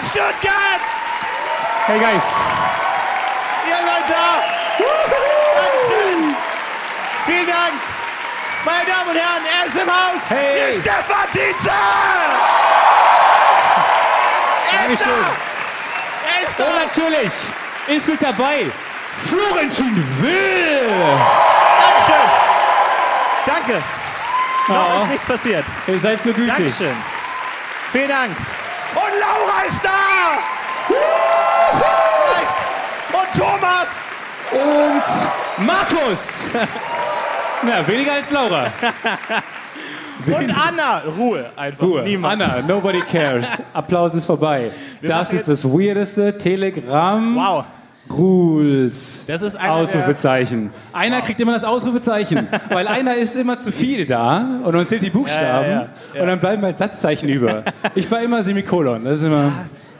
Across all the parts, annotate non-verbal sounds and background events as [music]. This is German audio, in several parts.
Stuttgart! Hey guys. Ihr seid da! Dankeschön! Vielen Dank! Meine Damen und Herren, er ist im Haus! Hey. Der Stefan Tietze! Er ist da! Dankeschön. Er ist da! Und natürlich ist mit dabei Florentin Will. Dankeschön! Danke! Noch ist nichts passiert. Ihr seid so gütig. Dankeschön! Vielen Dank! Und Laura ist da! Und Thomas! [laughs] Und Markus. Na, weniger als Laura. Und Anna! Ruhe einfach. Ruhe. Niemand. Anna, nobody cares. Applaus ist vorbei. das machen ist das weirdeste Telegramm. Wow. Rules. Das ist einer der- Ausrufezeichen. Einer kriegt immer [laughs] das Ausrufezeichen, weil einer ist immer zu viel da und dann zählt die Buchstaben Ja, ja, ja. und dann bleiben halt Satzzeichen über. Ich war immer Semikolon. Das ist immer.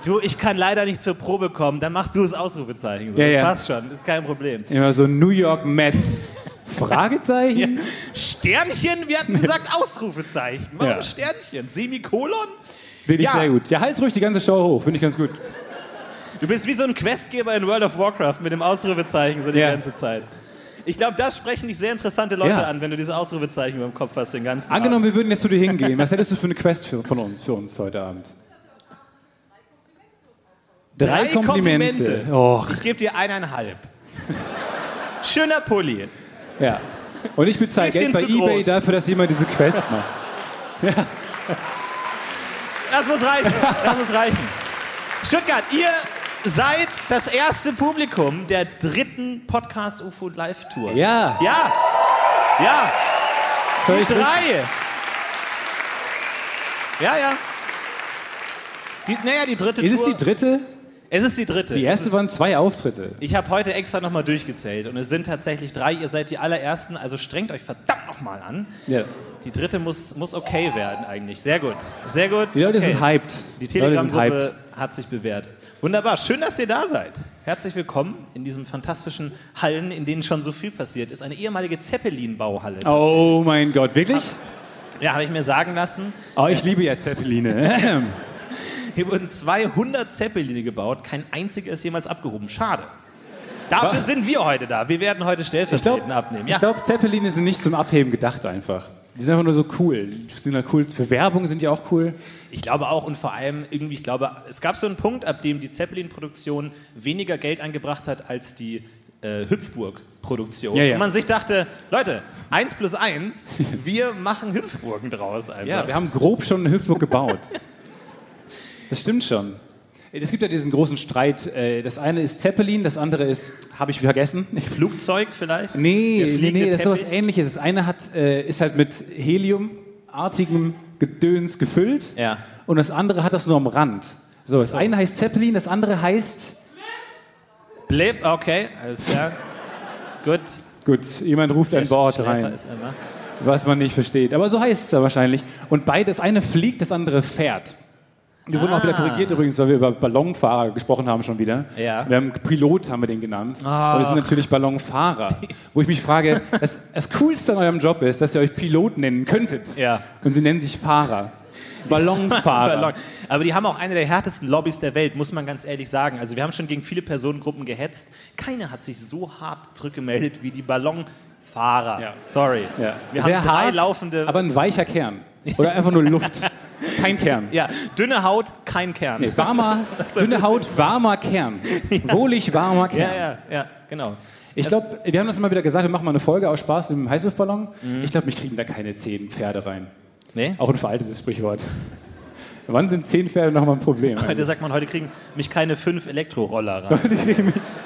Du, ich kann leider nicht zur Probe kommen, dann machst du das Ausrufezeichen. So. Ja, das ja. passt schon, ist kein Problem. Immer so New York Mets. Fragezeichen? Sternchen, wir hatten gesagt Ausrufezeichen. Warum Ja. Sternchen? Semikolon? Bin ich Ja. sehr gut. Ja, halt ruhig die ganze Show hoch. Finde ich ganz gut. Du bist wie so ein Questgeber in World of Warcraft mit dem Ausrufezeichen so die Ja. ganze Zeit. Ich glaube, das sprechen dich sehr interessante Leute Ja. an, wenn du diese Ausrufezeichen über dem Kopf hast den ganzen Angenommen, wir würden jetzt zu dir hingehen. Was hättest du für eine Quest für, von uns, für uns heute Abend? Drei, Drei Komplimente. Komplimente. Och, Abend. Ich gebe dir eineinhalb. Schöner Pulli. ja. Und ich bezahle Bisschen Geld bei zu Ebay groß. dafür, dass jemand diese Quest macht. Das muss reichen. Das muss reichen. Stuttgart, ihr seid das erste Publikum der dritten Podcast UFO Live Tour. Ja, Ja. Ja. völlig richtig. Drei. Ja, ja. Die, naja, die dritte Ist es Tour. die dritte? es ist die dritte. Die erste es ist, waren zwei Auftritte. ich habe heute extra nochmal durchgezählt und es sind tatsächlich drei. Ihr seid die allerersten, also strengt euch verdammt nochmal an. Ja. Die dritte muss, muss okay werden eigentlich. Sehr gut. Sehr gut. Die Leute okay. sind hyped. Die Leute sind hyped. Telegram-Gruppe hat sich bewährt. Wunderbar, schön, dass ihr da seid. Herzlich willkommen in diesen fantastischen Hallen, in denen schon so viel passiert ist. Eine ehemalige Zeppelin-Bauhalle. Oh mein Gott, wirklich? Ja, habe ich mir sagen lassen. Oh, ich liebe ja [laughs] Zeppeline. Hier wurden 200 Zeppeline gebaut, kein einziger ist jemals abgehoben. Schade. Dafür Was? sind wir heute da. Wir werden heute Ich glaube, stellvertretend abnehmen. Ja. glaub, Zeppeline sind nicht zum Abheben gedacht einfach. Die sind einfach nur so cool. Die sind halt cool. Für Werbung sind die auch cool. Ich glaube auch und vor allem irgendwie, ich glaube, es gab so einen Punkt, ab dem die Zeppelin-Produktion weniger Geld eingebracht hat als die äh, Hüpfburg-Produktion. Ja, ja. Und man sich dachte, Leute, eins plus [laughs] eins, wir machen Hüpfburgen draus einfach. Ja, wir haben grob schon eine Hüpfburg [laughs] gebaut. Das stimmt schon. Es gibt ja diesen großen Streit. äh, Das eine ist Zeppelin, das andere ist, habe ich vergessen? [laughs] Flugzeug vielleicht? Der Nee, nee, fliegende nee, das ist sowas Teppich? ähnliches. Das eine hat, äh, ist halt mit heliumartigem Gedöns gefüllt Ja. und das andere hat das nur am Rand. So, das eine heißt Zeppelin, das andere heißt... Blip, okay, alles klar. Gut. [laughs] Gut, jemand ruft ein Wort Stefan rein. ist immer. was man nicht versteht. Aber so heißt es ja wahrscheinlich. Und beides, eine fliegt, das andere fährt. Wir wurden auch Ah. wieder korrigiert übrigens, weil wir über Ballonfahrer gesprochen haben schon wieder. Ja. Ah. Wir haben Pilot, haben wir den genannt. Und wir sind natürlich [laughs] Ballonfahrer. Wo ich mich frage, das, das Coolste an eurem Job ist, dass ihr euch Pilot nennen könntet. Ja. Und sie nennen sich Fahrer. [laughs] Ballonfahrer. Ballon. Aber die haben auch eine der härtesten Lobbys der Welt, muss man ganz ehrlich sagen. Also wir haben schon gegen viele Personengruppen gehetzt. Keiner hat sich so hart zurückgemeldet wie die Ballonfahrer. Ja. Sorry. Ja. Wir Sehr haben drei hart, laufende. aber ein weicher Kern. Oder einfach nur Luft. Kein Kern. [laughs] ja, dünne Haut, kein Kern. Nee, [laughs] warmer, ein dünne bisschen- Haut, warmer Kern. Wohlig warmer Kern. [laughs] Ja, ja, ja, genau. Ich glaube, wir haben das immer wieder gesagt, wir machen mal eine Folge aus Spaß mit dem Heißluftballon. Ich glaube, mich kriegen da keine zehn Pferde rein. Nee? Auch ein veraltetes Sprichwort. [laughs] Wann sind zehn Pferde nochmal ein Problem? Heute sagt man, heute kriegen mich keine fünf Elektroroller [laughs] ran.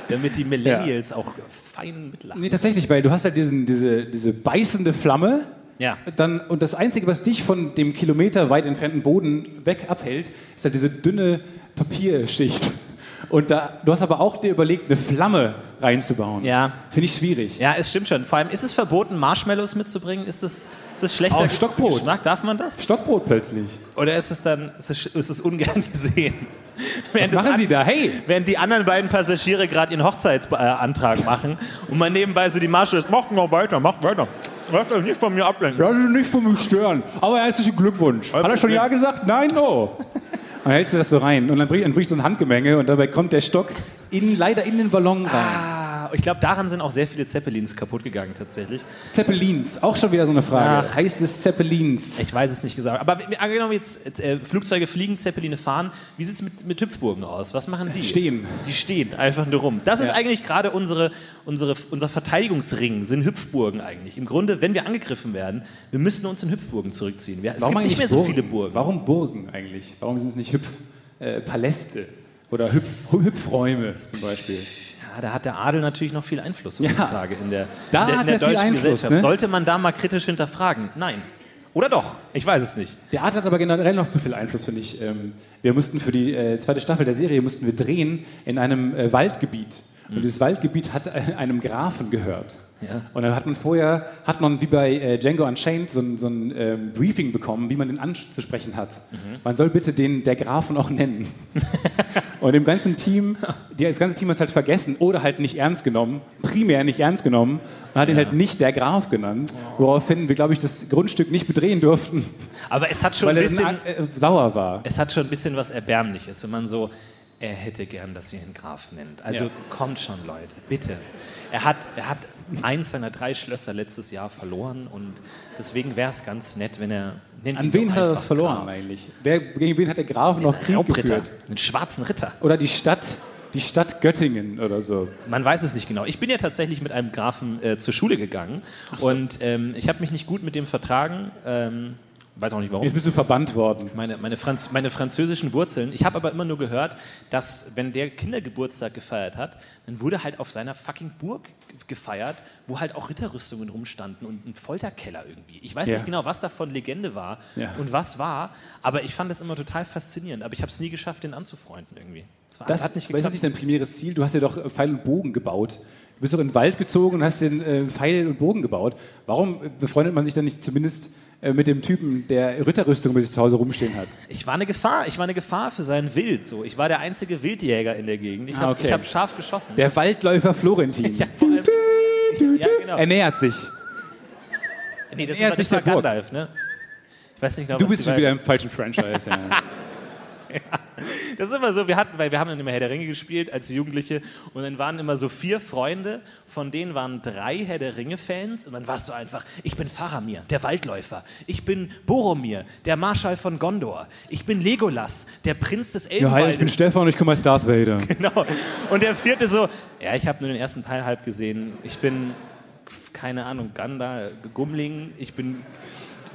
damit die Millennials auch fein mitlachen. Nee, tatsächlich, weil du hast halt diesen, diese, diese beißende Flamme Ja. dann, und das Einzige, was dich von dem Kilometer weit entfernten Boden weg abhält, ist halt diese dünne Papierschicht. Und da, du hast aber auch dir überlegt, eine Flamme reinzubauen. Ja. Finde ich schwierig. Ja, es stimmt schon. Vor allem, ist es verboten, Marshmallows mitzubringen? Ist es, ist es schlechter Auf Stockbrot. Geschmack? Darf man das? Stockbrot plötzlich. Oder ist es dann ist es, ist es ungern [laughs] gesehen? Was Während, das machen an- Sie da? Hey! während die anderen beiden Passagiere gerade ihren Hochzeitsantrag machen und man nebenbei so die Marshmallows, macht noch weiter, macht weiter. Lasst euch nicht von mir ablenken. Lass dich nicht von mir stören. Aber herzlichen Glückwunsch. Hat er schon Ja gesagt? Nein, no. Und dann hältst du das so rein. Und dann bricht, dann bricht so ein Handgemenge und dabei kommt der Stock in, leider in den Ballon rein. Ah, Ich glaube, daran sind auch sehr viele Zeppelins kaputt gegangen tatsächlich. Zeppelins, auch schon wieder so eine Frage. Ach. Heißt es Zeppelins? Ich weiß es nicht gesagt. Aber w- angenommen jetzt äh, Flugzeuge fliegen, Zeppeline fahren. Wie sieht es mit, mit Hüpfburgen aus? Was machen die? Stehen. Die stehen einfach nur rum. Das ist eigentlich gerade unsere, unsere, unser Verteidigungsring, sind Hüpfburgen eigentlich. Im Grunde, wenn wir angegriffen werden, wir müssen uns in Hüpfburgen zurückziehen. Wir, es gibt nicht eigentlich mehr so viele Burgen. Warum Burgen eigentlich? Warum sind es nicht Hüpf, äh, Paläste oder Hüpf, Hüpfräume zum Beispiel? Ja, da hat der Adel natürlich noch viel Einfluss Ja. heutzutage in der, Da in der, in hat der er viel deutschen Einfluss, Gesellschaft. ne? Sollte man da mal kritisch hinterfragen? Nein. Oder doch? Ich weiß es nicht. Der Art hat aber generell noch zu viel Einfluss, finde ich. Ähm, wir mussten für die äh, zweite Staffel der Serie mussten wir drehen in einem äh, Waldgebiet. Und dieses Waldgebiet hat äh, einem Grafen gehört. Ja. Und dann hat man vorher, hat man wie bei äh, Django Unchained so ein, so ein ähm, Briefing bekommen, wie man den anzusprechen hat. Man soll bitte den der Grafen auch nennen. Und im ganzen Team, die, das ganze Team hat es halt vergessen oder halt nicht ernst genommen, primär nicht ernst genommen und hat ihn halt nicht der Graf genannt, woraufhin wir, glaube ich, das Grundstück nicht bedrehen durften. Aber es hat schon Weil ein er bisschen... dann, äh, sauer war. es hat schon ein bisschen was Erbärmliches, wenn man so, er hätte gern, dass ihr ihn Graf nennt. Also Ja. kommt schon, Leute, bitte. Er hat, er hat eins seiner drei Schlösser letztes Jahr verloren und deswegen wäre es ganz nett, wenn er. Nennt ihn An doch wen hat er einfach das verloren Graf. eigentlich? Wer, gegen wen hat der Graf noch Krieg Raubritter, geführt? einen schwarzen Ritter. Oder die Stadt, die Stadt Göttingen oder so. Man weiß es nicht genau. Ich bin ja tatsächlich mit einem Grafen äh, zur Schule gegangen und ähm, ich habe mich nicht gut mit dem vertragen. Ähm, weiß auch nicht warum. Jetzt bist du verbannt worden. meine, meine, Franz, meine französischen Wurzeln. Ich habe aber immer nur gehört, dass wenn der Kindergeburtstag gefeiert hat, dann wurde halt auf seiner fucking Burg ge- gefeiert, wo halt auch Ritterrüstungen rumstanden und ein Folterkeller irgendwie. Ich weiß Ja. nicht genau, was davon Legende war Ja. und was war, aber ich fand das immer total faszinierend. Aber ich habe es nie geschafft, den anzufreunden irgendwie. Das, war, Das hat nicht war geklappt. das nicht dein primäres Ziel. Du hast ja doch äh, Pfeil und Bogen gebaut. Du bist doch in den Wald gezogen und hast den äh, Pfeil und Bogen gebaut. Warum äh, befreundet man sich dann nicht zumindest äh, mit dem Typen, der Ritterrüstung bei sich zu Hause rumstehen hat? Ich war eine Gefahr. Ich war eine Gefahr für sein Wild. So, ich war der einzige Wildjäger in der Gegend. Ich Ah, habe okay. ich hab scharf geschossen. Der Waldläufer [laughs] Florentin. ja, vor allem, ja, genau. Er nähert sich. Nee, das, Nähert war, sich das war der Burg. Gandalf, ne? Ich weiß nicht genau, Du was bist die beiden- wieder im falschen Franchise. [laughs] Ja. Das ist immer so, wir hatten, weil wir haben dann immer Herr der Ringe gespielt als Jugendliche und dann waren immer so vier Freunde, von denen waren drei Herr der Ringe-Fans und dann war es so einfach, ich bin Faramir, der Waldläufer, ich bin Boromir, der Marschall von Gondor, ich bin Legolas, der Prinz des Ja, hi, ich bin Elbenwaldes. Stefan und ich komme als Darth Vader. genau. Und der vierte so, ja, ich habe nur den ersten Teil halb gesehen, ich bin, keine Ahnung, Ganda, Gummling, ich bin...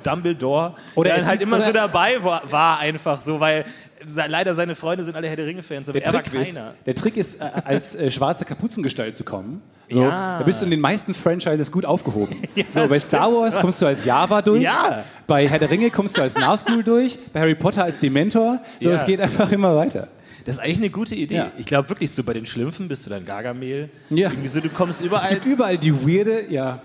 Dumbledore, Oder der er dann halt zieht- immer oder- so dabei war, war einfach so, weil se- leider seine Freunde sind alle Herr der Ringe-Fans, aber Der er war Trick, ist, keiner. der Trick ist, äh, als äh, schwarze Kapuzengestalt zu kommen. So, Ja. Da bist du in den meisten Franchises [laughs] gut aufgehoben. so, bei das Star stimmt. Wars kommst du als Java durch. Ja. Bei Herr der Ringe kommst du als Nazgul durch. Bei Harry Potter als Dementor. So, Ja. es geht einfach immer weiter. Das ist eigentlich eine gute Idee. Ja. Ich glaube wirklich, so bei den Schlümpfen bist du dann Gargamel. Ja. Irgendwie so, du kommst Es überall. gibt überall die weirde, ja.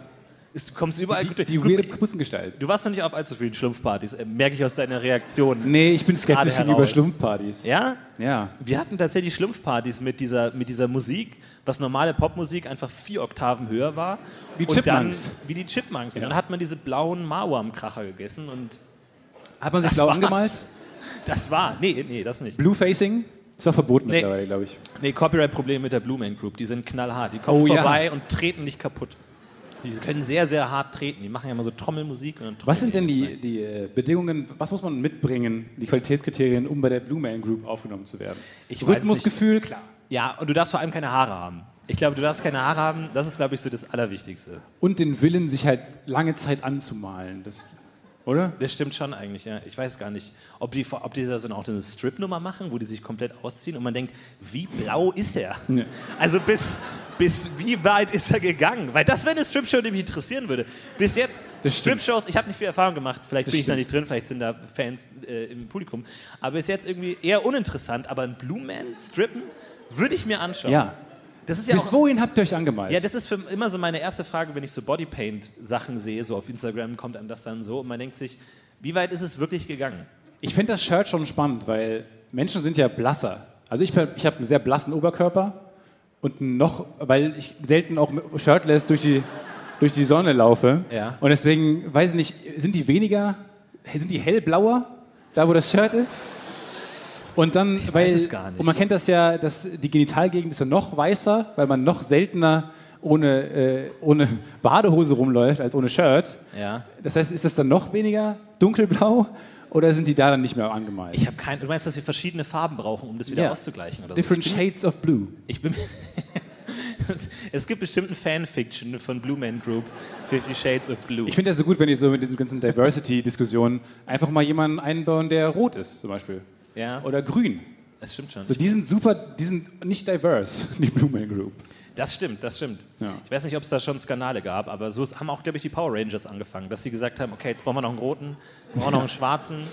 ist, du kommst überall Die, gut die durch. weirde Gut, Pussengestalt. du warst noch nicht auf allzu vielen Schlumpfpartys, äh, merke ich aus deiner Reaktion. Nee, ich bin skeptisch Gerade gegenüber heraus. Schlumpfpartys. Ja? Ja. Wir hatten tatsächlich Schlumpfpartys mit dieser, mit dieser Musik, was normale Popmusik einfach vier Oktaven höher war. Wie und dann, Chipmunks. Wie die Chipmunks. Und dann hat man diese blauen Mauermkracher gegessen und Hat man sich das blau war's. angemalt? Das war. Nee, nee, das nicht. Bluefacing? Ist doch verboten Nee. mittlerweile, glaube ich. Nee, Copyright-Problem mit der Blue Man Group. Die sind knallhart. Die kommen Oh, ja. vorbei und treten dich kaputt. Die können sehr, sehr hart treten. Die machen ja immer so Trommelmusik. Und dann Was trommeln sind denn die, die äh, Bedingungen, was muss man mitbringen, die Qualitätskriterien, um bei der Blue Man Group aufgenommen zu werden? Ich weiß Rhythmusgefühl, klar. Ja, und du darfst vor allem keine Haare haben. Ich glaube, du darfst keine Haare haben. Das ist, glaube ich, so das Allerwichtigste. Und den Willen, sich halt lange Zeit anzumalen. Das, oder? Das stimmt schon eigentlich, ja. Ich weiß gar nicht, ob die, ob die da so auch eine Strip-Nummer machen, wo die sich komplett ausziehen und man denkt, wie blau ist er? Also bis, bis wie weit ist er gegangen? Weil das wäre eine Strip-Show, die mich interessieren würde. Bis jetzt, Das stimmt. Strip-Shows, ich habe nicht viel Erfahrung gemacht, vielleicht bin ich da stimmt. nicht drin, vielleicht sind da Fans äh, im Publikum. Aber bis jetzt irgendwie eher uninteressant, aber ein Blue Man strippen würde ich mir anschauen. Ja. Das ist ja Bis auch wohin habt ihr euch angemalt? ja, das ist für immer so meine erste Frage, wenn ich so Bodypaint-Sachen sehe, so auf Instagram kommt einem das dann so und man denkt sich, wie weit ist es wirklich gegangen? Ich finde das Shirt schon spannend, weil Menschen sind ja blasser. Also ich, ich habe einen sehr blassen Oberkörper und einen noch, weil ich selten auch mit- shirtless durch die, durch die Sonne laufe. Ja. Und deswegen, weiß ich nicht, sind die weniger, sind die hellblauer, da wo das Shirt ist? Und dann, weil, es gar nicht. und man kennt das ja, dass die Genitalgegend ist ja noch weißer, weil man noch seltener ohne, äh, ohne Badehose rumläuft als ohne Shirt. Ja. Das heißt, ist das dann noch weniger dunkelblau oder sind die da dann nicht mehr angemalt? Ich habe kein. Du meinst, dass wir verschiedene Farben brauchen, um das wieder Ja. auszugleichen oder so? Different Shades of Blue. Ich bin. [laughs] es gibt bestimmt ein Fanfiction von Blue Man Group, Fifty Shades of Blue. Ich finde das so gut, wenn ich so mit diesen ganzen Diversity-Diskussionen einfach mal jemanden einbauen, der rot ist zum Beispiel. ja, Oder grün. das stimmt schon. So, die sind super, die sind nicht diverse, [laughs] die Blue Man Group. Das stimmt, das stimmt. Ja. Ich weiß nicht, ob es da schon Skandale gab, aber so ist- haben auch, glaube ich, die Power Rangers angefangen, dass sie gesagt haben, okay, jetzt brauchen wir noch einen roten, wir brauchen noch einen schwarzen.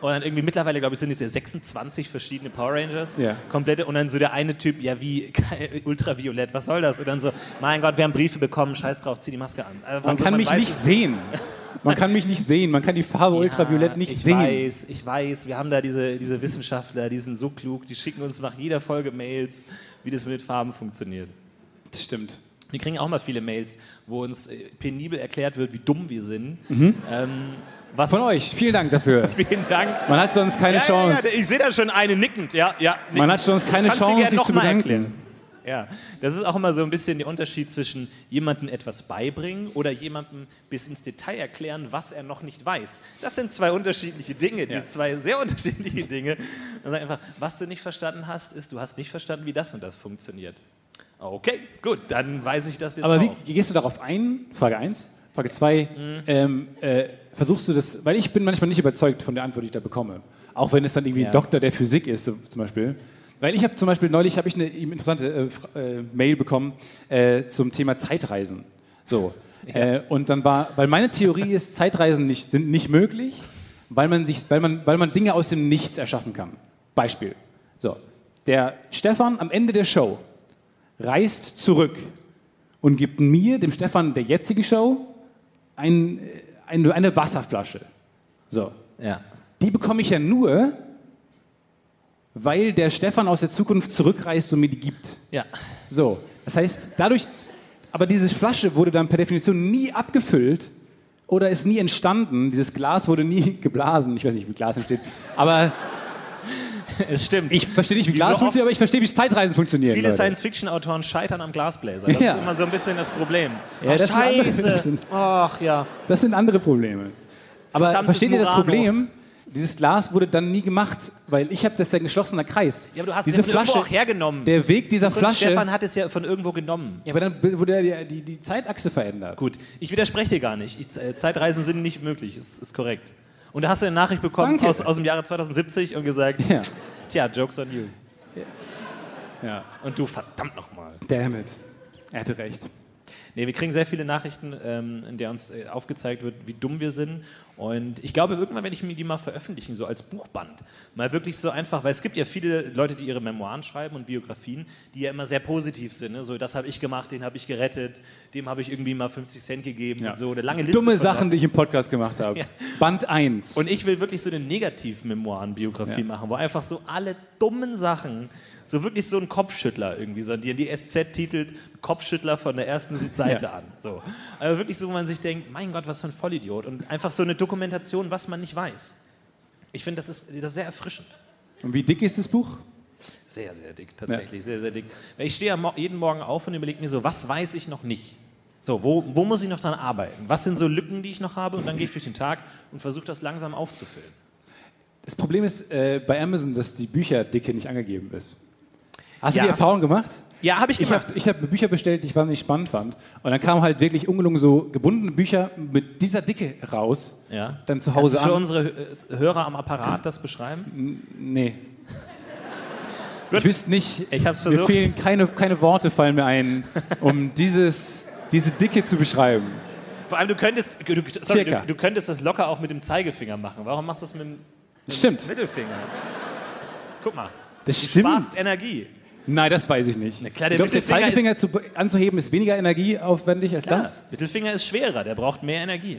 Und dann irgendwie mittlerweile, glaube ich, sind es ja 26 verschiedene Power Rangers. Ja. Komplette. Und dann so der eine Typ, ja wie, [laughs] ultraviolett, was soll das? Und dann so, mein Gott, wir haben Briefe bekommen, scheiß drauf, zieh die Maske an. Also, Man so, kann mich weiß nicht es- sehen. Man kann mich nicht sehen. Man kann die Farbe Ultraviolett nicht ich sehen. weiß, ich weiß. Wir haben da diese, diese Wissenschaftler, die sind so klug, die schicken uns nach jeder Folge Mails, wie das mit Farben funktioniert. Das stimmt. Wir kriegen auch mal viele Mails, wo uns äh, penibel erklärt wird, wie dumm wir sind. Ähm, was Mhm. Von euch, vielen [laughs] Dank dafür. Vielen Dank. Man hat sonst keine Ja, ja, Chance. ja, ich sehe da schon eine nickend. Ja, ja, nickend. Man hat sonst keine kann's dir Chance, gern sich noch zu mal bedanken. erklären. Ja, das ist auch immer so ein bisschen der Unterschied zwischen jemandem etwas beibringen oder jemandem bis ins Detail erklären, was er noch nicht weiß. Das sind zwei unterschiedliche Dinge, die zwei sehr [laughs] unterschiedliche Dinge. Man sagt einfach, was du nicht verstanden hast, ist, du hast nicht verstanden, wie das und das funktioniert. Okay, gut, dann weiß ich das jetzt Aber auch. Mhm. wie gehst du darauf ein? Frage 1. Frage 2. Ähm, äh, versuchst du das, weil ich bin manchmal nicht überzeugt von der Antwort, die ich da bekomme. Auch wenn es dann irgendwie Ja. Doktor der Physik ist, so, zum Beispiel. Weil ich habe zum Beispiel neulich habe ich eine interessante äh, Fra- äh, Mail bekommen äh, zum Thema Zeitreisen. So. [laughs] Äh, und dann war, weil meine Theorie ist, Zeitreisen nicht, sind nicht möglich, weil man, sich, weil, man, weil man Dinge aus dem Nichts erschaffen kann. Beispiel. So. Der Stefan am Ende der Show reist zurück und gibt mir, dem Stefan der jetzigen Show, ein, äh, eine, eine Wasserflasche. So. Ja. Die bekomme ich ja nur, weil der Stefan aus der Zukunft zurückreist und mir die gibt. Ja. [laughs] So. Das heißt, dadurch, aber diese Flasche wurde dann per Definition nie abgefüllt oder ist nie entstanden. Dieses Glas wurde nie [laughs] geblasen. Ich weiß nicht, wie Glas entsteht. Aber Es stimmt. ich verstehe nicht, wie Wie Glas so oft- funktioniert, aber ich verstehe, wie Zeitreisen funktionieren. Viele Leute. Science-Fiction-Autoren scheitern am Glasbläser. Das Ja. ist immer so ein bisschen das Problem. Ja, Ach, das sind andere- das Scheiße. sind- Ach ja. Das sind andere Probleme. Aber Verdammtes versteht ihr das Murano. Problem? Dieses Glas wurde dann nie gemacht, weil ich habe das ja ein geschlossener Kreis. Ja, aber du hast Diese es ja von Flasche, irgendwo auch hergenommen. der Weg dieser Und Flasche. Stefan hat es ja von irgendwo genommen. ja, aber dann be- wurde ja die, die, die Zeitachse verändert. Gut, ich widerspreche dir gar nicht. Ich, äh, Zeitreisen sind nicht möglich, ist, ist korrekt. Und da hast du eine Nachricht bekommen Danke. aus, aus dem Jahre 2070 und gesagt, Ja, tja, jokes on you. ja. Und du, verdammt nochmal. Damn it. Er hatte recht. Nee, wir kriegen sehr viele Nachrichten, ähm, in der uns äh, aufgezeigt wird, wie dumm wir sind. Und ich glaube, irgendwann werde ich mir die mal veröffentlichen, so als Buchband. Mal wirklich so einfach, weil es gibt ja viele Leute, die ihre Memoiren schreiben und Biografien, die ja immer sehr positiv sind. Ne? So, das habe ich gemacht, den habe ich gerettet, dem habe ich irgendwie mal 50 Cent gegeben und so. Eine lange Liste. Dumme von Sachen, die ich im Podcast [laughs] gemacht habe. Band 1. und ich will wirklich so eine Negativ-Memoiren-Biografie Ja. machen, wo einfach so alle dummen Sachen, so wirklich so ein Kopfschüttler irgendwie, so die, die SZ titelt Kopfschüttler von der ersten Seite an. So. Also wirklich so, wo man sich denkt, mein Gott, was für ein Vollidiot. Und einfach so eine Dokumentation, was man nicht weiß. Ich finde, das ist, das ist sehr erfrischend. Und wie dick ist das Buch? Sehr, sehr dick, tatsächlich, sehr, sehr dick. Weil Ich stehe ja mo jeden Morgen auf und überlege mir so, was weiß ich noch nicht? So, wo, wo muss ich noch dran arbeiten? Was sind so Lücken, die ich noch habe? Und dann gehe ich durch den Tag und versuche das langsam aufzufüllen. Das Problem ist äh, bei Amazon, dass die Bücherdicke nicht angegeben ist. Hast Ja. du die Erfahrung gemacht? Ja, habe ich Ich gemacht. habe ich hab mir Bücher bestellt, die ich wahnsinnig spannend fand. Und dann kamen halt wirklich ungelungen so gebundene Bücher mit dieser Dicke raus. Ja. Dann zu Hause Kannst du für an. unsere äh, Hörer am Apparat das beschreiben? Nee. Gut. Ich wüsste nicht. Ich hab's Mir versucht. fehlen keine, keine Worte, fallen mir ein, [laughs] um dieses, diese Dicke zu beschreiben. Vor allem, du könntest, du, sorry, Circa. du, du könntest das locker auch mit dem Zeigefinger machen. Warum machst du das mit dem Stimmt. Mittelfinger? Guck mal, Das du stimmt. sparst Energie. Nein, das weiß ich nicht. klar, ich der glaube, den Mittelfinger Zeigefinger zu, anzuheben ist weniger energieaufwendig als das. Ja, Mittelfinger ist schwerer, der braucht mehr Energie.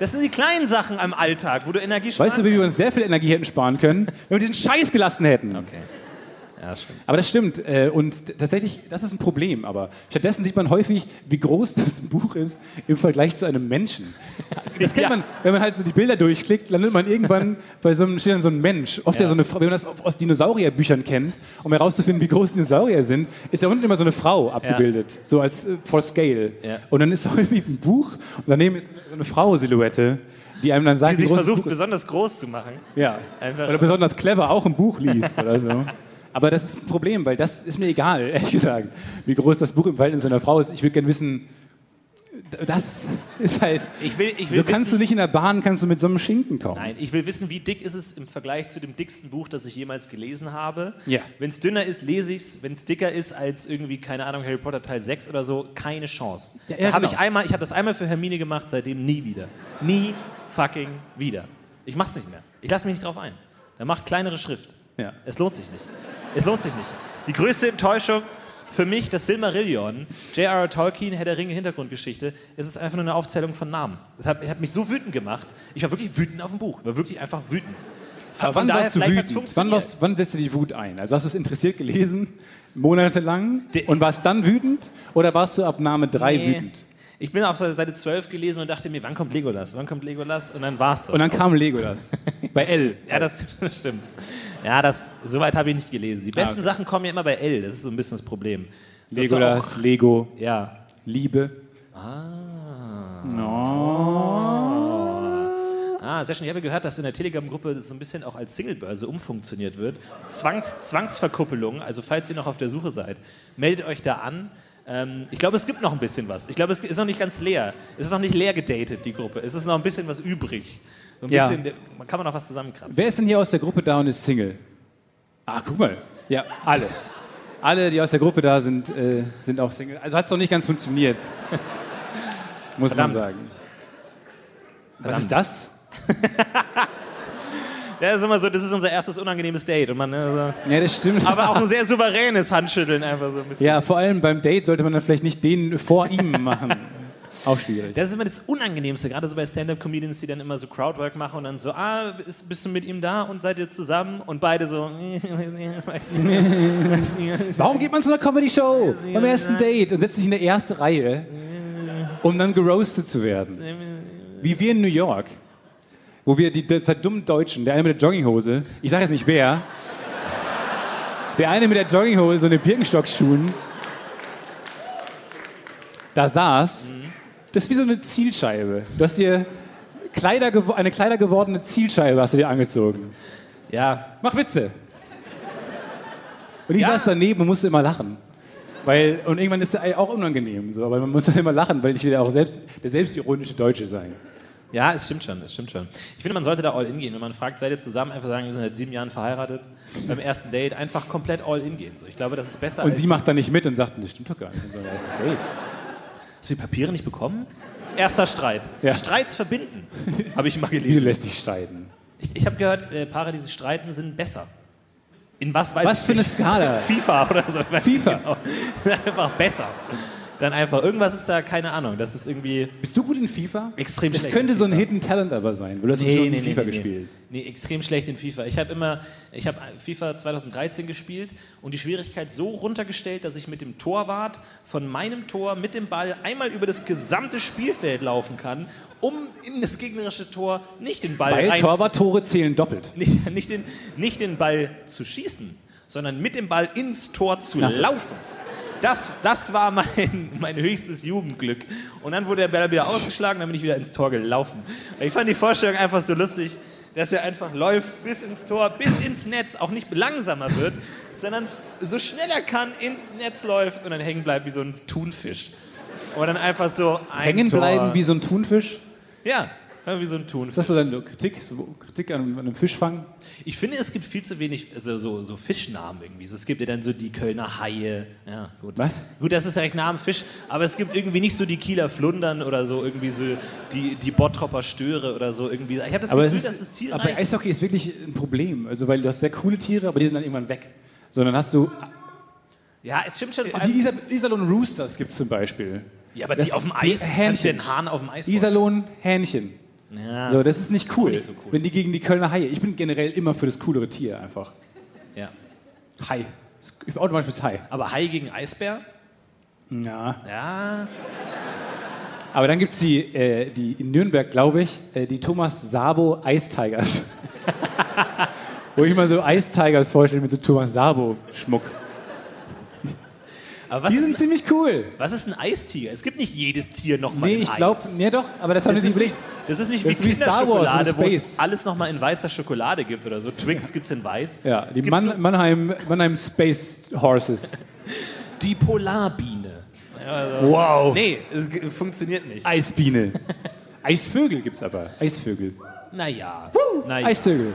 Das sind die kleinen Sachen am Alltag, wo du Energie sparst. Weißt du, wie wir uns sehr viel Energie hätten sparen können, wenn wir diesen Scheiß gelassen hätten? Okay. Ja, das stimmt. Aber das stimmt. äh, Und t- tatsächlich, das ist ein Problem. Aber stattdessen sieht man häufig, wie groß [laughs] das Buch ist im Vergleich zu einem Menschen. Das kennt Ja. man, wenn man halt so die Bilder durchklickt, landet [laughs] man irgendwann bei so einem, steht dann so ein Mensch. Oft ja, so eine Frau, wenn man das aus Dinosaurierbüchern kennt, um herauszufinden, wie groß Dinosaurier sind, ist da unten immer so eine Frau abgebildet. So als äh, for scale. Ja. Und dann ist [laughs] häufig ein Buch und daneben ist so eine Frau-Silhouette, die einem dann sagt, Die sich groß das versucht, Buch ist. besonders groß zu machen. Ja. Einfach- oder besonders clever auch ein Buch liest oder [laughs] so. Aber das ist ein Problem, weil das ist mir egal, [laughs] ehrlich gesagt, wie groß das Buch im Verhältnis einer Frau ist. Ich würde gerne wissen, das ist halt. Ich will, ich will so kannst wissen, du nicht in der Bahn, kannst du mit so einem Schinken kommen. Nein, ich will wissen, wie dick ist es im Vergleich zu dem dicksten Buch, das ich jemals gelesen habe. Ja. Wenn es dünner ist, lese ich es. Wenn es dicker ist als irgendwie, keine Ahnung, Harry Potter Teil 6 oder so, keine Chance. Ja, ja, da habe genau. ich einmal, ich habe das einmal für Hermine gemacht, seitdem nie wieder. Nie fucking wieder. Ich mach's nicht mehr. Ich lasse mich nicht drauf ein. Dann macht kleinere Schrift. Ja. Es lohnt sich nicht. Es lohnt sich nicht. Die größte Enttäuschung für mich, das Silmarillion, J.R.R. Tolkien, Herr der Ringe, Hintergrundgeschichte, es ist einfach nur eine Aufzählung von Namen. Das hat, hat mich so wütend gemacht. Ich war wirklich wütend auf dem Buch. Ich war wirklich einfach wütend. Aber wann warst du wütend? Wann, warst, wann setzt du die Wut ein? Also hast du es interessiert gelesen, monatelang, De- und warst dann wütend? Oder warst du ab Name 3 Nee. wütend? Ich bin auf Seite 12 gelesen und dachte mir, wann kommt Legolas? Wann kommt Legolas? Und dann war's das. Und dann [laughs] kam Legolas. Bei L. ja, das [laughs] stimmt. Ja, das, soweit habe ich nicht gelesen. Die besten Ah, okay. Sachen kommen ja immer bei L. Das ist so ein bisschen das Problem. Das ist so Legolas, Lego, Auch, ja. Liebe. Ah. Oh. Ah, sehr schön. Ich habe gehört, dass in der Telegram-Gruppe das so ein bisschen auch als Singlebörse umfunktioniert wird. Zwangs Zwangsverkuppelung, also falls ihr noch auf der Suche seid, meldet euch da an. Ähm, ich glaube, es gibt noch ein bisschen was. Ich glaube, es ist noch nicht ganz leer. Es ist noch nicht leer gedatet, die Gruppe. Es ist noch ein bisschen was übrig. So ein Ja. bisschen, man kann man noch was zusammenkratzen. Wer ist denn hier aus der Gruppe da und ist Single? Ach, guck mal. Ja, alle. Alle, die aus der Gruppe da sind, äh, sind auch Single. Also hat es noch nicht ganz funktioniert. [laughs] Muss Verdammt. man sagen. Was ist das? Ja, ist immer so, das ist unser erstes unangenehmes Date. Und man, ne, Ja, das stimmt. so. Aber auch ein sehr souveränes Handschütteln einfach so ein bisschen. ja, vor allem beim Date sollte man dann vielleicht nicht den vor ihm machen. Auch schwierig. Das ist immer das Unangenehmste, gerade so bei Stand-Up-Comedians, die dann immer so Crowdwork machen und dann so, ah, ist, bist du mit ihm da und seid ihr zusammen? Und beide so, [laughs] weiß nicht, weiß nicht. Warum geht man zu einer Comedy-Show beim ersten Date und setzt sich in der ersten Reihe, um dann geroastet zu werden? Wie wir in New York, wo wir die zwei dummen Deutschen, der eine mit der Jogginghose, ich sage jetzt nicht wer, der eine mit der Jogginghose und den Birkenstockschuhen, da saß, das ist wie so eine Zielscheibe. Du hast dir Kleider, gewo- eine Kleider gewordene Zielscheibe hast du dir angezogen. Ja, Mach Witze. Und ich Ja. saß daneben und musste immer lachen. Weil, und irgendwann ist es auch unangenehm, so, aber man muss dann immer lachen, weil ich will ja auch selbst, der selbstironische Deutsche sein. ja, es stimmt schon, es stimmt schon. Ich finde, man sollte da all in gehen. Wenn man fragt, seid ihr zusammen, einfach sagen, wir sind seit sieben Jahren verheiratet. Beim ersten Date einfach komplett all in gehen. So, ich glaube, das ist besser Und als sie macht das- dann nicht mit und sagt, das stimmt doch gar nicht, so ein erstes Date. Hast du die Papiere nicht bekommen? Erster Streit. Ja. Streits verbinden, habe ich mal Diese gelesen. lässt sich streiten. Ich, ich habe gehört, äh, Paare, die sich streiten, sind besser. In was weiß Was ich für eine nicht. [laughs] Skala? FIFA oder so. ich weiß nicht FIFA. Genau. [laughs] Einfach besser. Dann einfach, irgendwas ist da, keine Ahnung, das ist irgendwie Bist du gut in FIFA? extrem Das schlecht. könnte so ein Hidden Talent aber sein, weil du hast nee, Also schon in FIFA gespielt. Nee. nee, extrem schlecht in FIFA. Ich habe immer, ich habe FIFA 2013 gespielt und die Schwierigkeit so runtergestellt, dass ich mit dem Torwart von meinem Tor mit dem Ball einmal über das gesamte Spielfeld laufen kann, um in das gegnerische Tor nicht den Ball Weil reinz- Torwarttore zählen doppelt. nicht, nicht, den, nicht den Ball zu schießen, sondern mit dem Ball ins Tor zu Ach so. laufen. Das, das war mein, mein höchstes Jugendglück. Und dann wurde der Ball wieder ausgeschlagen, dann bin ich wieder ins Tor gelaufen. Ich fand die Vorstellung einfach so lustig, dass er einfach läuft bis ins Tor, bis ins Netz, auch nicht langsamer wird, sondern f- so schnell er kann ins Netz läuft und dann hängen bleibt wie so ein Thunfisch. Und dann einfach so ein Hängen Tor. bleiben wie so ein Thunfisch. Ja, wie so ein Thunfisch. Ist das so deine Kritik? So Kritik an, an einem Fischfang? Ich finde, es gibt viel zu wenig also, so, so Fischnamen irgendwie. So, Es gibt ja dann so die Kölner Haie. Ja, gut. Was? Gut, das ist eigentlich Namen Fisch, aber es gibt irgendwie nicht so die Kieler Flundern oder so, irgendwie so die, die Bottropper Störe oder so irgendwie. Ich habe das aber Gefühl, es ist, dass es Tiere aber bei eigentlich- Eishockey ist wirklich ein Problem. Also, weil du hast sehr coole Tiere, aber die sind dann irgendwann weg. So, dann hast du. Ja, es stimmt schon. Vor Die allem, Isar, Iserlohn Roosters gibt es zum Beispiel. ja, aber das die auf dem die Eis, kannst du Hähnchen. den Hahn auf dem Eis Iserlohn Hähnchen. vor- ja, So, das ist nicht cool, Nicht so cool. wenn die gegen die Kölner Haie. Ich bin generell immer für das coolere Tier einfach. ja. Hai. Ich bin automatisch fürs Hai. Aber Hai gegen Eisbär? Ja. Ja. Aber dann gibt es die, äh, die in Nürnberg, glaube ich, äh, die Thomas Sabo Ice Tigers. [laughs] Wo ich mal so Ice Tigers vorstelle mit so Thomas Sabo Schmuck. Aber was, Die ist, sind ziemlich cool. was ist ein Eistiger? Es gibt nicht jedes Tier nochmal Nee, in ich glaube, Eis. nee, doch, aber das haben Das sie ist, nicht. nicht, das ist nicht das wie ist wie Star Wars Kinderschokolade, mit wo Space. es alles nochmal in weißer Schokolade gibt oder so. Twix gibt's in weiß. Ja, Es die gibt Mann, nur Mannheim, Mannheim Space Horses. die Polarbiene. Wow. Nee, es g- funktioniert nicht. Eisbiene. [laughs] Eisvögel gibt es aber. Eisvögel. Naja, naja, Eisvögel.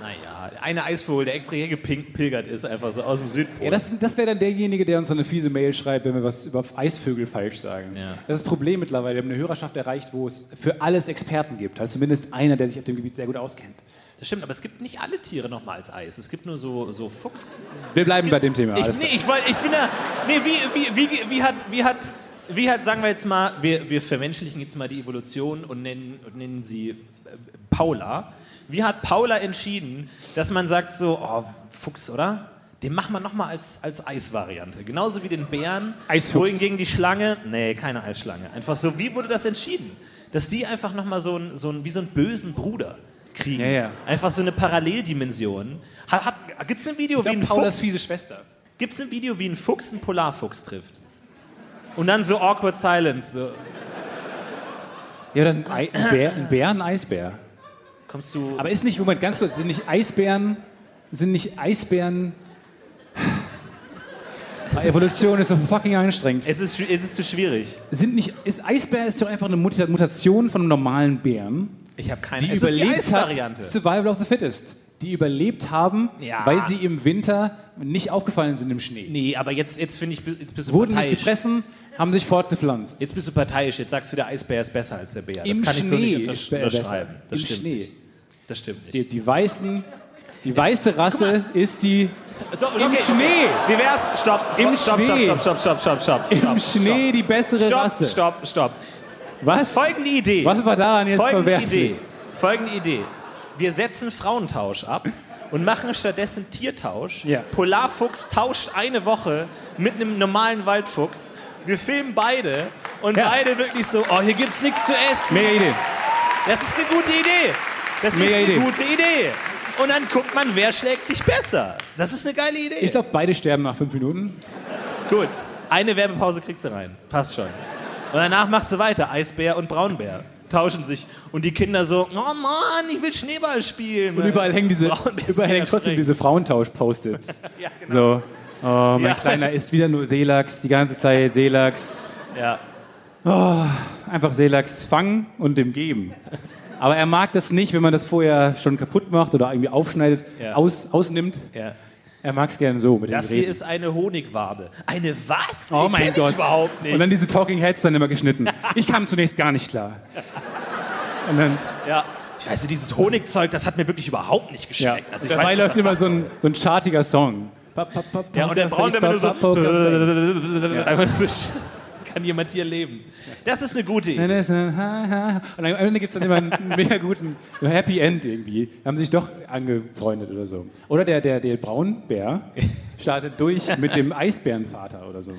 naja. Eine Eisvogel, der extra hier gepilgert ist, einfach so aus dem Südpol. Ja, das, das wäre dann derjenige, der uns so eine fiese Mail schreibt, wenn wir was über Eisvögel falsch sagen. Ja. Das ist das Problem mittlerweile. Wir haben eine Hörerschaft erreicht, wo es für alles Experten gibt. Also zumindest einer, der sich auf dem Gebiet sehr gut auskennt. Das stimmt, aber es gibt nicht alle Tiere nochmal als Eis. Es gibt nur so, so Fuchs. Wir bleiben bei dem Thema. Ich, alles nee, klar. ich, wollt- ich bin da. Nee, wie, wie, wie, wie, hat, wie, hat, wie hat, sagen wir jetzt mal, wir, wir vermenschlichen jetzt mal die Evolution und nennen, und nennen sie äh, Paula. Wie hat Paula entschieden, dass man sagt so, oh, Fuchs, oder? Den machen wir nochmal als, als Eisvariante. Genauso wie den Bären. Eisfuchs. Wohingegen die Schlange, nee, keine Eisschlange. Einfach so, wie wurde das entschieden? Dass die einfach nochmal so, ein, so ein, wie so einen bösen Bruder kriegen. Ja, ja. Einfach so eine Paralleldimension. Hat, hat, Gibt es ein Video, Ich wie ein glaub, Paulas Fuchs? fiese Schwester. Gibt es ein Video, wie ein Fuchs einen Polarfuchs trifft? Und dann so awkward silence. So. Ja, dann Ei- ein Bär, ein Bär, ein Eisbär. Kommst du. Aber ist nicht, Moment, ganz kurz, sind nicht Eisbären, sind nicht Eisbären. Evolution ist so fucking anstrengend. es, ist, schwi- es ist zu schwierig. Sind nicht, ist Eisbär ist doch einfach eine Muta- Mutation von einem normalen Bären, Ich habe keine die es überlebt ist die hat. Eisvariante. Survival of the Fittest. Die überlebt haben, Ja. weil sie im Winter nicht aufgefallen sind im Schnee. Nee, aber jetzt, jetzt finde ich, jetzt bist du Wurden nicht parteiisch. gefressen, haben sich fortgepflanzt. Jetzt bist du parteiisch. Jetzt sagst du, der Eisbär ist besser als der Bär. Das Im kann ich so Schnee nicht ist untersch Bär besser. unterschreiben. Das Im stimmt Schnee. nicht. Das stimmt Die, nicht. die weißen, die weiße Rasse ist die So, Im Schnee. Wie wär's? Stopp. Im stopp, Schnee. Stopp, stopp, stopp, stopp, stopp, stopp. im stopp, Schnee die bessere Stopp, Rasse. stopp, stopp. Was? Folgende Idee. Was war daran jetzt Folgende verwerflich? Idee. Folgende Idee. Wir setzen Frauentausch ab und machen stattdessen Tiertausch. Ja. Polarfuchs tauscht eine Woche mit einem normalen Waldfuchs. Wir filmen beide und Ja. beide wirklich so, oh, hier gibt's nichts zu essen. Mega Idee. Das ist eine gute Idee. Das Mega ist eine Idee. gute Idee. Und dann guckt man, wer schlägt sich besser. Das ist eine geile Idee. Ich glaube, beide sterben nach fünf Minuten. Gut, eine Werbepause kriegst du rein. Passt schon. Und danach machst du weiter. Eisbär und Braunbär tauschen sich. Und die Kinder so, oh Mann, ich will Schneeball spielen. Und überall hängen diese, Braunbär ist überall hängen mega trotzdem streng. diese Frauentausch-Post-its. Ja, genau. So, oh, mein Ja. Kleiner isst wieder nur Seelachs die ganze Zeit, Seelachs. genau. ja. Einfach Seelachs fangen und dem geben. Aber er mag das nicht, wenn man das vorher schon kaputt macht oder irgendwie aufschneidet, Ja. aus, ausnimmt. ja. Er mag es gerne so mit Das den Reden. hier ist eine Honigwabe. Eine was? Oh Die kenn mein ich Gott. überhaupt nicht. Und dann diese Talking Heads dann immer geschnitten. Ich kam zunächst gar nicht klar. Und dann, ja. Ich weiß, dieses Honigzeug, das hat mir wirklich überhaupt nicht ja. geschmeckt. Also ich Dabei weiß nicht, läuft was immer das so ein, so ein chartiger Song. Ja, und dann braucht er immer nur so. [laughs] Einfach nur so kann jemand hier leben? Das ist eine gute Idee. Und am Ende gibt es dann immer einen mega guten Happy End irgendwie. Da haben sie sich doch angefreundet oder so. Oder der, der, der Braunbär startet durch mit dem Eisbärenvater oder so.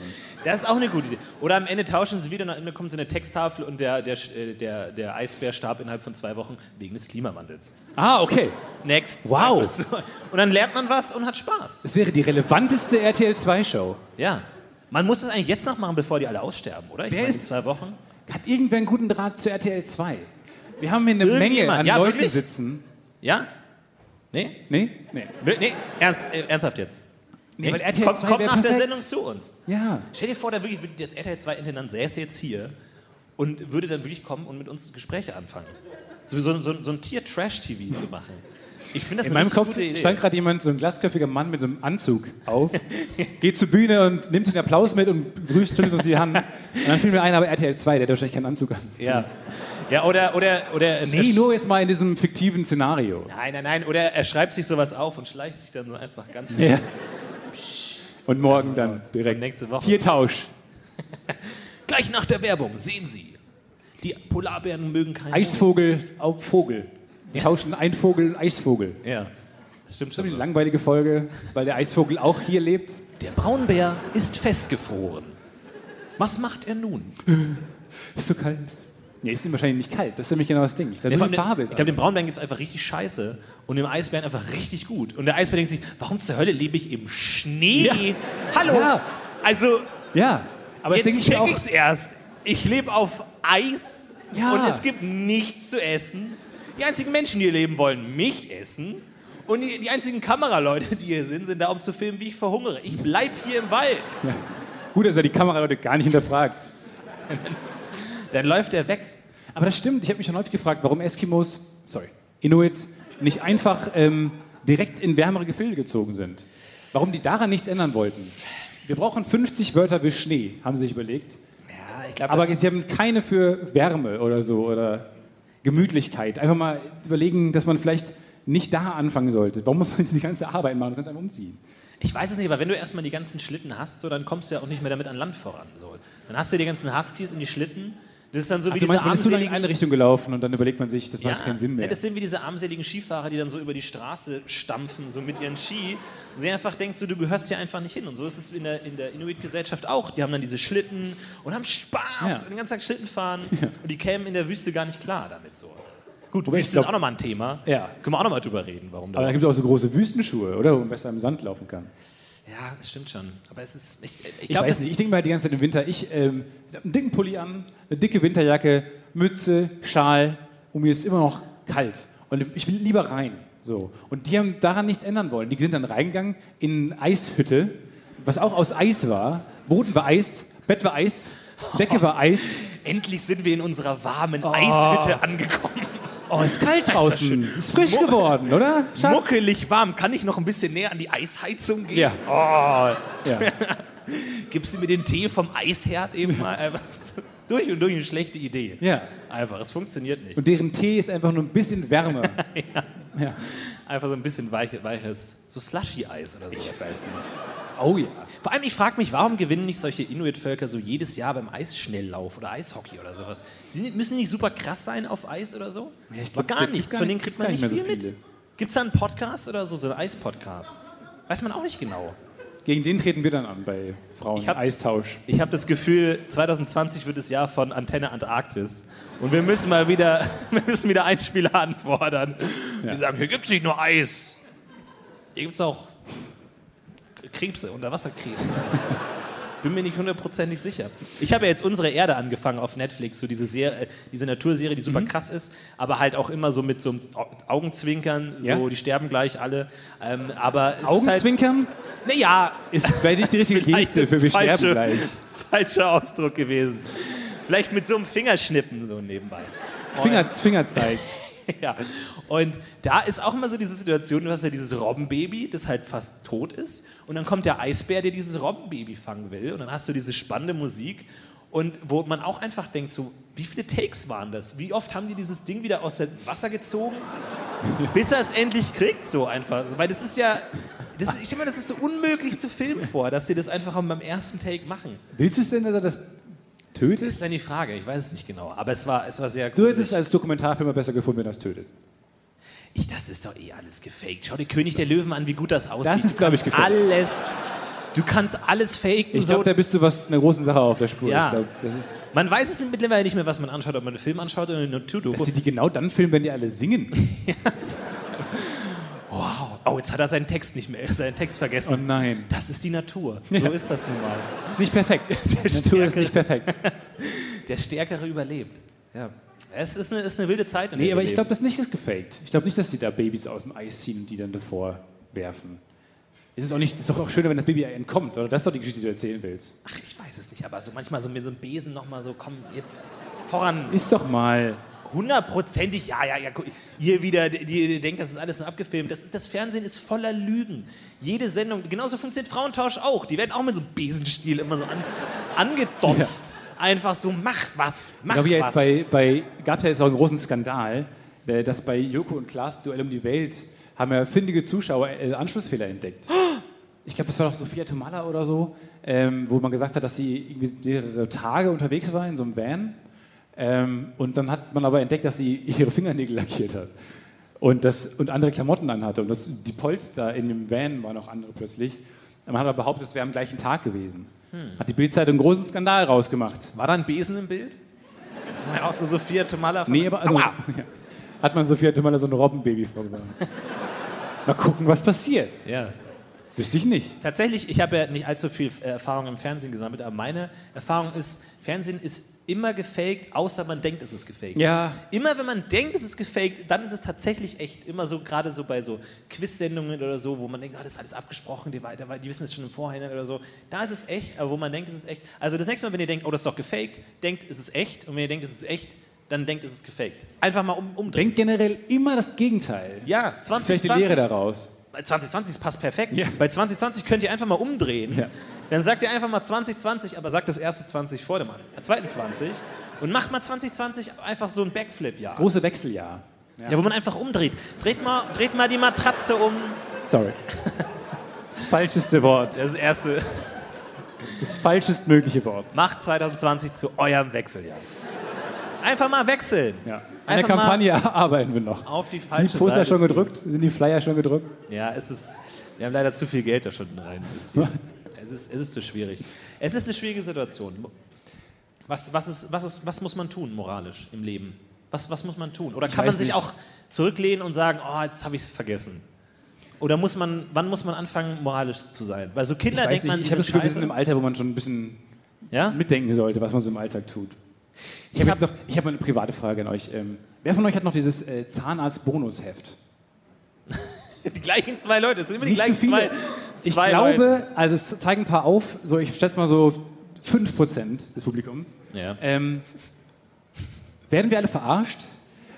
Das ist auch eine gute Idee. Oder am Ende tauschen sie wieder und am Ende kommt so eine Texttafel und der, der, äh, der, der Eisbär starb innerhalb von zwei Wochen wegen des Klimawandels. Ah, okay. Next. Wow. Einfach [laughs] so. Und dann lernt man was und hat Spaß. Das wäre die relevanteste RTL 2-Show. Ja. Man muss es eigentlich jetzt noch machen, bevor die alle aussterben, oder? Ich Wer meine, in ist- zwei Wochen. Hat irgendwer einen guten Draht zu RTL 2? Wir haben hier eine Irgendjemand. Menge an Ja, Leuten wirklich? sitzen. Ja? Nee? Nee? Nee. Nee, ernst, äh, ernsthaft jetzt. Nee, weil RTL kommt 2 kommt wär nach der perfekt. Sendung zu uns. Ja. Stell dir vor, da wirklich, der RTL 2 Intendant säße jetzt hier und würde dann wirklich kommen und mit uns Gespräche anfangen. So, so, so, so ein Tier-Trash-TV zu machen. Ich finde das In eine richtig meinem Kopf gute Idee. stand gerade jemand, so ein glasköpfiger Mann mit so einem [laughs] Anzug auf, geht zur Bühne und nimmt den Applaus mit und grüßt schüttelt uns die Hand. Und dann fiel mir ein, aber RTL 2, der hat wahrscheinlich keinen Anzug an. ja. ja, oder, oder, oder es- Nee, es- nur jetzt mal in diesem fiktiven Szenario. Nein, nein, nein. Oder er schreibt sich sowas auf und schleicht sich dann so einfach ganz Ja. Und morgen dann direkt. nächste Woche. Tiertausch. Gleich nach der Werbung, sehen Sie. Die Polarbären mögen keinen Eisvogel auf Vogel. Wir tauschen ein Vogel und Eisvogel. Honig. Ja. Das stimmt Eine schon. langweilige Folge, weil der Eisvogel auch hier lebt. Der Braunbär ist festgefroren. Was macht er nun? Ist so kalt. Nee, ist ihm wahrscheinlich nicht kalt. Das ist nämlich genau das Ding. Da Ja, nur vor die allem, Farbe ist. ich glaube, dem Braunbären geht es einfach richtig scheiße und dem Eisbären einfach richtig gut. Und der Eisbär denkt sich, warum zur Hölle lebe ich im Schnee? Ja. Hallo! Ja. Also, ja, aber das denke jetzt ich mir check auch. ich's erst. Ich lebe auf Eis Ja. und es gibt nichts zu essen. Die einzigen Menschen, die hier leben wollen, mich essen. Und die, die einzigen Kameraleute, die hier sind, sind da, um zu filmen, wie ich verhungere. Ich bleib hier im Wald. Gut, dass er die Kameraleute gar nicht hinterfragt. Dann läuft er weg. Aber das stimmt, ich habe mich schon häufig gefragt, warum Eskimos, sorry, Inuit, nicht einfach ähm, direkt in wärmere Gefilde gezogen sind. Warum die daran nichts ändern wollten. Wir brauchen 50 Wörter für Schnee, haben sie sich überlegt. Ja, ich glaube, Aber sie haben keine für Wärme oder so oder Gemütlichkeit. Einfach mal überlegen, dass man vielleicht nicht da anfangen sollte. Warum muss man diese ganze Arbeit machen? Du kannst einfach umziehen. Ich weiß es nicht, aber wenn du erstmal die ganzen Schlitten hast, so, dann kommst du ja auch nicht mehr damit an Land voran. So. Dann hast du die ganzen Huskies und die Schlitten. Das ist dann so wie Du diese meinst, man ist zu lange in armseligen... eine Richtung gelaufen und dann überlegt man sich, das macht Ja, keinen Sinn mehr. Das sind wie diese armseligen Skifahrer, die dann so über die Straße stampfen, so mit ihren Ski. Und sie einfach denkst du, du gehörst hier einfach nicht hin. Und so ist es in der, in der Inuit-Gesellschaft auch. Die haben dann diese Schlitten und haben Spaß Ja. und den ganzen Tag Schlitten [laughs] fahren. Und die kämen in der Wüste gar nicht klar damit so. Gut, Wobei ich Wüste ist glaub- auch nochmal ein Thema. Ja. Können wir auch nochmal drüber reden, warum da. Aber da gibt es auch so große Wüstenschuhe, oder? Wo man besser im Sand laufen kann. ja, das stimmt schon. Aber es ist. Ich, ich, Ich glaub, weiß das- nicht, ich denke mal die ganze Zeit im Winter, ich, ähm, ich habe einen dicken Pulli an, eine dicke Winterjacke, Mütze, Schal und mir ist immer noch kalt. Und ich will lieber rein. So. Und die haben daran nichts ändern wollen. Die sind dann reingegangen in eine Eishütte, was auch aus Eis war. Boden war Eis, Bett war Eis, Decke war Eis. Endlich sind wir in unserer warmen Eishütte angekommen. Oh, ist kalt draußen. Ist frisch Mu- geworden, oder? Schatz? Muckelig warm. Kann ich noch ein bisschen näher an die Eisheizung gehen? Ja. Oh. Ja. Gibst du mir den Tee vom Eisherd [laughs] eben mal? Einfach so durch und durch eine schlechte Idee. ja. Einfach, es funktioniert nicht. Und deren Tee ist einfach nur ein [laughs] bisschen wärmer. ja. Einfach so ein bisschen weiche, weiches, so Slushy-Eis oder so. Ich weiß nicht. Oh ja. Vor allem, ich frage mich, warum gewinnen nicht solche Inuit-Völker so jedes Jahr beim Eisschnelllauf oder Eishockey oder sowas? Sie sind- müssen die nicht super krass sein auf Eis oder so? Ja, ich Aber glaub, gar da gibt's nichts. gar Von nicht- denen kriegt gibt's man gar nicht, nicht mehr so viel viele. mit. Gibt es da einen Podcast oder so, so einen Eis-Podcast? Weiß man auch nicht genau. Gegen den treten wir dann an bei Frauen. Ich hab- Eistausch. Ich habe das Gefühl, 2020 wird das Jahr von Antenne Antarktis. Und wir müssen mal wieder, [laughs] wir müssen wieder Einspieler anfordern. Die sagen, hier gibt es nicht nur Eis. Hier gibt es auch Krebse, Unterwasserkrebse. Bin mir nicht hundertprozentig sicher. Ich habe ja jetzt unsere Erde angefangen auf Netflix, so diese, Serie, äh, diese Naturserie, die super krass ist, aber halt auch immer so mit so einem Au- Augenzwinkern, so Ja. die sterben gleich alle. Ähm, aber es Augenzwinkern? Ist halt, naja, Ist vielleicht nicht die richtige [laughs] Vielleicht Geste ist für wir es falsche- Oh sterben gleich. [laughs] Falscher Ausdruck gewesen. Vielleicht mit so einem Fingerschnippen so nebenbei. Finger, Fingerzeig. [laughs] ja. Und da ist auch immer so diese Situation, du hast ja dieses Robbenbaby, das halt fast tot ist. Und dann kommt der Eisbär, der dieses Robbenbaby fangen will. Und dann hast du diese spannende Musik. Und wo man auch einfach denkt, so, wie viele Takes waren das? Wie oft haben die dieses Ding wieder aus dem Wasser [laughs] gezogen, bis er es endlich kriegt, so einfach? Weil das ist ja, das ist, ich denke mal, das ist so unmöglich zu filmen vor, dass sie das einfach beim ersten Take machen. Willst du es denn, dass er das Das tötet? ist dann die Frage, ich weiß es nicht genau. Aber es war, es war sehr Du cool. hättest es als Dokumentarfilmer besser gefunden, wenn er es tötet. Ich, das ist doch eh alles gefaked. Schau dir König der Löwen an, wie gut das aussieht. ist, Du glaub ich, kannst gefaked. Alles. Du kannst alles faken. Ich so. glaube, da bist du was einer großen Sache auf der Spur. Ja. Ich glaub, das ist, man weiß es mittlerweile nicht mehr, was man anschaut, ob man einen Film anschaut oder eine Naturdoku. dass sie die genau dann filmen, wenn die alle singen. [laughs] Wow. Oh, jetzt hat er seinen Text nicht mehr, [laughs] seinen Text vergessen. Oh nein. das ist die Natur. So ist das nun mal. Ist nicht [laughs] perfekt. Die Natur Stärkere. ist nicht perfekt. Der Stärkere überlebt. Ja. Es ist eine, ist eine wilde Zeit. In Nee, der aber wir ich leben. glaube, das nicht ist gefaked. Ich glaube nicht, dass sie da Babys aus dem Eis ziehen und die dann davor werfen. Es ist auch nicht, ist doch auch schöner, wenn das Baby entkommt, oder? Das ist doch die Geschichte, die du erzählen willst. Ach, ich weiß es nicht, aber so manchmal so mit so einem Besen nochmal so, komm, jetzt voran. Ist doch mal. Hundertprozentig, ja, ja, ja. gu- Ihr wieder, die, die denkt, das ist alles nur abgefilmt. Das, ist- das Fernsehen ist voller Lügen. Jede Sendung, genauso funktioniert Frauentausch auch. Die werden auch mit so einem Besenstiel immer so an, angedotzt. Einfach so, mach was, mach Ich glaube, ja, was. jetzt bei, bei gab ja jetzt auch einen großen Skandal, äh, dass bei Joko und Klaas Duell um die Welt haben ja findige Zuschauer äh, Anschlussfehler entdeckt. Ich glaube, das war doch Sophia Tomala oder so, ähm, wo man gesagt hat, dass sie irgendwie mehrere Tage unterwegs war in so einem Van. Ähm, und dann hat man aber entdeckt, dass sie ihre Fingernägel lackiert hat. Und, das, und andere Klamotten anhatte. Und das, die Polster in dem Van waren auch andere plötzlich. Man hat aber behauptet, es wäre am gleichen Tag gewesen. Hat die Bildzeitung einen großen Skandal rausgemacht. War da ein Besen im Bild? War ja Auch so Sophia Tomala. von- Nee, aber also, Aua! [laughs] hat man Sophia Tümmerle so ein Robbenbaby vorgebracht. [laughs] Mal gucken, was passiert. Ja. Wüsste ich nicht. Tatsächlich, ich habe ja nicht allzu viel äh, Erfahrung im Fernsehen gesammelt, aber meine Erfahrung ist, Fernsehen ist immer gefaked, außer man denkt, es ist gefaked. Ja. Immer wenn man denkt, es ist gefaked, dann ist es tatsächlich echt. Immer so, gerade so bei so Quiz-Sendungen oder so, wo man denkt, ah, das ist alles abgesprochen, die, wei- die wissen es schon im Vorhinein oder so. Da ist es echt, aber wo man denkt, es ist echt. Also das nächste Mal, wenn ihr denkt, oh, das ist doch gefaked, denkt, es ist echt. Und wenn ihr denkt, es ist echt, dann denkt, es ist gefaked. Einfach mal um, umdrehen. Denkt generell immer das Gegenteil. Ja, Das ist Vielleicht die Lehre daraus. bei 2020 passt perfekt. Ja. Bei 2020 könnt ihr einfach mal umdrehen. Ja. Dann sagt ihr einfach mal 2020, aber sagt das erste 20 vor dem an- äh, zweiten 20 und macht mal 2020 einfach so ein Backflip, ja. Große Wechseljahr. Ja, wo man einfach umdreht. Dreht mal, dreht mal die Matratze um. Sorry. [laughs] Das falscheste Wort. Das erste. Das falschestmögliche Wort. Macht 2020 zu eurem Wechseljahr. Einfach mal wechseln. Ja. An der Einfach mal Kampagne [laughs] arbeiten wir noch. auf die falsche Sind die Poster Seite schon ziehen. gedrückt? Sind die Flyer schon gedrückt? Ja, es ist. Wir haben leider zu viel Geld da schon rein [laughs] investiert. es, ist, es ist zu schwierig. Es ist eine schwierige Situation. Was, was, ist, was, ist, was muss man tun moralisch im Leben? Was, was muss man tun? Oder kann man weiß sich nicht. auch zurücklehnen und sagen, oh, jetzt habe ich es vergessen? Oder muss man, wann muss man anfangen, moralisch zu sein? Weil so Kinder Ich weiß denkt nicht. man, Ich die habe das sind Gefühl, wir sind scheiße. im Alter, wo man schon ein bisschen ja? mitdenken sollte, was man so im Alltag tut. Ich Ich habe jetzt hab- noch, ich habe eine private Frage an euch. Ähm, wer von euch hat noch dieses äh, Zahnarzt-Bonusheft? [laughs] Die gleichen zwei Leute, es sind immer die Nicht so gleichen viele. zwei. Ich zwei glaube, Leute. also es zeigen ein paar auf, so ich schätze mal so 5% des Publikums. Ja. Ähm, werden wir alle verarscht?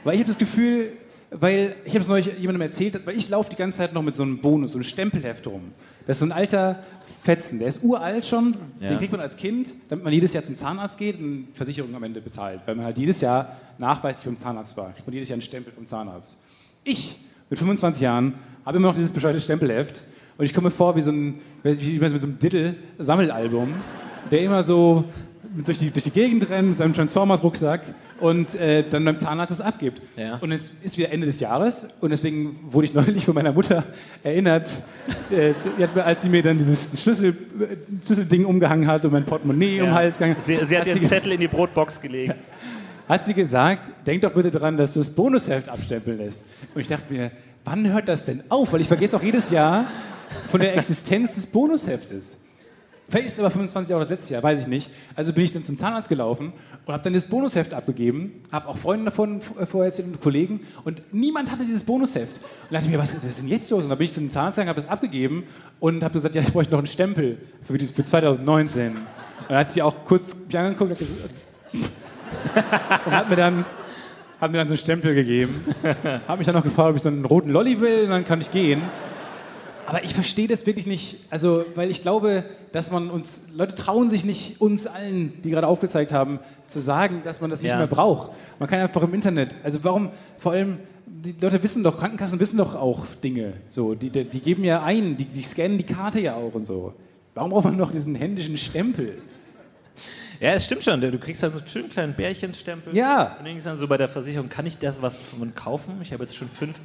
Weil ich habe das Gefühl, weil ich habe es neulich jemandem erzählt, weil ich laufe die ganze Zeit noch mit so einem Bonus, so einem Stempelheft rum. Das ist so ein alter Fetzen, der ist uralt schon, Ja. den kriegt man als Kind, damit man jedes Jahr zum Zahnarzt geht und Versicherung am Ende bezahlt, weil man halt jedes Jahr nachweislich beim Zahnarzt war. Kriegt man jedes Jahr einen Stempel vom Zahnarzt. Ich mit 25 Jahren habe immer noch dieses bescheuerte Stempelheft und ich komme mir vor wie so ein, wie mit so einem Diddle-Sammelalbum, der immer so durch die, durch die Gegend rennt mit seinem Transformers-Rucksack und äh, dann beim Zahnarzt es abgibt. Ja. Und jetzt ist wieder Ende des Jahres und deswegen wurde ich neulich von meiner Mutter erinnert, äh, die hat mir, als sie mir dann dieses Schlüssel, äh, Schlüsselding umgehangen hat und mein Portemonnaie um den Hals gegangen Sie, sie hat sie ihren ge- Zettel in die Brotbox gelegt. hat sie gesagt, denk doch bitte dran, dass du das Bonusheft abstempeln lässt. Und ich dachte mir, wann hört das denn auf? Weil ich vergesse auch jedes Jahr von der Existenz des Bonusheftes. Vielleicht ist es aber 25 Jahre das letzte Jahr, weiß ich nicht. Also bin ich dann zum Zahnarzt gelaufen und habe dann das Bonusheft abgegeben, habe auch Freunden davon äh, vorher erzählt und Kollegen und niemand hatte dieses Bonusheft. Und dachte mir, was ist was ist denn jetzt los? Und dann bin ich zum Zahnarzt gegangen, habe es abgegeben und habe gesagt, ja, ich bräuchte noch einen Stempel für, dieses, für 2019. Und dann hat sie auch kurz mich angeguckt und hat gesagt, und hat mir dann hat mir dann so einen Stempel gegeben, [laughs] hat mich dann noch gefragt, ob ich so einen roten Lolli will und dann kann ich gehen. Aber ich verstehe das wirklich nicht, also weil ich glaube, dass man uns, Leute trauen sich nicht, uns allen, die gerade aufgezeigt haben, zu sagen, dass man das nicht Ja. mehr braucht. Man kann einfach im Internet, also warum, vor allem, die Leute wissen doch, Krankenkassen wissen doch auch Dinge, so, die, die, die geben ja ein, die, die scannen die Karte ja auch und so. Warum braucht man noch diesen händischen Stempel? Ja, es stimmt schon. Du kriegst dann so einen schönen kleinen Bärchenstempel. Ja. Und dann ist dann so bei der Versicherung, kann ich das was von kaufen? Ich habe jetzt schon fünf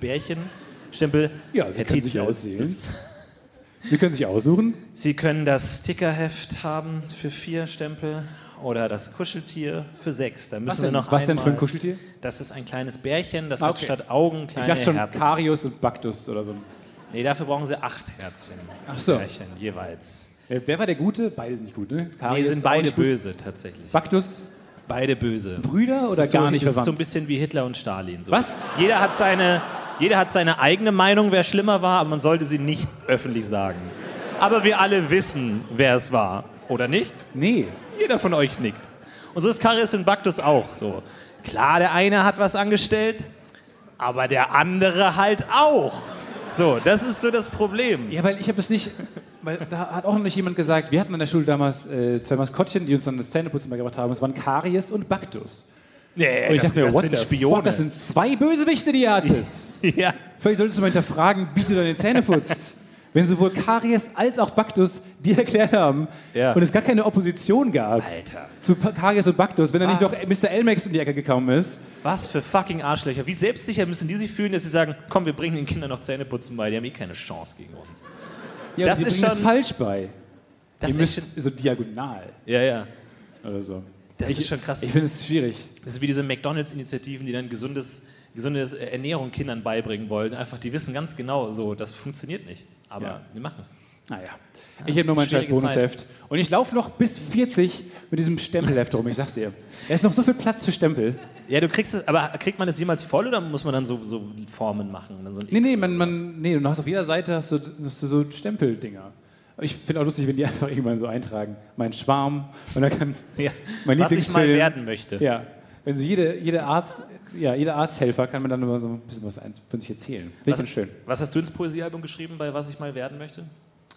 Bärchenstempel. Ja, Sie Herr können sich Tietze, auswählen. das- Sie können sich aussuchen. Sie können das Stickerheft haben für vier Stempel oder das Kuscheltier für sechs. Da müssen Was wir denn? noch Was denn einmal- für ein Kuscheltier? Das ist ein kleines Bärchen, das Ah, hat okay. statt Augen kleine Ich dachte schon Herzen. Karius und Baktus oder so. Nee, dafür brauchen sie acht Herzchen. Ach so. Bärchen jeweils. Äh, Wer war der Gute? Beide sind nicht gut, ne? Nee, Karius sind ist auch beide nicht gut. böse tatsächlich. Baktus, Beide böse. Brüder Das oder ist gar so, nicht Das ist so ein verwandt? bisschen wie Hitler und Stalin. So. Was? Jeder hat, seine, jeder hat seine eigene Meinung, wer schlimmer war, aber man sollte sie nicht öffentlich sagen. Aber wir alle wissen, wer es war, oder nicht? nee. Jeder von euch nickt. Und so ist Karis und Baktus auch so. Klar, der eine hat was angestellt, aber der andere halt auch. So, das ist so das Problem. Ja, weil ich habe das nicht. Weil da hat auch noch nicht jemand gesagt, wir hatten in der Schule damals äh, zwei Maskottchen, die uns dann das Zähneputzen beigebracht haben. Es waren Karies und Baktus. Nee, Und ich das, dachte mir, das what sind the Spione. Fuck, das sind zwei Bösewichte, die ihr hattet. [laughs] ja. Vielleicht solltest du mal hinterfragen, wie du deine Zähne putzt. Wenn sowohl Karies als auch Baktus dir erklärt haben Ja. und es gar keine Opposition gab Alter. zu Karies und Baktus, wenn da nicht noch Mr. Elmex um die Ecke gekommen ist. Was für fucking Arschlöcher. Wie selbstsicher müssen die sich fühlen, dass sie sagen, komm, wir bringen den Kindern noch Zähneputzen bei, die haben eh keine Chance gegen uns. Ja, Das das ist ist schon das schon- falsch bei. Das ihr ist müsst schon, so diagonal ja, ja. oder so. Das ich, ist schon krass. Ich finde es schwierig. Das ist wie diese McDonalds-Initiativen, die dann gesundes, gesunde Ernährung Kindern beibringen wollen. Einfach, die wissen ganz genau, so, das funktioniert nicht. Aber Ja. die machen es. Naja. Ich hätte nur mein scheiß schwierige Bonusheft. Und ich laufe noch bis 40 mit diesem Stempelheft rum, ich sag's dir. Da ist noch so viel Platz für Stempel. Ja, du kriegst es, aber kriegt man das jemals voll oder muss man dann so, so Formen machen? Dann so ein Nee, X nee, oder man, was? man, nee, du hast auf jeder Seite hast du, hast du so Stempeldinger. Ich finde auch lustig, wenn die [laughs] einfach irgendwann so eintragen. Mein Schwarm. Und dann [laughs] kann Ja, mein was ich mal Lieblingsfilm- werden möchte. Ja, wenn so jede, jede Arzt, ja, jeder Arzthelfer kann man dann immer so ein bisschen was eins von sich erzählen. Finde ich was, dann schön. was hast du ins Poesiealbum geschrieben, bei was ich mal werden möchte?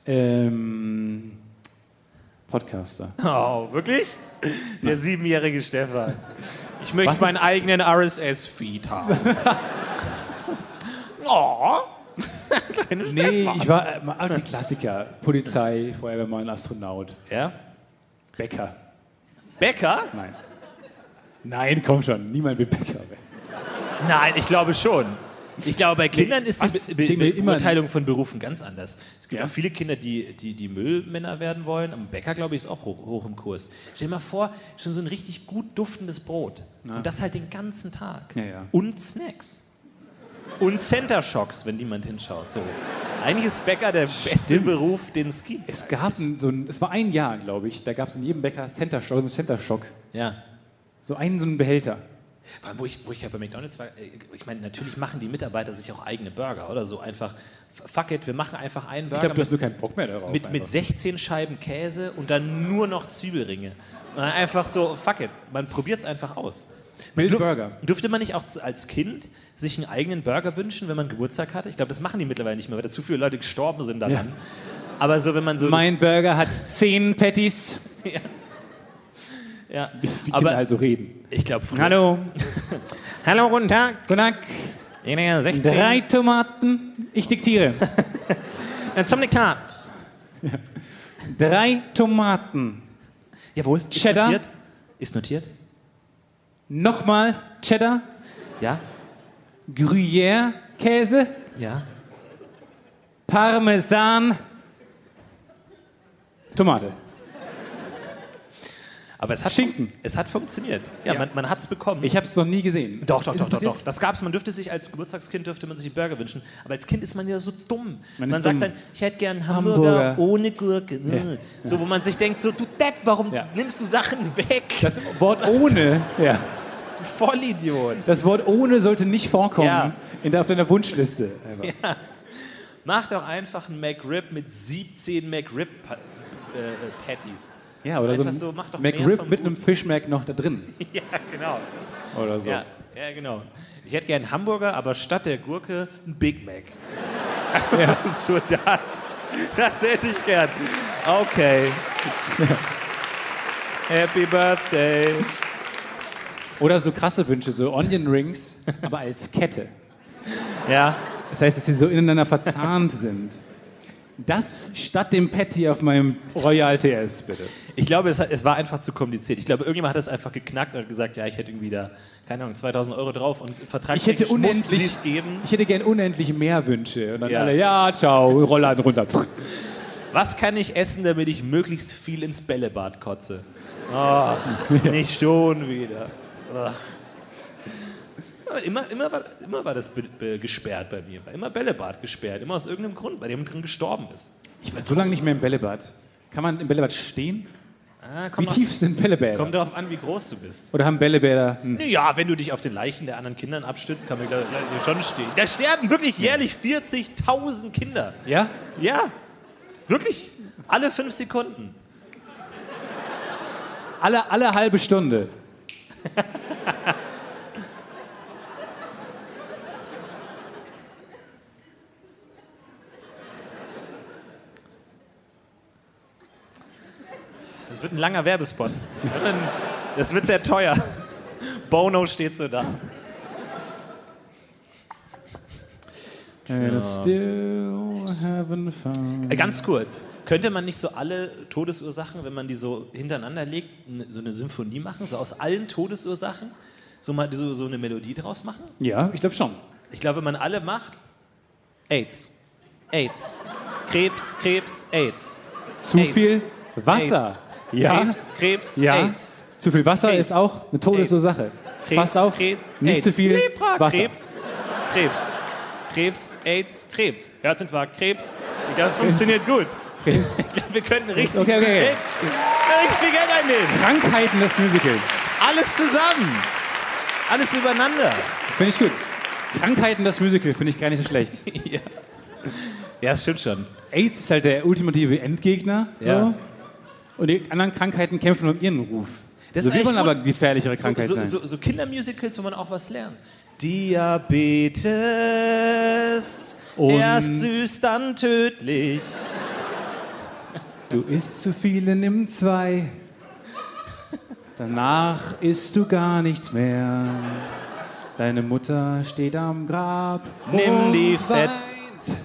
Ähm, [laughs] Podcaster. Oh, wirklich? Der siebenjährige Stefan. Ich möchte Was meinen ist- eigenen RSS-Feed haben. [laughs] oh, [laughs] kleine Nee, Stefan. ich war äh, mal- die Klassiker. Polizei, Feuerwehrmann, Astronaut, Ja? Bäcker. Bäcker? Nein. Nein, komm schon, niemand will Bäcker werden. Nein, ich glaube schon. Ich glaube, bei Kindern ist was? die Ich Be denke Be mir immer- Beurteilung von Berufen ganz anders. Es gibt Ja. auch viele Kinder, die, die, die Müllmänner werden wollen. Am Bäcker, glaube ich, ist auch hoch, hoch im Kurs. Stell dir mal vor, schon so ein richtig gut duftendes Brot. Und das halt den ganzen Tag. Ja, ja. Und Snacks. Und Center Shocks, wenn niemand hinschaut. So. Eigentlich ist Bäcker der beste Stimmt. Beruf, den es gibt. Es gab ein, so ein, es war ein Jahr, glaube ich, da gab es in jedem Bäcker Center Shock, so einen Center Shock. Ja. So einen, so einen Behälter. Vor allem, wo ich, wo ich ja bei McDonalds war, äh, ich meine, natürlich machen die Mitarbeiter sich auch eigene Burger oder so. Einfach, fuck it, wir machen einfach einen Ich Burger. glaube, du hast nur keinen Bock mehr darauf. mit, mit einfach. 16 Scheiben Käse und dann nur noch Zwiebelringe. Und dann einfach so, fuck it, man probiert es einfach aus. Mild Du- Burger. Durfte man nicht auch zu- als Kind sich einen eigenen Burger wünschen, wenn man Geburtstag hatte? Ich glaube, das machen die mittlerweile nicht mehr, weil da zu viele Leute gestorben sind daran. Aber so, wenn man so. Mein Burger hat zehn Patties. Das, [laughs] ja. Wie Kinder Aber also reden. ich glaube, früher- Hallo, Hallo, guten Tag. guten Tag. Ich bin 16. Drei Tomaten. Ich [laughs] diktiere. Zum Diktat. Drei Tomaten. Jawohl. Ist Cheddar. notiert. Ist notiert. Nochmal Cheddar, Ja. Gruyère, Käse, Ja. Parmesan, Tomate. Aber es hat, Schinken. fun- es hat funktioniert. Ja, man, man hat es bekommen. Ich habe es noch nie gesehen. Doch, doch, Ist doch, es doch, passiert? doch. Das gab's. Man dürfte sich als Geburtstagskind dürfte man sich einen Burger wünschen. Aber als Kind ist man ja so dumm. Man, Man ist sagt dumm. dann, ich hätte gern einen Hamburger, Hamburger. ohne Gurke. Mm. So, wo man sich denkt, so du Depp, warum Ja. nimmst du Sachen weg? Das Wort ohne, ja. du Vollidiot. Das Wort ohne sollte nicht vorkommen Ja. in der, auf deiner Wunschliste. einfach. äh, Mach doch einfach einen McRib mit 17 McRib-Patties. Ja, oder so Einfach ein so, mach doch mehr McRib vom mit einem Fish Mac noch da [laughs] drin. Ja, genau. Oder so. Ja, ja, genau. Ich hätte gern einen Hamburger, aber statt der Gurke ein Big [laughs] Mac. [laughs] so das. Das hätte ich gern. Okay. Happy Birthday. Oder so krasse Wünsche, so Onion Rings, aber als Kette. Ja, Das heißt, dass sie so ineinander verzahnt sind. Das statt dem Patty auf meinem Royal TS, bitte. ich glaube, es, hat, es war einfach zu kompliziert. Ich glaube, irgendjemand hat das einfach geknackt und hat gesagt, ja, ich hätte irgendwie da, keine Ahnung, 2000 Euro drauf und Ich hätte vertragstechnisch mussten sie unendlich, es geben. ich hätte gern unendlich mehr Wünsche. Und dann Ja. alle, ja, ciao, Rollladen runter. Was kann ich essen, damit ich möglichst viel ins Bällebad kotze? [laughs] Ach, nicht schon wieder. Ach. Aber Immer, immer, war, immer war das be, be, gesperrt bei mir. War immer Bällebad gesperrt. Immer aus irgendeinem Grund, bei dem drin gestorben ist. Ich war so lange nicht mehr im Bällebad. Kann man im Bällebad stehen? Ah, Wie kommt tief Auf, sind Bällebäder? kommt darauf an, wie groß du bist. Oder haben Bällebäder... Hm. Ja, wenn du dich auf den Leichen der anderen Kindern abstützt, kann man gleich- gleich schon stehen. Da sterben wirklich jährlich 40.000 Kinder. Ja? Ja, wirklich. Alle fünf Sekunden. Alle, alle halbe Stunde. Das wird ein langer Werbespot. Das wird sehr teuer. [laughs] Bono steht so da. And it's still having fun. Äh, Ganz kurz, könnte man nicht so alle Todesursachen, wenn man die so hintereinander legt, n- so eine Symphonie machen? So aus allen Todesursachen? So mal so, so eine Melodie draus machen? Ja, ich glaube schon. Ich glaube, wenn man alle macht, AIDS. AIDS. Krebs, Krebs, AIDS. Zu AIDS. viel Wasser. AIDS. Krebs, Krebs, ja. AIDS. Zu viel Wasser Krebs. ist auch eine Todesursache. Krebs, Pass auf, Krebs, nicht AIDS. zu viel Lepra, Wasser. Krebs, Krebs, Krebs, AIDS, Krebs, Herzinfarkt, Krebs. Ich glaube, es funktioniert gut. [laughs] Krebs. Ich glaube, wir können richtig, Okay, okay, okay. richtig viel Geld einnehmen. Krankheiten des Musicals. Alles zusammen. Alles übereinander. Finde ich gut. Krankheiten des Musicals finde ich gar nicht so schlecht. ja. ja, stimmt schon. AIDS ist halt der ultimative Endgegner. Ja. So. Und die anderen Krankheiten kämpfen um ihren Ruf. Das so, ist wir eigentlich wollen gut. aber gefährlichere Krankheiten so, so, sein. so, so Kindermusicals, wo man auch was lernt. Diabetes. Und- Erst süß, dann tödlich. Du isst zu viele, nimm zwei. Danach isst du gar nichts mehr. Deine Mutter steht am Grab. Nimm die und Fett- weint.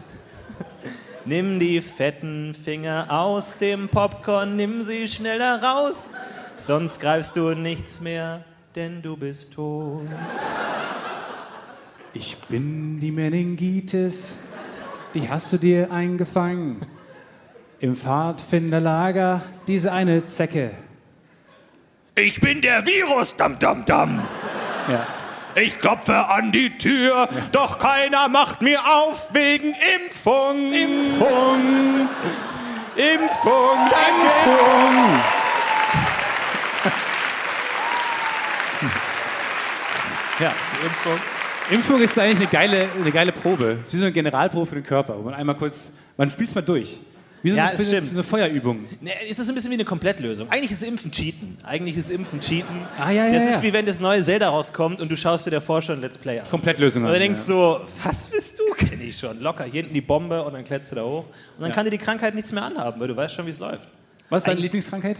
Nimm die fetten Finger aus dem Popcorn, nimm sie schneller raus, sonst greifst du nichts mehr, denn du bist tot. Ich bin die Meningitis. Die hast du dir eingefangen. Im Pfadfinderlager diese eine Zecke. Ich bin der Virus, dam dam dam. Ja. Ich klopfe an die Tür, doch keiner macht mir auf wegen Impfung. Funk, Impfung, danke. Funk. Ja. Impfung. Impfung ist eigentlich eine geile, eine geile Probe. Es ist wie so eine Generalprobe für den Körper, wo man einmal kurz, man spielt es mal durch. Wie so Ja, eine, es so eine- stimmt. so eine Feuerübung. Ne, es ist ein bisschen wie eine Komplettlösung. Eigentlich ist Impfen Cheaten. Eigentlich ist Impfen Cheaten. Ah, ja, ja, das ja. ist wie wenn das neue Zelda rauskommt und du schaust dir davor schon Let's Play an. Komplettlösung. Und haben, dann denkst ja. du so, was bist du? Kenn ich schon. Locker, hier hinten die Bombe und dann kletzt du da hoch. Und dann kann dir die Krankheit nichts mehr anhaben, weil du weißt schon, wie es läuft. Was ist deine Lieblingskrankheit?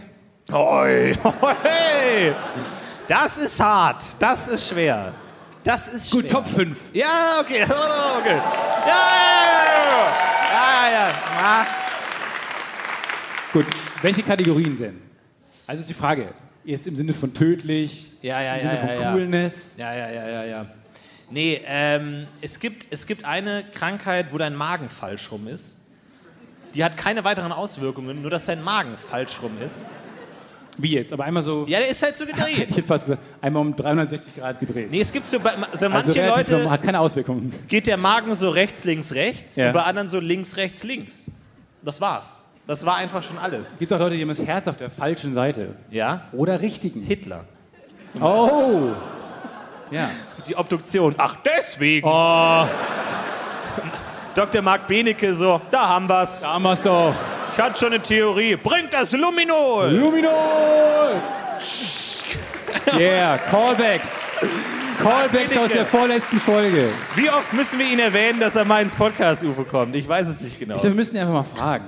Oi. [laughs] Hey, das ist hart. Das ist schwer. Das ist schwer. Gut, Top 5. Ja, okay. [laughs] okay. Ja, ja, ja, ja. ja. Gut, welche Kategorien denn? Also ist die Frage, jetzt im Sinne von tödlich, Ja, ja, im ja, Sinne von ja, ja. Coolness. Ja, ja, ja, ja, ja. Nee, ähm, es, gibt, es gibt eine Krankheit, wo dein Magen falsch rum ist. Die hat keine weiteren Auswirkungen, nur dass dein Magen falsch rum ist. Wie jetzt? Aber einmal so, Ja, der ist halt so gedreht. [laughs] ich [laughs] hätte fast gesagt, einmal um 360 Grad gedreht. Nee, es gibt so, bei- so also manche relativ normal, Leute hat keine Auswirkungen. geht der Magen so rechts, links, rechts Ja. und bei anderen so links, rechts, links. Das war's. Das war einfach schon alles. Es gibt auch Leute, die haben das Herz auf der falschen Seite. Ja? Oder richtigen. Hitler. Oh! Ja. Die Obduktion. Ach, Deswegen. Oh, Dr. Marc Benecke so, da haben wir's. damals doch. Ich Ich hatte schon eine Theorie. Bringt das Luminol! Luminol! Yeah, [laughs] Callbacks. Callbacks aus der vorletzten Folge. Wie oft müssen wir ihn erwähnen, dass er mal ins Podcast-UFO kommt? Ich weiß es nicht genau. Ich glaube, wir müssen ihn einfach mal fragen.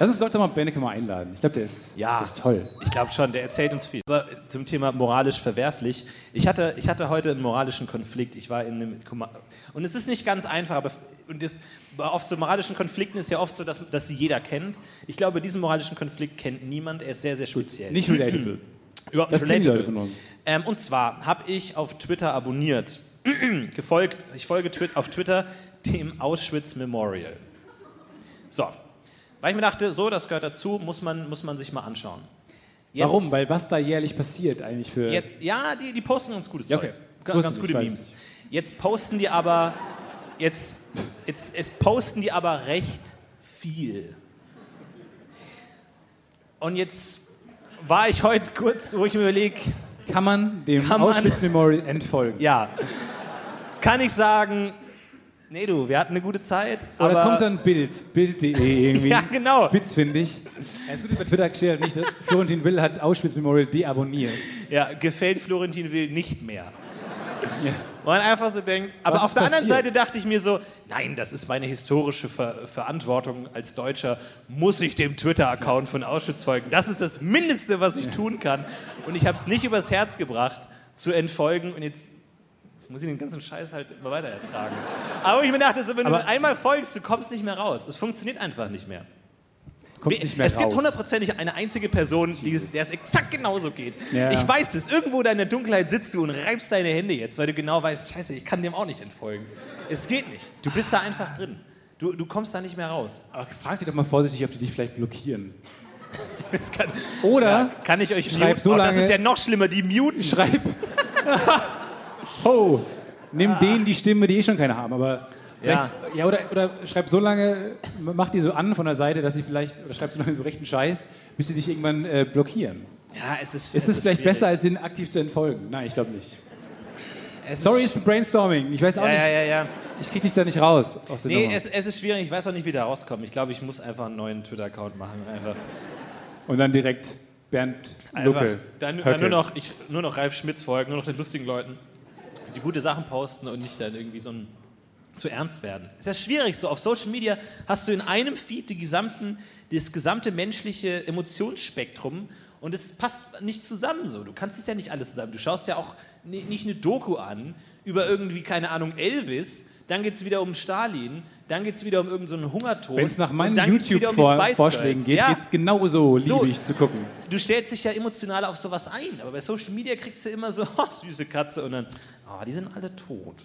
Lass uns Leute mal Benneke mal einladen. Ich glaube, der ist, Ja. der ist toll. Ich glaube schon, der erzählt uns viel. Aber zum Thema moralisch verwerflich. Ich hatte, ich hatte heute einen moralischen Konflikt. Ich war in einem. Komma- Und es ist nicht ganz einfach, aber. Und das, oft so moralischen Konflikten ist ja oft so, dass, dass sie jeder kennt. Ich glaube, diesen moralischen Konflikt kennt niemand. Er ist sehr, sehr speziell. Nicht relatable. [clears throat] Überhaupt Das nicht kennen die relatable. Leute von uns. Ähm, und zwar habe ich auf Twitter abonniert, [clears throat] gefolgt, ich folge twi- auf Twitter dem Auschwitz Memorial. So, weil ich mir dachte, so, das gehört dazu, muss man, muss man sich mal anschauen. Jetzt- Warum? Weil was da jährlich passiert eigentlich für... Jetzt, ja, die, die posten ganz gutes Ja, Zeug. okay. Ganz, Wusste ganz ich, gute weiß Memes. Jetzt posten die aber, jetzt, jetzt, jetzt posten die aber recht viel. Und jetzt war ich heute kurz, wo ich mir überlege, Kann man dem Kann man- Auschwitz-Memorial entfolgen? ja, kann ich sagen, nee du, wir hatten eine gute Zeit, Oder aber kommt dann Bild, Bild.de [laughs] irgendwie. Ja, genau. Spitzfindig. Das Gute bei Twitter steht halt nicht, ne? Florentin Will hat Auschwitz-Memorial deabonniert. ja, gefällt Florentin Will nicht mehr. Und man einfach so denkt, aber Was auf ist der anderen passiert? Seite dachte ich mir so, nein, das ist meine historische Ver Verantwortung als Deutscher, muss ich dem Twitter-Account von Auschwitz folgen. Das ist das Mindeste, was ich tun kann. Und ich habe es nicht übers Herz gebracht, zu entfolgen und jetzt muss ich den ganzen Scheiß halt immer weiter ertragen. Aber ich mir dachte, so, wenn du Aber- einmal folgst, du kommst nicht mehr raus. Es funktioniert einfach nicht mehr. Kommt Wie- nicht mehr es raus. gibt hundertprozentig eine einzige Person, die es, der es exakt genauso geht. Ja. Ich weiß es. Irgendwo da in der Dunkelheit sitzt du und reibst deine Hände jetzt, weil du genau weißt, scheiße, ich kann dem auch nicht entfolgen. Es geht nicht. Du bist da einfach drin. Du, du kommst da nicht mehr raus. [laughs] Aber frag dich doch mal vorsichtig, ob die dich vielleicht blockieren. Das kann, Oder kann ich euch Schreib muten? so oh, das lange- ist ja noch schlimmer, die muten. schreib. oh, nimm denen die Stimme, die eh schon keine haben. Aber Ja. vielleicht- ja oder, oder schreib so lange, mach die so an von der Seite, dass sie vielleicht, oder schreib so lange so rechten Scheiß, bis sie dich irgendwann äh, blockieren. Ja, es ist, Ist es vielleicht schwierig. besser, als ihnen aktiv zu entfolgen? Nein, ich glaube nicht. Es Sorry, ist, ist brainstorming. Ich weiß auch ja, nicht. ja, ja, ja. Ich krieg dich da nicht raus aus der Nee, Nummer. es, es ist schwierig. Ich weiß auch nicht, wie da rauskommen. Ich glaube, ich muss einfach einen neuen Twitter-Account machen. und Einfach, Und dann direkt Bernd einfach Lucke. dann, dann Höcke. nur, noch, ich, nur noch Ralf Schmitz folgen, nur noch den lustigen Leuten, die gute Sachen posten und nicht dann irgendwie so ein, zu ernst werden. Ist ja schwierig so. Auf Social Media hast du in einem Feed die gesamten, das gesamte menschliche Emotionsspektrum und es passt nicht zusammen so. Du kannst es ja nicht alles zusammen. Du schaust ja auch ni- nicht eine Doku an über irgendwie, keine Ahnung, Elvis, dann geht es wieder um Stalin, dann geht es wieder um irgendeinen so einen Hungertod. Wenn es nach und meinen dann geht's wieder um die Spice YouTube-Vorschlägen Girls. geht, Ja. geht's genauso So. liebig zu gucken. Du stellst dich ja emotional auf sowas ein, aber bei Social Media kriegst du immer so, [laughs] oh, süße Katze, und dann, ah, die sind alle tot.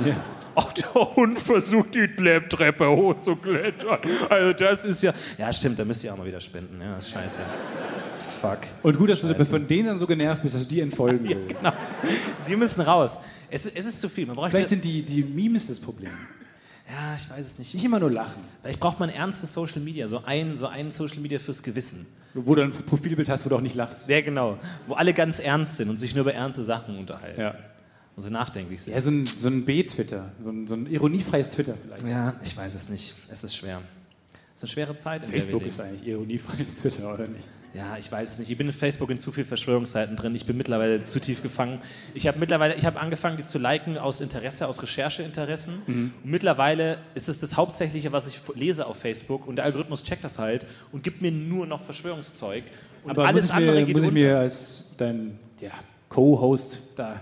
Okay. Ja. Ach, der Hund versucht die Klemmtreppe hochzuklettern. Also das ist ja... Ja, stimmt, da müsst ihr auch mal wieder spenden, ja, ist scheiße. Fuck. Und gut, dass du von denen dann so genervt bist, dass du die entfolgen willst. Na, genau. die müssen raus. Es, ist- es ist zu viel. Man braucht Vielleicht sind die, die Memes das Problem. ja, ich weiß es nicht. Nicht immer nur lachen. Vielleicht braucht man ernstes Social Media, so einen so ein Social Media fürs Gewissen. Wo du ein Profilbild hast, wo du auch nicht lachst. Sehr genau. Wo alle ganz ernst sind und sich nur über ernste Sachen unterhalten. Ja. Und so nachdenklich sind. Ja, so ein, so ein B-Twitter. So ein, so ein ironiefreies Twitter vielleicht. Ja, ich weiß es nicht. Es ist schwer. Es ist eine schwere Zeit. In Facebook der wir ist eigentlich ironiefreies Twitter, oder nicht? Ja, ich weiß es nicht. Ich bin in Facebook in zu viel Verschwörungsseiten drin. Ich bin mittlerweile zu tief gefangen. Ich habe mittlerweile, ich habe angefangen, die zu liken aus Interesse, aus Rechercheinteressen. Mhm. Und mittlerweile ist es das Hauptsächliche, was ich f- lese auf Facebook. Und der Algorithmus checkt das halt und gibt mir nur noch Verschwörungszeug. Und Aber alles muss ich mir, andere geht muss ich unter. mir als dein ja, Co-Host da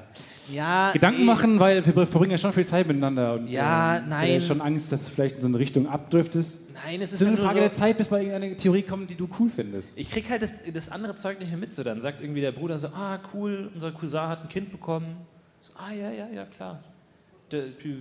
ja, Gedanken nee. machen, weil wir verbringen ja schon viel Zeit miteinander. Und, Ja, ähm, ich nein. hatte Ah, ja schon Angst, dass du vielleicht in so eine Richtung abdriftest. Nein, es ist Es ist ja eine nur Frage so, der Zeit, bis mal irgendeine Theorie kommt, die du cool findest. Ich krieg halt das, das andere Zeug nicht mehr mit. So, dann sagt irgendwie der Bruder so, ah cool, unser Cousin hat ein Kind bekommen. So, ah ja, ja, ja, klar. Der, die,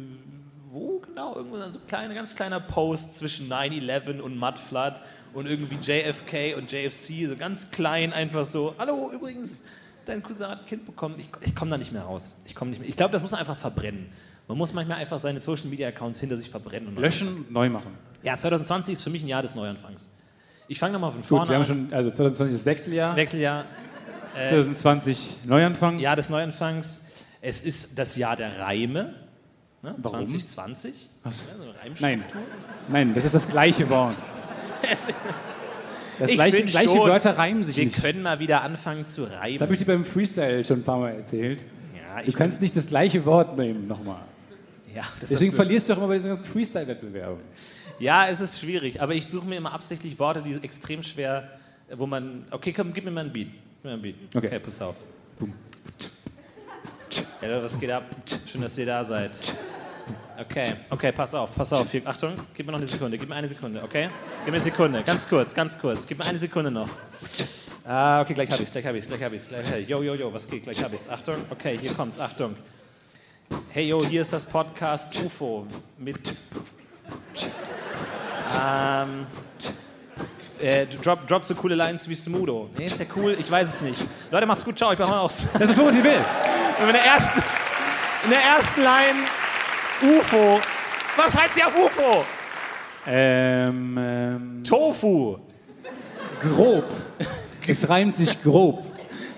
wo genau? Irgendwo dann so ein kleiner, ganz kleiner Post zwischen 9-11 und Mudflood und irgendwie JFK und JFC, so ganz klein einfach so, hallo übrigens, dein Cousin hat ein Kind bekommen. Ich, ich komme da nicht mehr raus. Ich komme nicht mehr. Ich glaube, das muss man einfach verbrennen. Man muss manchmal einfach seine Social Media Accounts hinter sich verbrennen. Und neu- Löschen, neu machen. Ja, 2020 ist für mich ein Jahr des Neuanfangs. Ich fange nochmal von vorne Gut, wir haben an. schon, also 2020 das Wechseljahr, Wechseljahr. 2020 Neuanfang. Jahr des Neuanfangs. Es ist das Jahr der Reime. Ne? Warum? 2020. Ach so. Ja, so eine Nein. Reimstruktur. [laughs] Nein, das ist das gleiche Wort. Das Ich gleiche, find gleiche schon, Wörter reimen sich Wir nicht. können mal wieder anfangen zu Das habe reiben. ich dir beim Freestyle schon ein paar Mal erzählt. Ja, Du kannst nicht das gleiche Wort nehmen nochmal. ja, das Deswegen hast du- verlierst du auch immer bei diesen ganzen Freestyle-Wettbewerben. ja, es ist schwierig, aber ich suche mir immer absichtlich Worte, die extrem schwer, wo man. Okay, komm, gib mir mal einen Beat. Gib mir mal einen Beat. Okay. pass auf. Ja, Leute, was geht ab? Schön, dass ihr da seid. Okay, okay, pass auf, pass auf. Hier, Achtung, gib mir noch eine Sekunde, gib mir eine Sekunde, okay? Gib mir eine Sekunde, ganz kurz, ganz kurz. Gib mir eine Sekunde noch. Ah, okay, gleich hab ich's, gleich hab ich's, gleich hab ich's. Gleich, yo, yo, yo, was geht? Gleich hab ich's. Achtung, okay, hier kommt's, Achtung. Hey, yo, hier ist das Podcast UFO mit. Ähm, äh, drop, drop so coole Lines wie Smudo. Nee, ist ja cool, ich weiß es nicht. Leute, macht's gut, ciao, ich mach mal aus. Das ist 45 Will. Wenn wir [laughs] in der ersten, in der ersten Line UFO. Was heißt sie auf UFO? Ähm, ähm, Tofu. grob. Es reimt sich grob.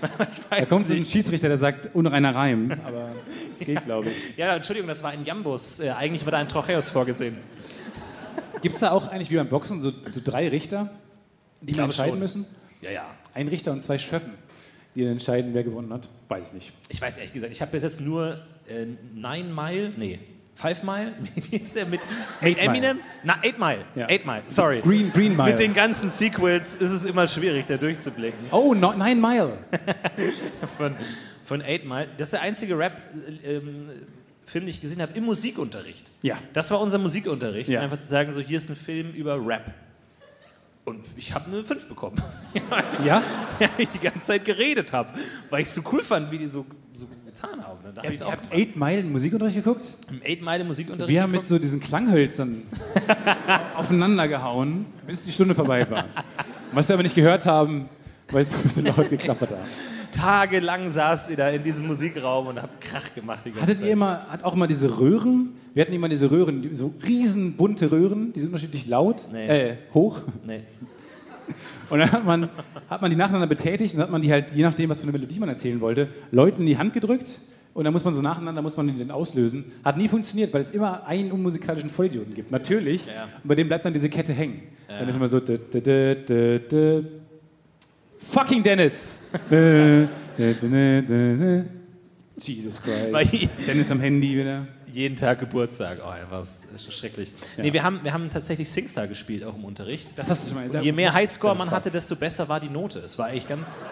Da Heißt kommt so sie. ein Schiedsrichter, der sagt, unreiner Reim. [laughs] Aber es geht, glaube ich. Ja, Entschuldigung, das war ein Jambus. Äh, eigentlich war da ein Trocheus vorgesehen. Gibt es da auch eigentlich wie beim Boxen so, so drei Richter, die glaube entscheiden schon. müssen? Ja, ja. Ein Richter und zwei Schöffen, die dann entscheiden, wer gewonnen hat? Weiß ich nicht. Ich weiß ehrlich gesagt, ich habe bis jetzt nur äh, Nine Mile, nee, Five Mile. [laughs] Wie ist der mit, mit Eight Eminem? Na, Eight Mile. Ja. Eight Mile, sorry. Green, Green Mile. Mit den ganzen Sequels ist es immer schwierig, da durchzublicken. oh, no, Nine Mile. Von, von Eight Mile. Das ist der einzige Rap-Film, den ich gesehen habe im Musikunterricht. Ja. Das war unser Musikunterricht. Ja. Einfach zu sagen, so hier ist ein Film über Rap. Und ich habe eine 5 bekommen. [laughs] [laughs] Ja? Weil ich die ganze Zeit geredet habe. Weil ich es so cool fand, wie die so, so getan haben. Dann habe ich auch gemacht. Eight Mile in Musikunterricht geguckt? im 8 Mile Musikunterricht. Wir haben mit so diesen [laughs] Klanghölzern aufeinander gehauen, bis die Stunde vorbei war. Und Was wir aber nicht gehört haben, weil es ein bisschen laut geklappert [laughs] hat. tagelang saß ihr da in diesem Musikraum und habt Krach gemacht die ganze Hattet Zeit. ihr immer, hat auch immer diese Röhren? Wir hatten immer diese Röhren, die- so riesen bunte Röhren, die sind unterschiedlich laut, Nee. äh, hoch. nee. Und dann hat man, hat man die nacheinander betätigt und hat man die halt, je nachdem, was für eine Melodie man erzählen wollte, Leuten in die Hand gedrückt. Und dann muss man so nacheinander, muss man die dann auslösen. Hat nie funktioniert, weil es immer einen unmusikalischen Vollidioten gibt. Natürlich. Ja. Und bei dem bleibt dann diese Kette hängen. Dann ist immer so. dü- dü- dü- dü- dü. [laughs] Fucking Dennis! Dü- dü- dü- dü- dü. Jesus Weil- Christ. Dennis am Handy wieder. Jeden Tag Geburtstag. Oh, ey, war es schrecklich. Nee, wir haben, wir haben tatsächlich Singstar gespielt, auch im Unterricht. Das hast du schon mal Und gesagt. je mehr Highscore man hatte, desto besser war die Note. Es war eigentlich ganz,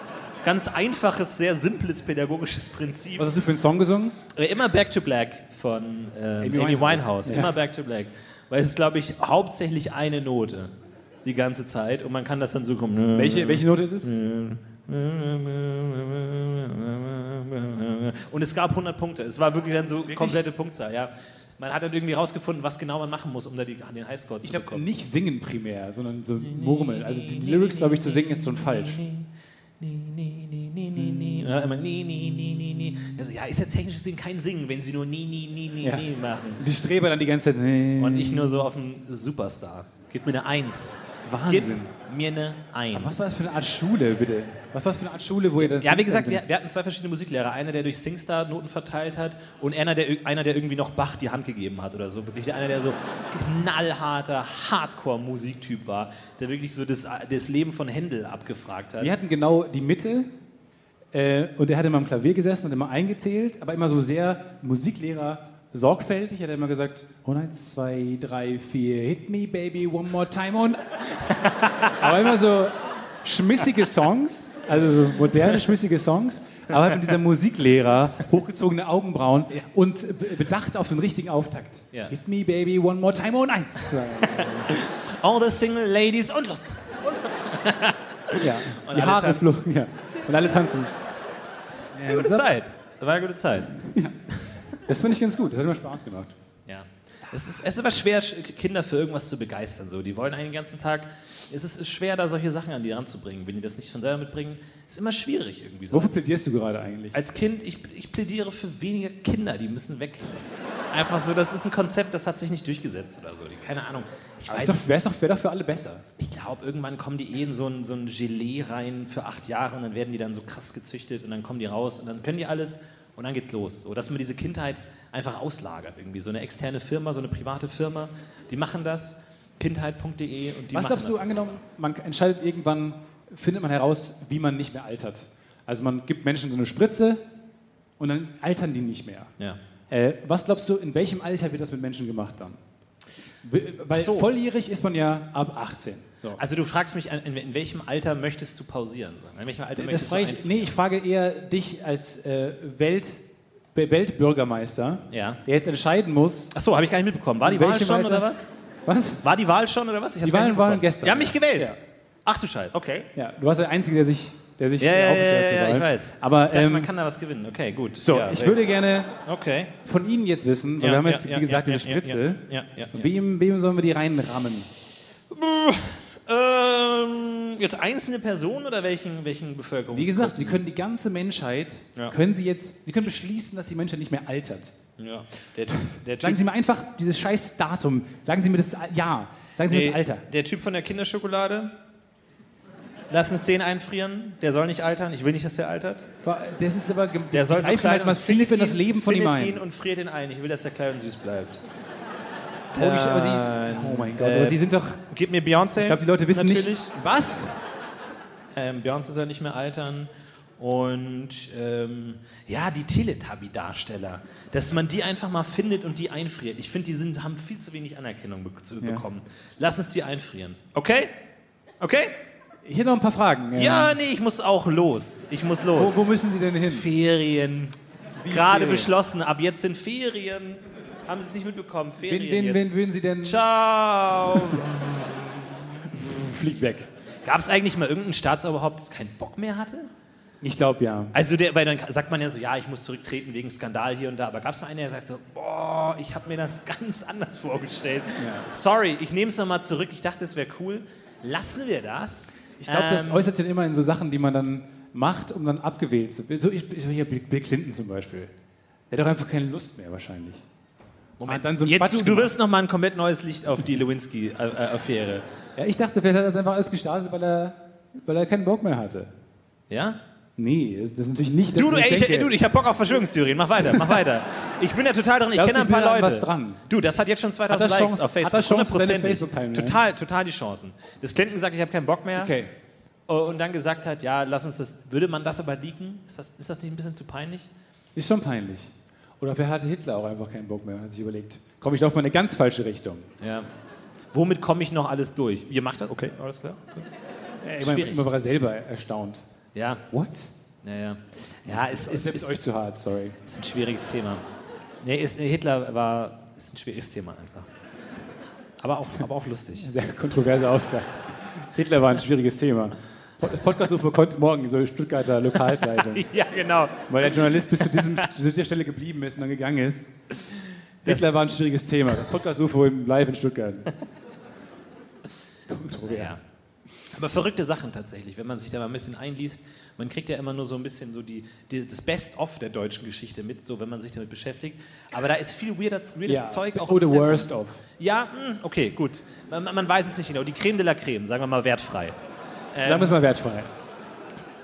ganz einfaches, sehr simples pädagogisches Prinzip. Was hast du für einen Song gesungen? Äh, Immer Back to Black von ähm, Amy, Amy Winehouse. Winehouse. Ja. Immer Back to Black. Weil es ist, glaube ich, hauptsächlich eine Note die ganze Zeit und man kann das dann so kommen. Welche, welche Note ist es? Und es gab 100 Punkte. Es war wirklich dann so komplette Punktzahl, ja. Man hat dann irgendwie rausgefunden, was genau man machen muss, um da die, den Highscore zu Ich glaube, bekommen. nicht singen primär, sondern so murmeln. Also die Lyrics, glaube ich, zu singen ist schon falsch. Nee, nee, nee, nee, nee, nee. Und dann Hm. immer nee, nee, nee, nee, nee. Also, ja, ist ja technisch gesehen kein Singen, wenn sie nur nee, nee, nee, nee, Ja. nee machen. Die Streber dann die ganze Zeit. Nee. Und ich nur so auf dem Superstar. Gib mir eine Eins. Wahnsinn. Gib mir eine Eins. Was war das für eine Art Schule, bitte? Was war das für eine Art Schule, wo ihr das. Ja, wie gesagt, wir, wir hatten zwei verschiedene Musiklehrer. Einer, der durch Singstar Noten verteilt hat und einer der, einer, der irgendwie noch Bach die Hand gegeben hat oder so. Wirklich einer, der so knallharter Hardcore-Musiktyp war, der wirklich so das, das Leben von Händel abgefragt hat. Wir hatten genau die Mitte. Äh, und er hat immer am Klavier gesessen und immer eingezählt, aber immer so sehr Musiklehrer sorgfältig. Er hat immer gesagt: Oh, eins, zwei, drei, vier, hit me, baby, one more time. Und [laughs] aber immer so schmissige Songs, also so moderne schmissige Songs, aber halt mit dieser Musiklehrer, hochgezogene Augenbrauen und be- bedacht auf den richtigen Auftakt. Ja. Hit me, baby, one more time. Und [laughs] eins. zwei. All the single ladies und los. Ja. Und Die alle Haare tanzen. flogen. Ja. Und alle tanzen. Eine gute Zeit. Das war eine gute Zeit. Das finde ich ganz gut. Das hat mir Spaß gemacht. Ja. Es ist, es ist aber schwer, Sch- Kinder für irgendwas zu begeistern. So. Die wollen einen den ganzen Tag. Es ist, ist schwer, da solche Sachen an die ranzubringen. Wenn die das nicht von selber mitbringen, ist immer schwierig irgendwie. So Wofür als, plädierst du gerade eigentlich? als Kind, ich, ich plädiere für weniger Kinder, die müssen weg. Einfach so, das ist ein Konzept, das hat sich nicht durchgesetzt oder so. Die, keine Ahnung. Ich weiß es Wäre doch, wär doch für alle besser. ich glaube, irgendwann kommen die eh in so ein, so ein Gelee rein für acht Jahre und dann werden die dann so krass gezüchtet und dann kommen die raus und dann können die alles und dann geht's los. So, dass man diese Kindheit einfach auslagert irgendwie. So eine externe Firma, so eine private Firma, die machen das kindheit.de und die Was machen glaubst du, das. angenommen, man entscheidet irgendwann, findet man heraus, wie man nicht mehr altert? Also man gibt Menschen so eine Spritze und dann altern die nicht mehr. Ja. Äh, was glaubst du, in welchem Alter wird das mit Menschen gemacht dann? Be- Weil so. volljährig ist man ja ab 18. So. Also du fragst mich, in, in welchem Alter möchtest du pausieren? sagen? In welchem Alter Das möchtest du frage ich, einfrieren? nee, ich frage eher dich als äh, Welt, Be- Weltbürgermeister, Ja. der jetzt entscheiden muss, Ach so, habe ich gar nicht mitbekommen. War die In Wahl welchem schon Alter? oder was? was? War die Wahl schon oder was? Ich hab's Die gar Wahlen nicht waren mitbekommen. gestern. Die haben mich gewählt. Ja. Ach du Scheiße, okay. Ja, du warst der Einzige, der sich, der sich Ja, äh, ja, ja, aufgestellt hat zur ja, ja, Wahl. ich weiß. Aber ich dachte, ähm, man kann da was gewinnen. Okay, gut. so, ja, ich ja. würde gerne Okay. von Ihnen jetzt wissen, weil Ja, wir haben jetzt, ja, wie gesagt, ja, diese ja, Spritze. Ja, ja, ja, ja. Wem, wem sollen wir die reinrammen? Ähm, jetzt einzelne Personen oder welchen, welchen Bevölkerungs? Wie gesagt, Sie können die ganze Menschheit, Ja. können Sie jetzt, Sie können beschließen, dass die Menschheit nicht mehr altert. Ja. Der Typ, der Sagen typ, Sie mir einfach dieses scheiß Datum. Sagen Sie mir das Al- Jahr. Sagen Sie mir das Alter. der Typ von der Kinderschokolade. Lass uns den einfrieren. Der soll nicht altern. Ich will nicht, dass der altert. Das ist aber Der soll so greifen klein halt und massiv findet in das ihn- Leben von ihm findet ein. ihn und friert ihn ein. Ich will, dass er klein und süß bleibt. Oh, die- aber Sie, oh mein Gott, aber äh, Sie sind doch. Gib mir Beyoncé. Ich glaube, die Leute wissen natürlich. nicht. Was? Ähm, Beyoncé soll nicht mehr altern. Und ähm, ja, die Teletubby-Darsteller, dass man die einfach mal findet und die einfriert. Ich finde, die sind, haben viel zu wenig Anerkennung be zu Ja. bekommen. Lass uns die einfrieren. Okay? Okay? Hier noch ein paar Fragen. ähm, Ja, nee, ich muss auch los. Ich muss los. Wo, wo müssen Sie denn hin? Ferien. Gerade Ferien? beschlossen, ab jetzt sind Ferien. Haben Sie es nicht mitbekommen? Wen, Ferien wen, wen jetzt. würden Sie denn? Ciao. Fliegt weg. Gab es eigentlich mal irgendeinen Staatsoberhaupt, das keinen Bock mehr hatte? Ich glaube ja. Also, der, weil dann sagt man ja so, ja, ich muss zurücktreten wegen Skandal hier und da. Aber gab es mal einen, der sagt so, boah, ich habe mir das [laughs] ganz anders vorgestellt. Sorry, ich nehme es nochmal zurück. Ich dachte, es wäre cool. Lassen wir das. Ich glaube, das Ähm, äußert sich immer in so Sachen, die man dann macht, um dann abgewählt zu werden. So ich, ich, hier Bill Bill Clinton zum Beispiel. Der hat doch einfach keine Lust mehr wahrscheinlich. Moment, dann so einen jetzt, Quatsch du, du gemacht. wirfst nochmal ein komplett neues Licht auf die Lewinsky-Affäre. Ja, ich dachte, vielleicht hat er das einfach alles gestartet, weil er, weil er keinen Bock mehr hatte. Ja? Nee, das, das ist natürlich nicht. Du, du, ey, ich ich, denke. du, ich hab Bock auf Verschwörungstheorien. Mach weiter, mach weiter. Ich bin da total drin. Ich Glaubst kenne ein du, paar ich bin an Leute. was dran? Du, das hat jetzt schon 2000 Hat er Likes Chance- auf hat er Facebook. Chance für deine Hundertprozentig. Facebook-Timeline? Total, total die Chancen. Dass Clinton gesagt hat, ich habe keinen Bock mehr. Okay. Oh, Und dann gesagt hat, ja, lass uns das. Würde man das aber leaken? Ist das, ist das nicht ein bisschen zu peinlich? Ist schon peinlich. Oder wer hatte Hitler auch einfach keinen Bock mehr und hat sich überlegt, komm, ich laufe mal in eine ganz falsche Richtung. Ja. Womit komme ich noch alles durch? Ihr macht das? Okay, alles klar. Gut. Ey, Ich meine, Schwierig. immer war er selber erstaunt. Ja, What? ja, ja. Ja, es ist, Selbst ist, euch zu hart, sorry. ist ein schwieriges Thema. Nee, ist, Hitler war. Ist ein schwieriges Thema einfach. Aber auch, aber auch [laughs] lustig. Sehr kontroverse Aussage. Hitler war ein schwieriges Thema. Das Podcast UFO konnte morgen so Stuttgarter [laughs] Lokalzeitung, Ja, genau. weil der Journalist bis zu, diesem, zu dieser Stelle geblieben ist und dann gegangen ist. Hitler war ein schwieriges Thema. Das Podcast UFO im live in Stuttgart. Ja. Kontrovers. Aber verrückte Sachen tatsächlich, wenn man sich da mal ein bisschen einliest. Man kriegt ja immer nur so ein bisschen so die, die, das Best-of der deutschen Geschichte mit, so wenn man sich damit beschäftigt. Aber da ist viel weirder, weirdes Zeug auch. im Oder Hintergrund. Oh, Worst of. Ja, mh, okay, gut. Man, man weiß es nicht genau. Die Creme de la Creme, sagen wir mal wertfrei. Sagen wir es mal wertfrei.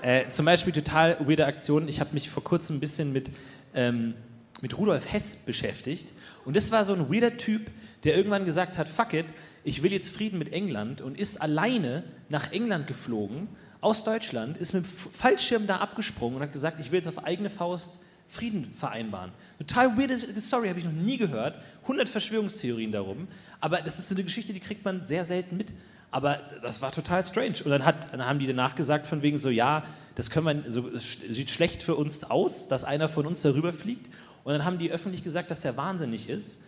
Äh, zum Beispiel total weirde Aktionen. Ich habe mich vor kurzem ein bisschen mit, ähm, mit Rudolf Hess beschäftigt. Und das war so ein weirder Typ, der irgendwann gesagt hat, fuck it, ich will jetzt Frieden mit England und ist alleine nach England geflogen, aus Deutschland, ist mit dem F- Fallschirm da abgesprungen und hat gesagt, ich will jetzt auf eigene Faust Frieden vereinbaren. Total weirde Story, habe ich noch nie gehört. 100 Verschwörungstheorien darum. Aber das ist so eine Geschichte, die kriegt man sehr selten mit. Aber das war total strange. Und dann, hat, dann haben die danach gesagt, von wegen so, ja, das können wir, so, es sch- sieht schlecht für uns aus, dass einer von uns darüber fliegt. Und dann haben die öffentlich gesagt, dass der wahnsinnig ist.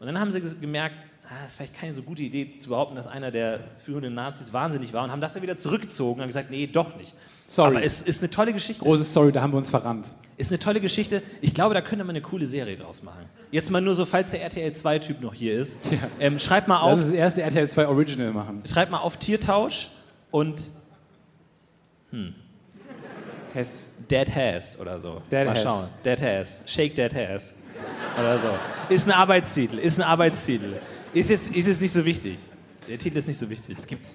Und dann haben sie ges- gemerkt, ah, das ist vielleicht keine so gute Idee zu behaupten, dass einer der führenden Nazis wahnsinnig war und haben das dann wieder zurückgezogen und haben gesagt, nee, doch nicht. Sorry. Aber es ist eine tolle Geschichte. Große Story, da haben wir uns verrannt. Ist eine tolle Geschichte. Ich glaube, da könnte man eine coole Serie draus machen. Jetzt mal nur so, falls der RTL 2-Typ noch hier ist. Ähm, schreib mal Lass auf, uns das erste RTL 2 Original machen. schreib mal auf Tiertausch und Hess. Dead Has oder so. Dead mal Has. schauen. Dead Has. Shake Dead Has. Oder so. Ist ein Arbeitstitel. Ist ein Arbeitstitel. Ist jetzt, ist jetzt nicht so wichtig. Der Titel ist nicht so wichtig. Es gibt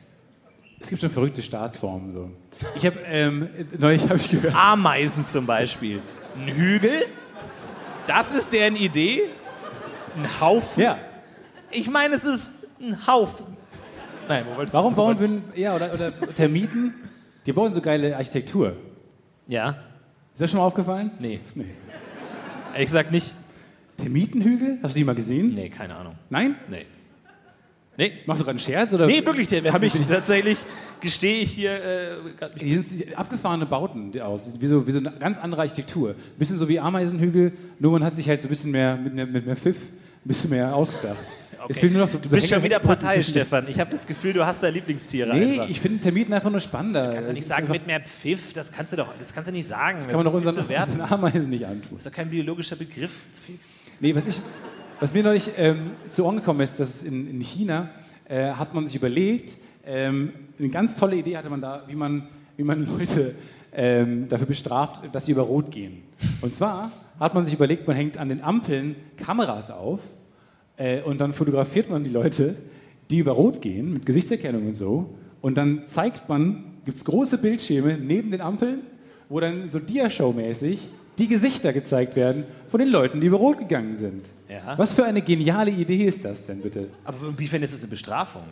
Es gibt schon verrückte Staatsformen. So. Ich habe ähm, neulich hab ich gehört. Ameisen zum Beispiel. Ein Hügel. Das ist deren Idee. Ein Haufen. Ja, Ich meine, es ist ein Haufen. Nein, wo wolltest Warum du- bauen wir, ja, oder, oder Termiten? Die bauen so geile Architektur. Ja, Ist das schon mal aufgefallen? nee. Ehrlich gesagt nicht. Termitenhügel? Hast du die mal gesehen? Nee, keine Ahnung. Nein? Nee. Nee. Machst du gerade einen Scherz? Oder? Nee, wirklich, der Hab habe ich ich- tatsächlich, gestehe ich hier. Äh, grad nicht. [laughs] Die sind abgefahrene Bauten die aus, wie so, wie so eine ganz andere Architektur. Ein bisschen so wie Ameisenhügel, nur man hat sich halt so ein bisschen mehr, mit, mehr, mit mehr Pfiff, ein bisschen mehr ausgedacht. Es fehlen nur noch so, du so bist schon [laughs] Hänge- wieder Partei, zwischen- Stefan. Ich habe das Gefühl, du hast da Lieblingstiere Nee, einfach. ich finde Termiten einfach nur spannender. kannst Das du nicht ist sagen, einfach, mit mehr Pfiff, das kannst du doch, das kannst du nicht sagen. Das kann man doch ist viel unseren, zu werten. [laughs] unseren Ameisen nicht antun. Das ist doch kein biologischer Begriff. Pfiff. Nee, was, ich, was mir neulich ähm, zu Ohren gekommen ist, dass in, in China äh, hat man sich überlegt, ähm, eine ganz tolle Idee hatte man da, wie man, wie man [laughs] Leute ähm, dafür bestraft, dass sie über Rot gehen. Und zwar hat man sich überlegt, man hängt an den Ampeln Kameras auf äh, und dann fotografiert man die Leute, die über Rot gehen, mit Gesichtserkennung und so. Und dann zeigt man, gibt es große Bildschirme neben den Ampeln, wo dann so Diashow-mäßig die Gesichter gezeigt werden von den Leuten, die über Rot gegangen sind. Ja. Was für eine geniale Idee ist das denn bitte? Aber inwiefern ist das eine Bestrafung?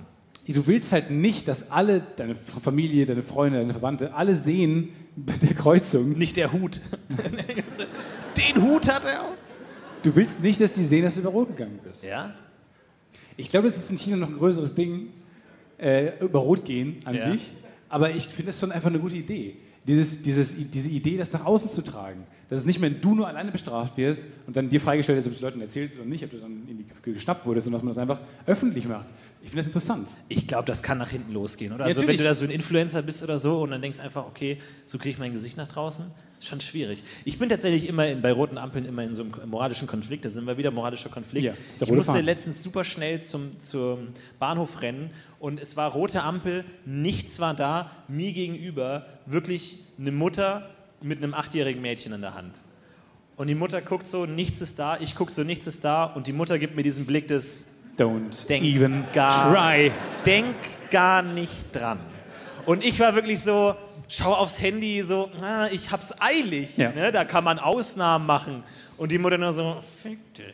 Du willst halt nicht, dass alle, deine Familie, deine Freunde, deine Verwandte, alle sehen bei der Kreuzung. Nicht der [laughs] Hut. Den Hut hat er auch. Du willst nicht, dass die sehen, dass du über Rot gegangen bist. Ja. Ich glaube, das ist in China noch ein größeres Ding, äh, über Rot gehen an Ja. sich. Aber ich finde das schon einfach eine gute Idee. Dieses, dieses, diese Idee, das nach außen zu tragen. Dass es nicht mehr du nur alleine bestraft wirst und dann dir freigestellt ist, ob du es Leuten erzählst oder nicht, ob du dann in die geschnappt wurdest, sondern dass man das einfach öffentlich macht. Ich finde das interessant. Ich glaube, das kann nach hinten losgehen, oder? Ja, Also wenn natürlich. du da so ein Influencer bist oder so und dann denkst einfach, okay, so kriege ich mein Gesicht nach draußen, ist schon schwierig. Ich bin tatsächlich immer in, bei roten Ampeln immer in so einem moralischen Konflikt, da sind wir wieder moralischer Konflikt. Ja, ist der ich rote musste Faden. letztens super schnell zum, zum Bahnhof rennen und es war rote Ampel, nichts war da, mir gegenüber wirklich eine Mutter mit einem achtjährigen Mädchen in der Hand. Und die Mutter guckt so, nichts ist da, ich guck so, nichts ist da und die Mutter gibt mir diesen Blick des Don't Denk even gar- try. denk gar nicht dran. Und ich war wirklich so, schau aufs Handy, so, ah, ich hab's eilig, Ja. ne? da kann man Ausnahmen machen. Und die Mutter nur so, fick dich.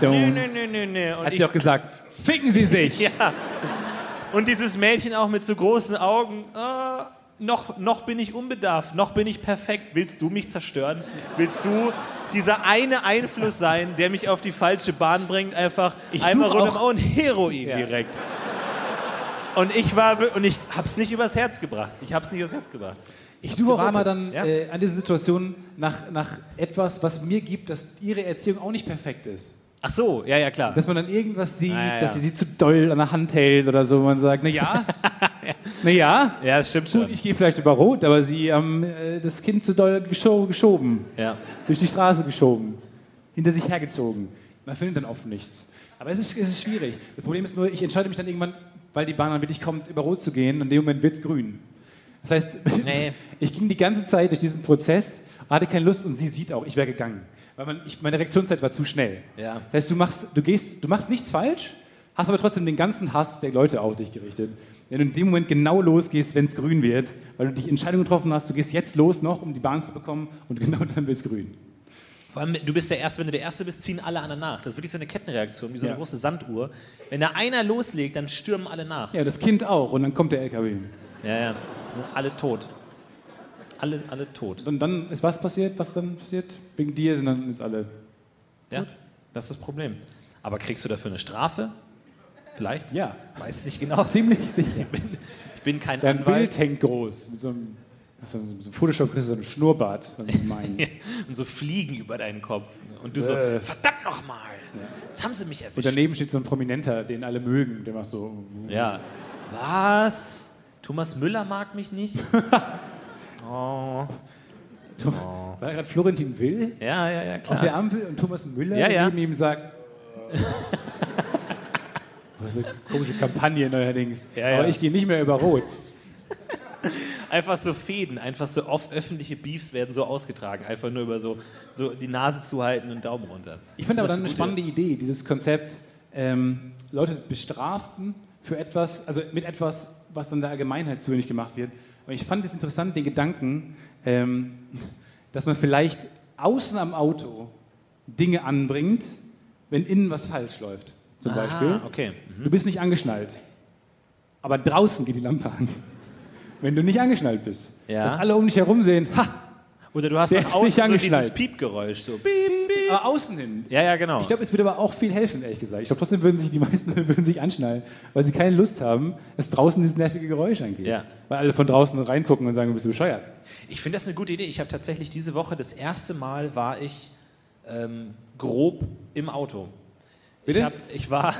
Nö, nö, Don't. nö, nö, nö. Und, Oh. Hat ich, sie auch gesagt, ficken [laughs] Sie sich! und dieses Mädchen auch mit so großen Augen, ah, noch, noch bin ich unbedarft, noch bin ich perfekt. Willst du mich zerstören? Willst du dieser eine Einfluss sein, der mich auf die falsche Bahn bringt, einfach Ich einmal such rund um auch- Augen Heroin Ja. direkt. Und ich war wir- und ich hab's nicht übers Herz gebracht. Ich hab's nicht übers Herz gebracht. Ich hab's suche auch gewartet. immer dann Ja. äh, an diesen Situationen nach, nach etwas, was mir gibt, dass ihre Erziehung auch nicht perfekt ist. Ach so, ja, ja, klar. Dass man dann irgendwas sieht, Ah, ja, ja. dass sie sie zu doll an der Hand hält oder so. Man sagt, na ja, na ja, ja, das stimmt gut, schon. ich gehe vielleicht über Rot, aber sie haben äh, das Kind zu doll gescho geschoben, Ja. durch die Straße geschoben, hinter sich hergezogen. Man findet dann oft nichts. Aber es ist, es ist schwierig. Das Problem ist nur, ich entscheide mich dann irgendwann, weil die Bahn dann wirklich kommt, über Rot zu gehen und in dem Moment wird es grün. Das heißt, Nee. ich ging die ganze Zeit durch diesen Prozess, hatte keine Lust und sie sieht auch, ich wäre gegangen. Weil man, ich, meine Reaktionszeit war zu schnell. Ja. Das heißt, du machst, du, gehst, du machst nichts falsch, hast aber trotzdem den ganzen Hass der Leute auf dich gerichtet. Wenn du in dem Moment genau losgehst, wenn es grün wird, weil du die Entscheidung getroffen hast, du gehst jetzt los noch, um die Bahn zu bekommen und genau [laughs] dann wird es grün. Vor allem, du bist der Erste, wenn du der Erste bist, ziehen alle anderen nach. Das ist wirklich so eine Kettenreaktion, wie so eine Ja. große Sanduhr. Wenn da einer loslegt, dann stürmen alle nach. Ja, das Kind auch und dann kommt der LKW. Ja, ja. Sind alle tot. Alle, alle tot. Und dann ist was passiert, was dann passiert? Wegen dir sind dann jetzt alle. Ja, das ist das Problem. Aber kriegst du dafür eine Strafe? Vielleicht? Ja, Weiß nicht genau. ziemlich sicher. [laughs] Ich bin kein Dein Anwalt. Bild hängt groß. Mit so einem, so einem so einem Photoshop kriegst du so einen Schnurrbart. [laughs] wenn du meinen. Und so fliegen über deinen Kopf. Und du so, Äh. verdammt nochmal. Jetzt haben sie mich erwischt. Und daneben steht so ein Prominenter, den alle mögen. Der macht so. oh, Ja. Was? Thomas Müller mag mich nicht? [laughs] oh. War da gerade Florentin Will Ja, ja, ja, auf der klar. Ampel und Thomas Müller Ja, der ja. neben [laughs] ihm sagt. äh, [laughs] Was eine komische Kampagne neuerdings. Ja, ja. Aber ich gehe nicht mehr über Rot. Einfach so Fäden, einfach so oft öffentliche Beefs werden so ausgetragen. Einfach nur über so, so die Nase zuhalten und Daumen runter. Ich finde aber Das dann eine ist eine spannende Idee, dieses Konzept, ähm, Leute bestraften für etwas, also mit etwas, was dann der Allgemeinheit zu wenig gemacht wird. Und ich fand es interessant, den Gedanken, ähm, [laughs] dass man vielleicht außen am Auto Dinge anbringt, wenn innen was falsch läuft. Zum gute- Beispiel. Ah, okay. Du bist nicht angeschnallt. Aber draußen geht die Lampe an. [laughs] Wenn du nicht angeschnallt bist. Ja. Dass alle um dich herum sehen, ha, Oder du hast Der nach ist nicht außen so dieses angeschnallt. Piepgeräusch. So. Piep. aber außen hin. Ja, ja, genau. Ich glaube, es würde aber auch viel helfen, ehrlich gesagt. Ich glaube, trotzdem würden sich die meisten [laughs] würden sich anschnallen, weil sie keine Lust haben, dass draußen dieses nervige Geräusch angeht. Ja. Weil alle von draußen reingucken und sagen, du bist bescheuert. Ich finde das eine gute Idee. Ich habe tatsächlich diese Woche das erste Mal war ich ähm, grob im Auto. Bitte? Ich, hab, ich, war,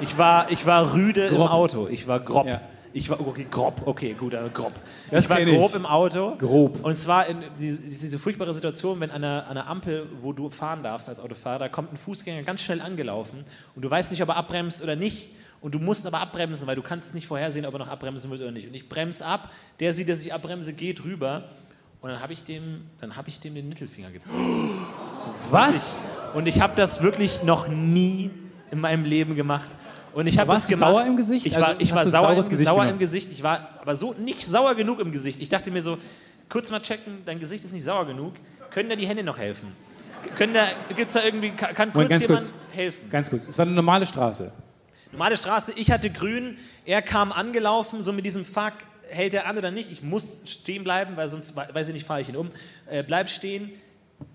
ich, war, ich war rüde im Grob. Auto. Ich war grob. Ja. Ich war okay, grob, okay, gut, also grob. Das ich war kenn ich. grob im Auto. Grob. Und zwar in diese, diese furchtbare Situation, wenn an einer, an einer Ampel, wo du fahren darfst als Autofahrer, da kommt ein Fußgänger ganz schnell angelaufen und du weißt nicht, ob er abbremst oder nicht. Und du musst aber abbremsen, weil du kannst nicht vorhersehen, ob er noch abbremsen wird oder nicht. Und ich bremse ab, der sieht, dass ich abbremse, geht rüber. Und dann habe ich, dem- dann hab ich dem den Mittelfinger gezeigt. Was? Und ich habe das wirklich noch nie in meinem Leben gemacht. Und ich habe Aber es warst du gemacht. sauer im Gesicht? Ich Also war, ich hast war du ein sauer, saures im, Gesicht sauer gemacht? im Gesicht. Ich war aber so nicht sauer genug im Gesicht. Ich dachte mir so, kurz mal checken, dein Gesicht ist nicht sauer genug. Können da die Hände noch helfen? Können da, gibt's da irgendwie, kann, kann kurz Moment, ganz jemand kurz. helfen? Ganz kurz. Es war eine normale Straße. Normale Straße, ich hatte grün, er kam angelaufen, so mit diesem Fuck, hält er an oder nicht? Ich muss stehen bleiben, weil sonst, weiß ich nicht, fahre ich ihn um. Äh, bleib stehen.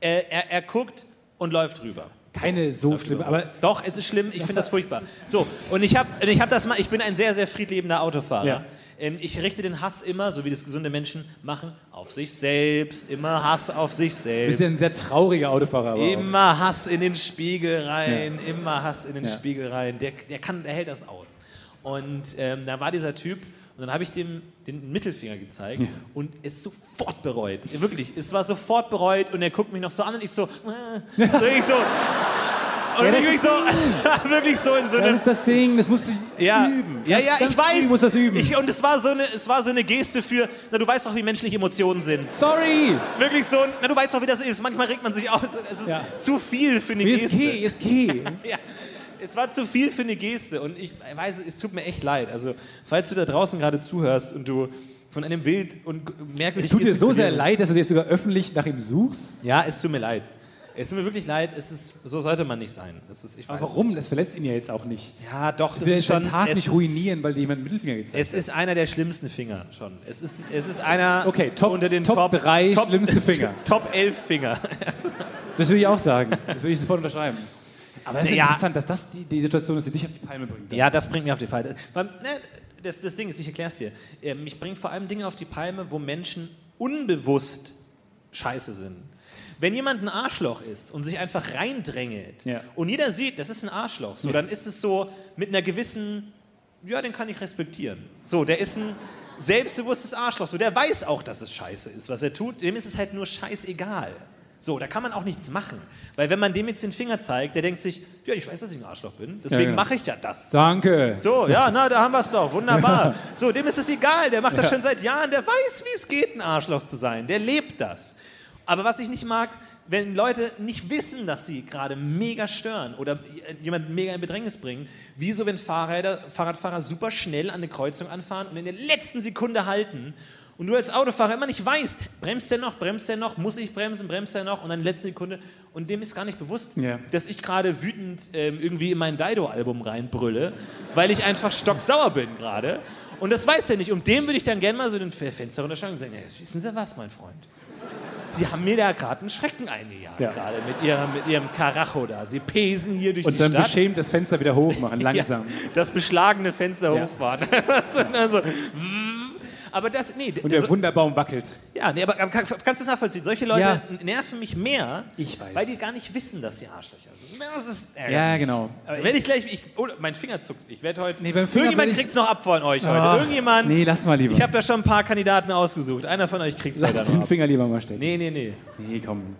Äh, er, er guckt und läuft rüber. Keine so schlimme, aber Doch, es ist schlimm, ich finde das furchtbar. So, und ich habe ich hab das mal, ich bin ein sehr, sehr friedliebender Autofahrer. Ja. Ähm, ich richte den Hass immer, so wie das gesunde Menschen machen, auf sich selbst. Immer Hass auf sich du bist selbst. ja ein sehr trauriger Autofahrer. aber auch. Immer Hass in den Spiegel rein, immer Hass in den Spiegel rein. Der, der, kann, der hält das aus. Und ähm, da war dieser Typ und dann habe ich dem den Mittelfinger gezeigt und es sofort bereut. Wirklich, es war sofort bereut und er guckt mich noch so an und ich [laughs] so, äh, so, ich so und das wirklich, ist- so, [laughs] wirklich so in so Das eine ist das Ding, das musst du ja, üben. ja, Ganz- ja, ganz ich früh weiß. musst du das üben. Ich, und es war, so eine, es war so eine Geste für, na, du weißt doch, wie menschliche Emotionen sind. Sorry! Wirklich so, ein- na, du weißt doch, wie das ist. Manchmal regt man sich aus. Es ist Ja. zu viel für eine Jetzt Geste. geh, jetzt geh. [laughs] Ja, es war zu viel für eine Geste und ich weiß, es tut mir echt leid. Also, falls du da draußen gerade zuhörst und du von einem wild und merkwürdig Es tut dir so sehr gestikulierten- leid, dass du jetzt sogar öffentlich nach ihm suchst. Ja, es tut mir leid. Es tut mir wirklich leid. Es ist, so sollte man nicht sein. Das ist, ich weiß Warum? Das verletzt ihn ja jetzt auch nicht. Nicht. Ja, doch, das Du ist willst schon. den Tag es nicht ist- ruinieren, weil dir jemand den Mittelfinger gezeigt Es ist einer der schlimmsten Finger schon. Es ist, es ist einer Okay, Top- unter den Top Top, drei schlimmste Finger. [laughs] Top 11 Finger. hat. Das würde ich auch sagen. Das würde ich sofort unterschreiben. Aber das ist Ja. interessant, dass das die, die Situation ist, die dich auf die Palme bringt. ja, das bringt mich auf die Palme. Beim- ne, Das, das Ding ist, ich erkläre es dir. Ähm, Mich bringt vor allem Dinge auf die Palme, wo Menschen unbewusst scheiße sind. Wenn jemand ein Arschloch ist und sich einfach reindrängelt Ja. und jeder sieht, das ist ein Arschloch, so, dann ist es so mit einer gewissen, ja, den kann ich respektieren. So, der ist ein selbstbewusstes Arschloch, so, der weiß auch, dass es scheiße ist, was er tut, dem ist es halt nur scheißegal. So, da kann man auch nichts machen. Weil wenn man dem jetzt den Finger zeigt, der denkt sich, ja, ich weiß, dass ich ein Arschloch bin, deswegen genau. mache ich ja das. Danke. So, ja, na, da haben wir es doch, wunderbar. So, dem ist es egal, der macht das schon seit Jahren, der weiß, wie es geht, ein Arschloch zu sein, der lebt das. Aber was ich nicht mag, wenn Leute nicht wissen, dass sie gerade mega stören oder jemanden mega in Bedrängnis bringen, wieso, wenn Fahrräder, Fahrradfahrer super schnell an eine Kreuzung anfahren und in der letzten Sekunde halten und du als Autofahrer immer nicht weißt, bremst der noch, bremst der noch, muss ich bremsen, bremst der noch und dann in der letzten Sekunde und dem ist gar nicht bewusst, Ja. dass ich gerade wütend ähm, irgendwie in mein Dido-Album reinbrülle, weil ich einfach stocksauer bin gerade. Und das weiß er nicht. Und dem würde ich dann gerne mal so den Fe- Fenster runterschlagen und sagen, ja, jetzt wissen Sie was, mein Freund? Sie haben mir da gerade einen Schrecken eingejagt, Ja. gerade mit ihrem, mit ihrem Karacho da. Sie pesen hier durch Und die dann Stadt. beschämt das Fenster wieder hoch machen, langsam. [laughs] Ja, das beschlagene Fenster Ja. hochfahren. [laughs] so, und dann so, aber das, nee, Und der so, Wunderbaum wackelt. ja, nee, aber aber kann- kannst du es nachvollziehen? Solche Leute Ja. nerven mich mehr, Ich weiß. weil die gar nicht wissen, dass sie Arschlöcher sind. Das ist ärgerlich. Ja, genau. Aber Dann werde ich gleich, ich, oh, mein Finger zuckt. Ich werde heute. Nee, beim Finger werd irgendjemand ich- kriegt es noch ab von euch heute. Ah, irgendjemand. nee, lass mal lieber. Ich habe da schon ein paar Kandidaten ausgesucht. Einer von euch kriegt es heute Lass noch den ab. Finger lieber mal stecken. Nee, nee, nee. Nee, komm.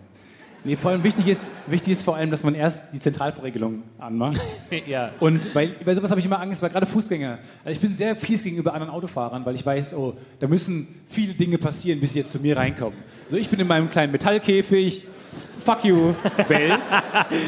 Nee, vor allem wichtig ist, wichtig ist vor allem, dass man erst die Zentralverriegelung anmacht. [laughs] Ja. Und bei, bei sowas habe ich immer Angst, weil gerade Fußgänger. Also ich bin sehr fies gegenüber anderen Autofahrern, weil ich weiß, oh, da müssen viele Dinge passieren, bis sie jetzt zu mir reinkommen. So, ich bin in meinem kleinen Metallkäfig, Fuck you bellt.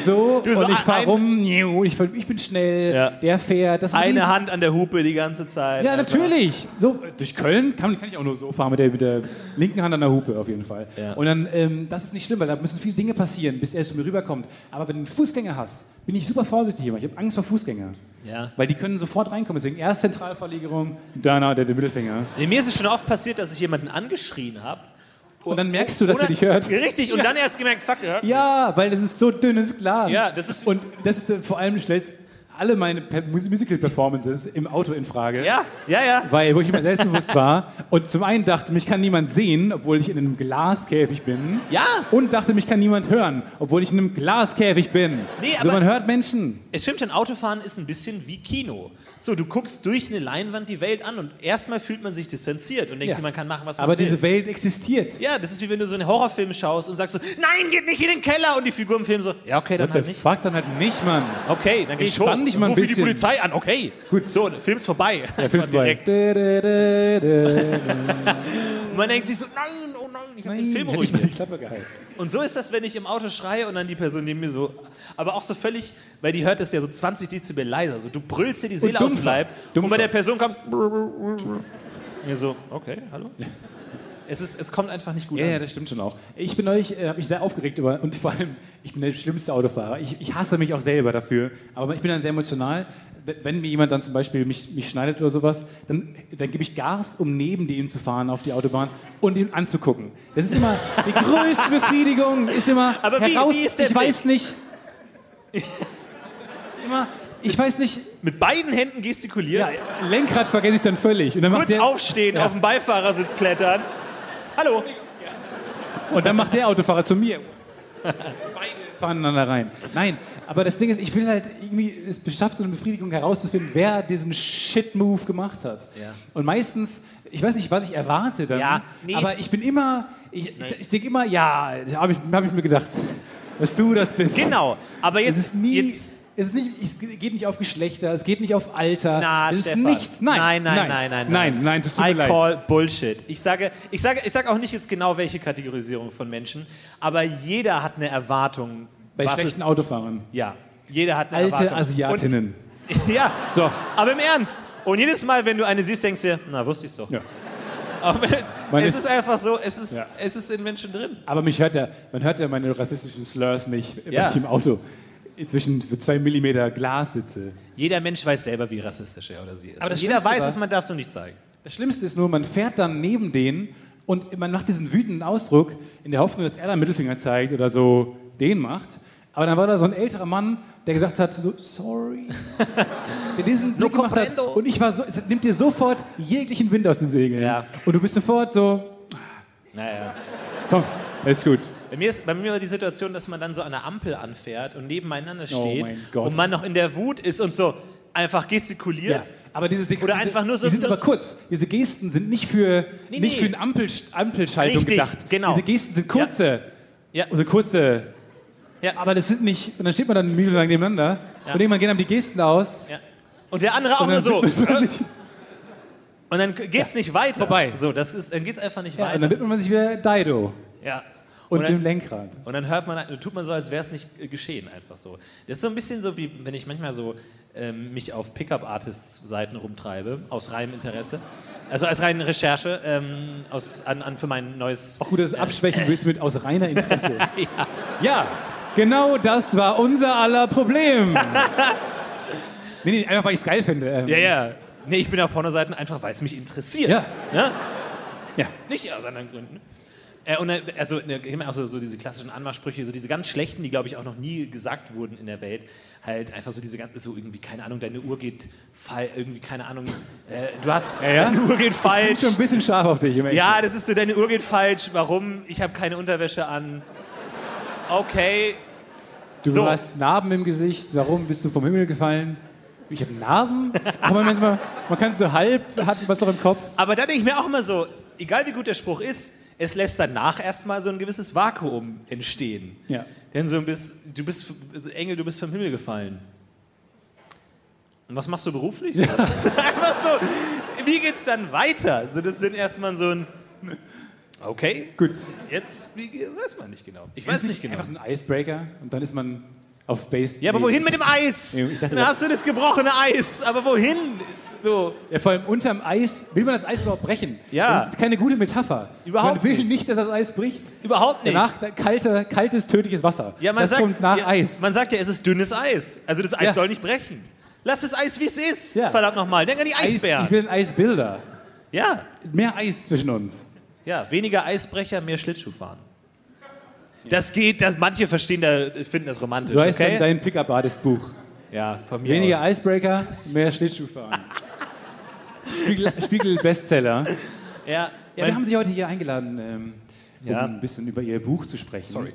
So, so und ich fahre ein- rum, Niu, ich, fahr- ich bin schnell, Ja. der fährt. Das ist ein Eine Riesen- Hand an der Hupe die ganze Zeit. Ja, Einfach. natürlich. So, äh, durch Köln kann, kann ich auch nur so fahren mit der, mit der linken Hand an der Hupe auf jeden Fall. Ja. Und dann, ähm, das ist nicht schlimm, weil da müssen viele Dinge passieren, bis er zu mir rüberkommt. Aber wenn du einen Fußgänger hast, bin ich super vorsichtig immer. Ich habe Angst vor Fußgängern. Ja. Weil die können sofort reinkommen. Deswegen erst Zentralverlegerung, danach der, der Mittelfinger. Nee, Mir ist es schon oft passiert, dass ich jemanden angeschrien habe. Und dann merkst du, dass er dich hört. Richtig, und dann erst gemerkt, fuck, er hört mich. Ja, weil das ist so dünnes Glas. Ja, das ist- Und das ist äh, vor allem stellt alle meine Pe- Mus- Musical-Performances im Auto in Frage. Ja, ja, ja. Weil wo ich immer selbstbewusst war und zum einen dachte, mich kann niemand sehen, obwohl ich in einem Glaskäfig bin. Ja. Und dachte, mich kann niemand hören, obwohl ich in einem Glaskäfig bin. Nee, so, aber- man hört Menschen. Es stimmt schon, Autofahren ist ein bisschen wie Kino. So, du guckst durch eine Leinwand die Welt an und erstmal fühlt man sich distanziert und denkt Ja. sich, man kann machen, was man Aber will. diese Welt existiert. ja, das ist wie wenn du so einen Horrorfilm schaust und sagst so, nein, geht nicht in den Keller und die Figur im Film so, ja, okay, dann What halt the nicht. fuck, dann halt nicht, Mann. Okay, dann geh ich hoch. Entspann dich mal ein Ruf ich die bisschen. Polizei an, okay. Gut. So, der Film ist vorbei. [laughs] Der Film ist vorbei. Direkt. Hätte Und man denkt sich so, nein, oh nein, ich hab den Film ich mal die ruiniert. Klappe gehalten. Und so ist das, wenn ich im Auto schreie und dann die Person neben mir so, aber auch so völlig, weil die hört es ja so 20 Dezibel leiser. So, du brüllst dir die Seele aus dem dumpfer. Leib. Und Dumpfer. bei der Person kommt. [laughs] Mir so, okay, hallo. Es, ist, es kommt einfach nicht gut Ja, ja, an. das stimmt schon auch. Ich bin euch, äh, habe mich sehr aufgeregt über und vor allem, ich bin der schlimmste Autofahrer. Ich, ich hasse mich auch selber dafür, aber ich bin dann sehr emotional. W- Wenn mir jemand dann zum Beispiel mich, mich schneidet oder sowas, dann, dann gebe ich Gas, um neben dem zu fahren auf die Autobahn und ihn anzugucken. Das ist immer die größte Befriedigung, ist immer [laughs] Aber wie- heraus, wie ist der ich [laughs] weiß nicht. immer, ich weiß nicht, Mit beiden Händen gestikuliert, ja, Lenkrad vergesse ich dann völlig. Und dann, macht kurz der, aufstehen, Ja. auf den Beifahrersitz klettern. Hallo. Und dann macht der Autofahrer zu mir. Beide fahren aneinander rein. Nein, aber das Ding ist, ich will halt irgendwie, es beschafft so eine Befriedigung herauszufinden, wer diesen Shit-Move gemacht hat. Ja. Und meistens, ich weiß nicht, was ich erwarte dann, Ja, nee. aber ich bin immer, ich, ich, ich denke immer, ja, habe ich, hab ich mir gedacht, dass du das bist. Genau. Aber jetzt. es ist nie, jetzt es, ist nicht, es geht nicht auf Geschlechter, es geht nicht auf Alter, Na, es ist Stefan. nichts. nein, Nein, nein, nein, nein. Nein, nein, das tut mir I leid. call Bullshit. Ich sage, ich, sage, ich sage auch nicht jetzt genau, welche Kategorisierung von Menschen, aber jeder hat eine Erwartung. Bei was schlechten es- Autofahrern. Ja, jeder hat eine Alte Erwartung. Asiatinnen. Und, [laughs] ja, so. aber im Ernst. Und jedes Mal, wenn du eine siehst, denkst du dir, na, wusste ich doch. Ja. Aber es, Man es ist, ist- einfach so, es ist, Ja. es ist in Menschen drin. Aber mich hört ja, man hört ja meine rassistischen Slurs nicht, wenn Ja. ich im Auto zwischen zwei Millimeter Glas sitze. Jeder Mensch weiß selber, wie rassistisch er oder sie ist. Aber Und das jeder Schlimmste weiß war- es, man darf es nur nicht zeigen. Das Schlimmste ist nur, man fährt dann neben denen und man macht diesen wütenden Ausdruck in der Hoffnung, dass er dann Mittelfinger zeigt oder so den macht. Aber dann war da so ein älterer Mann, der gesagt hat, so, [laughs] sorry. der diesen Blick gemacht hat. comprendo. Und ich war so, es nimmt dir sofort jeglichen Wind aus den Segeln. Ja. Und du bist sofort so, Naja. komm, ist gut. Bei mir, ist, bei mir war die Situation, dass man dann so an der Ampel anfährt und nebeneinander steht Oh mein Gott. und man noch in der Wut ist und so einfach Ja, gestikuliert. aber diese Sek Oder diese, einfach nur so- Die sind nur aber so- kurz. Diese Gesten sind nicht für, Nee, nicht nee. für eine Ampel, Ampelschaltung Richtig, gedacht. genau. Diese Gesten sind kurze. Ja. Also kurze. Ja. Aber das sind nicht. Und dann steht man dann eine Minute lang nebeneinander. Ja. Und irgendwann gehen dann die Gesten aus. Ja. Und der andere auch Und dann nur so. [laughs] widmet man Und sich, dann geht's nicht weiter. Vorbei. So, das ist, dann geht's einfach nicht ja, und dann weiter. widmet man sich wieder Dido Ja. und, Und dem dann, Lenkrad. und dann hört man, tut man so, als wäre es nicht äh, geschehen, einfach so. Das ist so ein bisschen so, wie wenn ich manchmal so ähm, mich auf Pickup-Artists-Seiten rumtreibe, aus reinem Interesse. Also als reinen Recherche, ähm, aus, an, an für mein neues. Auch gut, dass du es abschwächen willst mit aus [laughs] reiner Interesse. ja. genau das war unser [laughs] aller Problem. nee, nee, einfach weil ich es geil finde. Ähm, Ja, ja. Nee, ich bin auf Pornoseiten einfach, weil es mich interessiert. Ja. Ne? Ja. Nicht aus anderen Gründen. Äh, und äh, also, ne, ich meine auch so, so diese klassischen Anmachsprüche, so diese ganz schlechten, die glaube ich auch noch nie gesagt wurden in der Welt. Halt einfach so diese ganzen, so irgendwie, keine Ahnung, deine Uhr geht falsch, irgendwie, keine Ahnung, äh, du hast, ja. deine Uhr geht Ich bin falsch. schon ein bisschen scharf auf dich. um im Endeffekt. Ja, das ist so, deine Uhr geht falsch, warum? Ich habe keine Unterwäsche an. Okay, Du So. hast Narben im Gesicht. Warum bist du vom Himmel gefallen? Ich habe Narben? Aber man, man, man kann so halb, hat was noch im Kopf. Aber da denke ich mir auch immer so, egal wie gut der Spruch ist, es lässt danach erstmal so ein gewisses Vakuum entstehen. Ja. Denn so ein bisschen, du bist, also Engel, du bist vom Himmel gefallen. Und was machst du beruflich? [laughs] Einfach so, wie geht's dann weiter? Also das sind erstmal so ein, Okay, Gut. jetzt wie, weiß man nicht genau. Ich weiß nicht genau. Einfach so ein Icebreaker und dann ist man auf Base. Ja, aber Nee, wohin das mit ist- dem Eis? Nee, ich Dann dachte, das- hast du das gebrochene Eis, aber wohin? So, Ja, vor allem unterm Eis. Will man das Eis überhaupt brechen? Ja. Das ist keine gute Metapher. Überhaupt Man will nicht. nicht, dass das Eis bricht. überhaupt nicht. Danach da- kalte, kaltes, tödliches Wasser. ja, man das sagt, kommt nach ja, Eis. Man sagt ja, es ist dünnes Eis. Also das Eis Ja. soll nicht brechen. Lass das Eis, wie es ist. Ja. Verdammt nochmal. Denk an die Eis, Eisbären. ich bin ein Eisbilder. ja, Mehr Eis zwischen uns. ja, weniger Eisbrecher, mehr Schlittschuhfahren. Das geht, das, manche verstehen da, finden das romantisch. So heißt okay? dann dein Pickup-Artist-Buch. ja, von mir Weniger aus. Icebreaker, mehr Schlittschuhfahren. Spiegel, Spiegel Bestseller. Ja, Ja, wir haben Sie heute hier eingeladen, ähm, um Ja. ein bisschen über Ihr Buch zu sprechen. Sorry.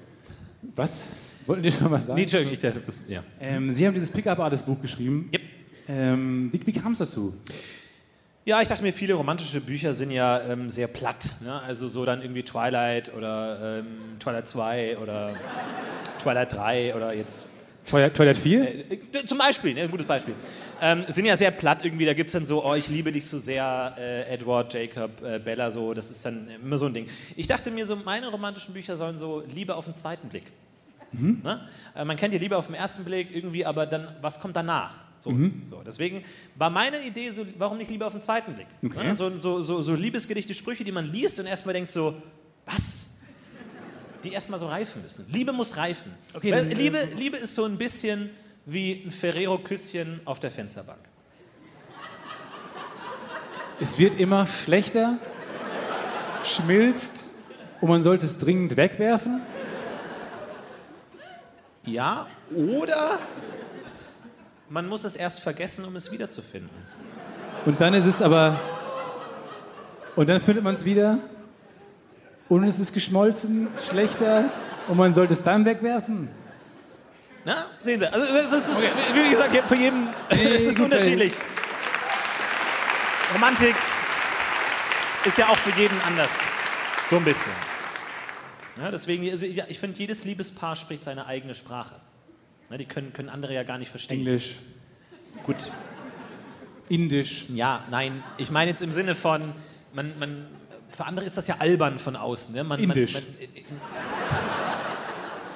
Was? Wollten Sie schon mal sagen? Nee, Entschuldigung, ich dachte, du bist- ja. Ähm, Sie haben dieses Pickup-Artist-Buch geschrieben. Yep. Ähm, wie wie kam es dazu? Ja, ich dachte mir, viele romantische Bücher sind ja ähm, sehr platt. Ne? Also so dann irgendwie Twilight oder ähm, Twilight 2 oder Twilight 3 oder jetzt Toilette, Toilette 4? äh, Zum Beispiel, ne, ein gutes Beispiel. Ähm, sind ja sehr platt irgendwie, da gibt es dann so, oh, ich liebe dich so sehr, äh, Edward, Jacob, äh, Bella, so, das ist dann immer so ein Ding. Ich dachte mir so, meine romantischen Bücher sollen so Liebe auf den zweiten Blick. Ne? Äh, man kennt ja Liebe auf den ersten Blick irgendwie, aber dann, was kommt danach? So, so. Deswegen war meine Idee so, warum nicht Liebe auf den zweiten Blick? Ne? So, so, so, so Liebesgedichte, Sprüche, die man liest und erstmal denkt so, was? die erstmal so reifen müssen. Liebe muss reifen. Weil Liebe, Liebe ist so ein bisschen wie ein Ferrero-Küsschen auf der Fensterbank. Es wird immer schlechter, schmilzt und man sollte es dringend wegwerfen. Ja, oder man muss es erst vergessen, um es wiederzufinden. Und dann ist es aber. Und dann findet man es wieder. Und es ist geschmolzen, schlechter. Und man sollte es dann wegwerfen. Na, sehen Sie. Also, es ist, wie gesagt, für [laughs] jeden es ist gut, unterschiedlich. Romantik ist ja auch für jeden anders. So ein bisschen. Ja, deswegen, also, ja, ich finde, jedes Liebespaar spricht seine eigene Sprache. Na, die können, können andere ja gar nicht verstehen. Englisch, Gut, Indisch. ja, nein. Ich meine jetzt im Sinne von, man, man, für andere ist das ja albern von außen. Ne? Man, Indisch. Man, man,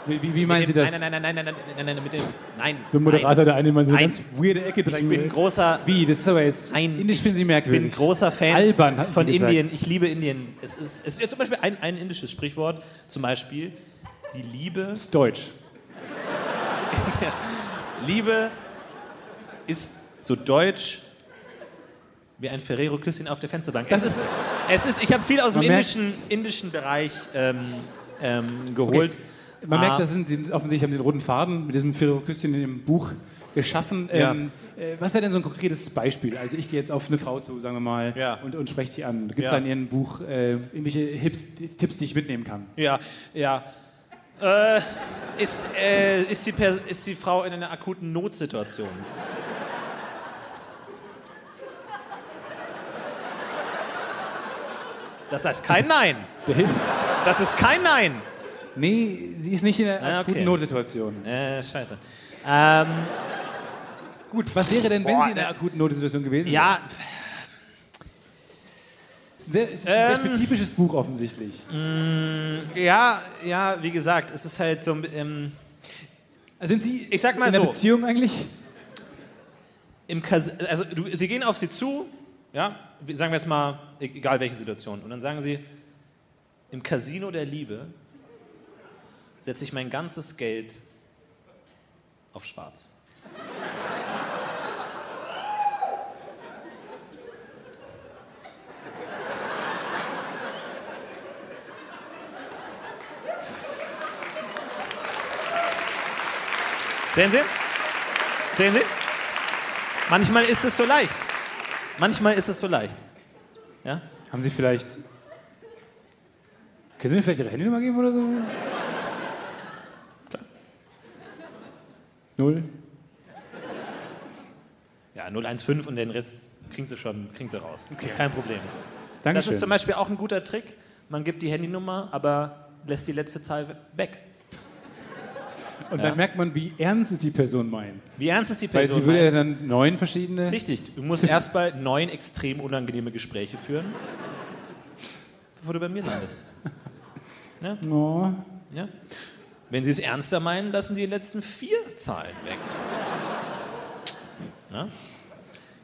Wie, wie, wie meinen Sie das? Nein, nein, nein, nein, nein, nein, nein, nein, nein, mit dem, nein. So ein Moderator, der einen in so eine Nein. ganz weirde Ecke drängen Ich bin will. ein großer, Wie, das ist aber jetzt. Nein, Indisch finden Sie ich bin ein merkwürdig. großer Fan Albern, hatten Sie von gesagt. Indien. Ich liebe Indien. Es ist, es ist ja zum Beispiel ein, ein indisches Sprichwort, zum Beispiel, die Liebe, ist deutsch. Liebe ist so deutsch wie ein Ferrero-Küsschen auf der Fensterbank. Es ist, es ist, ich habe viel aus dem Man merkt's. indischen, indischen Bereich ähm, ähm, geholt. Man Ah. merkt, das sind, Sie- offensichtlich haben Sie den roten Faden mit diesem Ferroküsschen in dem Buch geschaffen. Ja. Ähm, äh, was wäre denn so ein konkretes Beispiel? Also ich gehe jetzt auf eine Frau zu, sagen wir mal, Ja. und, und spreche die an. Gibt es Ja. da in Ihrem Buch äh, irgendwelche Hips, Tipps, die ich mitnehmen kann? Ja, ja. Äh, ist, äh, ist, die Pers ist die Frau in einer akuten Notsituation? Das heißt kein Nein. Der Hip Das ist kein Nein. nee, sie ist nicht in einer Ah, okay. akuten Notsituation. Äh, scheiße. Ähm, Gut, was wäre denn, wenn Boah, sie in einer äh, akuten Notsituation gewesen wäre? ja, Es ist ein sehr, es ist ein sehr Ähm. spezifisches Buch offensichtlich. ja, ja, wie gesagt, es ist halt so ein. Ähm, Also sind Sie Ich sag mal in einer so. Beziehung eigentlich? im Kas also du, sie gehen auf sie zu, ja, sagen wir jetzt mal, e- egal welche Situation, und dann sagen sie, im Casino der Liebe setze ich mein ganzes Geld auf schwarz. Sehen Sie? Sehen Sie? Manchmal ist es so leicht. Manchmal ist es so leicht. Ja? Haben Sie vielleicht... Können Sie mir vielleicht Ihre Handynummer geben oder so? Null. Ja, 015 und den Rest kriegen sie schon, kriegen sie raus. Kein Problem. Dankeschön. Das ist zum Beispiel auch ein guter Trick. Man gibt die Handynummer, aber lässt die letzte Zahl weg. Und dann merkt man, wie ernst es die Person meint. Wie ernst ist die Weil Person? sie würde ja meint? dann neun verschiedene. Richtig, du [laughs] musst erst mal neun extrem unangenehme Gespräche führen, bevor du bei mir landest. Oh. Ja? Wenn Sie es ernster meinen, lassen Sie die letzten vier Zahlen weg. Na?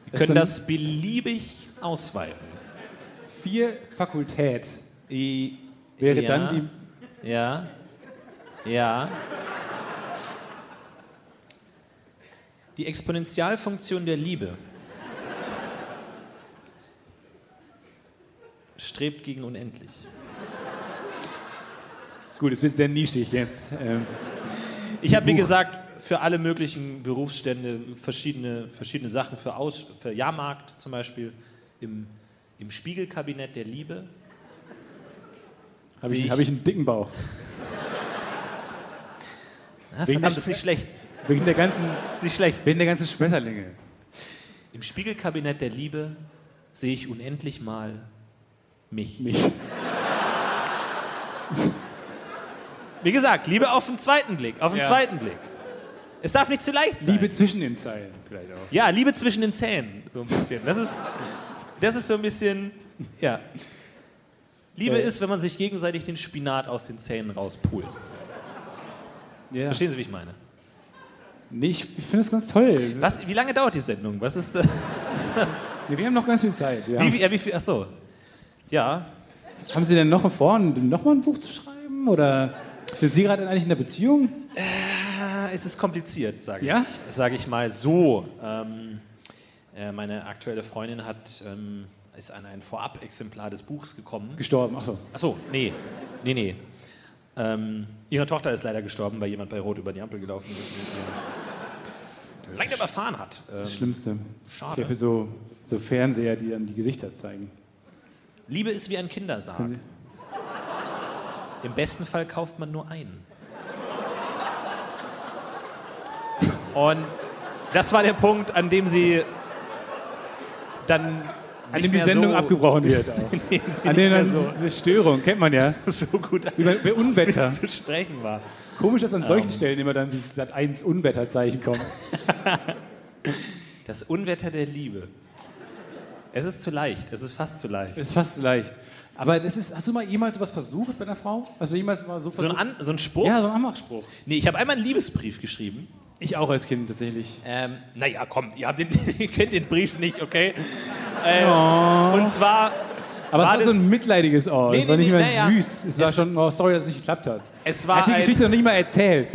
Sie können dann- das beliebig ausweiten. Vier Fakultät I- wäre ja, dann die. Ja. Ja. Die Exponentialfunktion der Liebe strebt gegen unendlich. Gut, es wird sehr nischig jetzt. Ähm, Ich habe, wie Buch. gesagt, für alle möglichen Berufsstände verschiedene, verschiedene Sachen, für, Aus, für Jahrmarkt zum Beispiel, im, im Spiegelkabinett der Liebe. Habe Sehe ich, ich- hab ich einen dicken Bauch. Ah, Wegen der verdammt, ist nicht schlecht. Wegen der ganzen, Ist nicht schlecht. wegen der ganzen Schmetterlinge. Im Spiegelkabinett der Liebe sehe ich unendlich mal mich. Mich. Wie gesagt, Liebe auf den zweiten Blick, auf den Ja. zweiten Blick. Es darf nicht zu leicht sein. Liebe zwischen den Zeilen. Vielleicht auch. Ja, Liebe zwischen den Zähnen, so ein bisschen. Das ist, das ist so ein bisschen, ja. Liebe Äh. ist, wenn man sich gegenseitig den Spinat aus den Zähnen rauspult. Ja. Verstehen Sie, wie ich meine? Nee, ich, ich finde es ganz toll. Was, wie lange dauert die Sendung? Was ist, äh, Nee, wir haben noch ganz viel Zeit. Ja. wie, wie, ja, wie viel, ach so. Ja, Haben Sie denn noch vor, noch mal ein Buch zu schreiben? Oder sind Sie gerade eigentlich in einer Beziehung? Ah, Es ist kompliziert, sage Ja? ich, sag ich mal so. Ähm, äh, meine aktuelle Freundin hat, ähm, ist an ein Vorab-Exemplar des Buchs gekommen. Gestorben, achso. Achso, nee, nee, nee. Ähm, ihre Tochter ist leider gestorben, weil jemand bei Rot über die Ampel gelaufen ist und ihr leider überfahren hat. Ähm, Das Schlimmste. schade. Ich helfe so, so Fernseher, die dann die Gesichter zeigen. Liebe ist wie ein Kindersarg. Sie- Im besten Fall kauft man nur einen. Und das war der Punkt, an dem sie dann An dem die Sendung so, [laughs] abgebrochen wird. Auch. an dem sie An nicht denen mehr Ah, dann so, also diese Störung, kennt man ja. so gut [laughs] Wie bei, bei Unwetter. Ähm. zu sprechen war. Komisch, dass an solchen Stellen immer dann dieses Sat 1 Unwetterzeichen kommt. Das Unwetter der Liebe. Es ist zu leicht, es ist fast zu leicht. Das ist fast leicht. Aber das ist, hast du mal jemals sowas versucht bei einer Frau? Hast du jemals mal so So ein, versucht? an, so ein Spruch? ja, so ein Anmachspruch. Nee, ich habe einmal einen Liebesbrief geschrieben. Ich auch als Kind tatsächlich. Ähm, naja, komm, ihr, habt den, [laughs] ihr kennt den Brief nicht, okay? Äh, Und zwar Aber War es war so das- ein mitleidiges Oh. Nee, es war nee, nicht nee, mehr naja. süß. Es war Es- schon, oh, sorry, dass es nicht geklappt hat. Es Er war, hat die ein, Geschichte noch nicht mal [laughs] erzählt.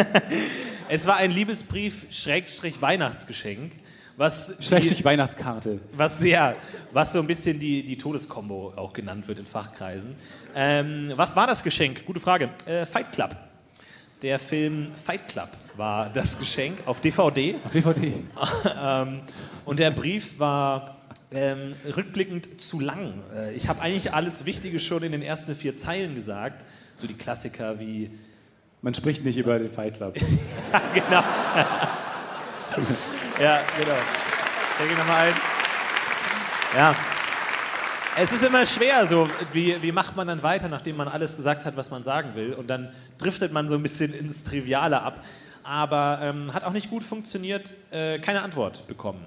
es war ein Liebesbrief, Schrägstrich Weihnachtsgeschenk, was, Schlechte Weihnachtskarte. was, ja, was so ein bisschen die, die Todeskombo auch genannt wird in Fachkreisen. Ähm, was war das Geschenk? Gute Frage. Äh, Fight Club. Der Film Fight Club war das Geschenk auf DVD. Auf DVD. ähm, und der Brief war ähm, rückblickend zu lang. Äh, ich habe eigentlich alles Wichtige schon in den ersten vier Zeilen gesagt. So die Klassiker wie [laughs] Man spricht nicht über den Fight Club. genau. [laughs] ja, genau. Denke nochmal eins. Ja. Es ist immer schwer, so wie, wie macht man dann weiter, nachdem man alles gesagt hat, was man sagen will. Und dann driftet man so ein bisschen ins Triviale ab. Aber ähm, hat auch nicht gut funktioniert, äh, keine Antwort bekommen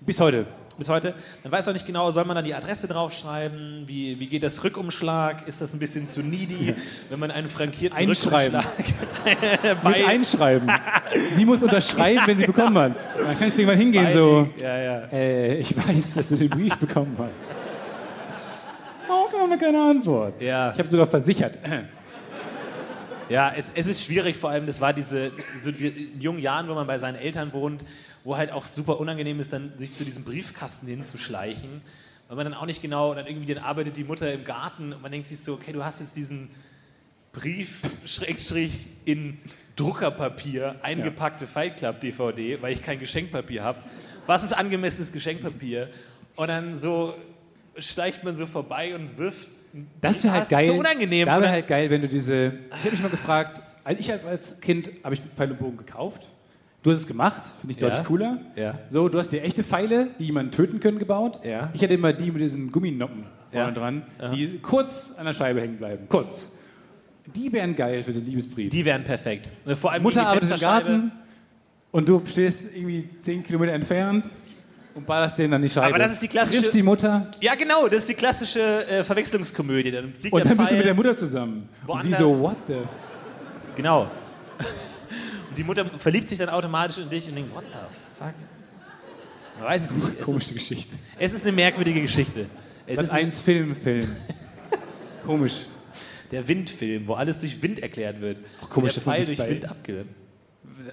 Bis heute. bis heute. Man weiß auch nicht genau, soll man da die Adresse draufschreiben? Wie, wie geht das Rückumschlag? Ist das ein bisschen zu [laughs] needy, wenn man einen frankierten Einschreiben. Rückumschlag Mit [laughs] einschreiben. sie muss unterschreiben, wenn sie bekommen hat. Dann kannst du irgendwann hingehen, [laughs] so. Ja, ja. Äh, ich weiß, dass du den Brief bekommen [laughs] hast. Auch noch keine Antwort. Ja. Ich habe sogar versichert. Ja, es, es ist schwierig, vor allem, das war diese, so die in jungen Jahren, wo man bei seinen Eltern wohnt, wo halt auch super unangenehm ist, dann sich zu diesem Briefkasten hinzuschleichen, weil man dann auch nicht genau, dann irgendwie, dann arbeitet die Mutter im Garten und man denkt sich so, okay, du hast jetzt diesen Brief, Schrägstrich, in Druckerpapier eingepackte Fight Club DVD, weil ich kein Geschenkpapier habe. Was ist angemessenes Geschenkpapier? Und dann so schleicht man so vorbei und wirft. einen Das wäre halt Brief- Ah, geil. ist So unangenehm. Da oder? wäre halt geil, wenn du diese. Ich habe mich mal gefragt, als ich halt als Kind habe ich Pfeil und Bogen gekauft. Du hast es gemacht, finde ich Ja. deutlich cooler. Ja. So, du hast dir echte Pfeile, die jemanden töten können, gebaut. Ja. Ich hatte immer die mit diesen Gumminoppen vorne Ja. dran, die kurz an der Scheibe hängen bleiben. Kurz. Die wären geil für so einen Liebesbrief. Die wären perfekt. Äh, Vor allem Mutter gegen die arbeitet im Fensterscheibe. Garten und du stehst irgendwie 10 Kilometer entfernt und ballerst den an die Scheibe. Aber das ist die klassische- Triffst die Mutter Ja, genau, das ist die klassische äh, Verwechslungskomödie. Dann fliegt und der dann bist du Pfeil. mit der Mutter zusammen. Und die Woanders. so, what the... Genau. [laughs] Und die Mutter verliebt sich dann automatisch in dich und denkt, what the fuck? Man weiß es nicht. Es Komische ist, Geschichte. es ist eine merkwürdige Geschichte. Es Das ist ist ein, eins Film, Film. [laughs] Komisch. der Windfilm, wo alles durch Wind erklärt wird. Ach, komisch, der dass man Pfeil sich durch bei- Wind abge...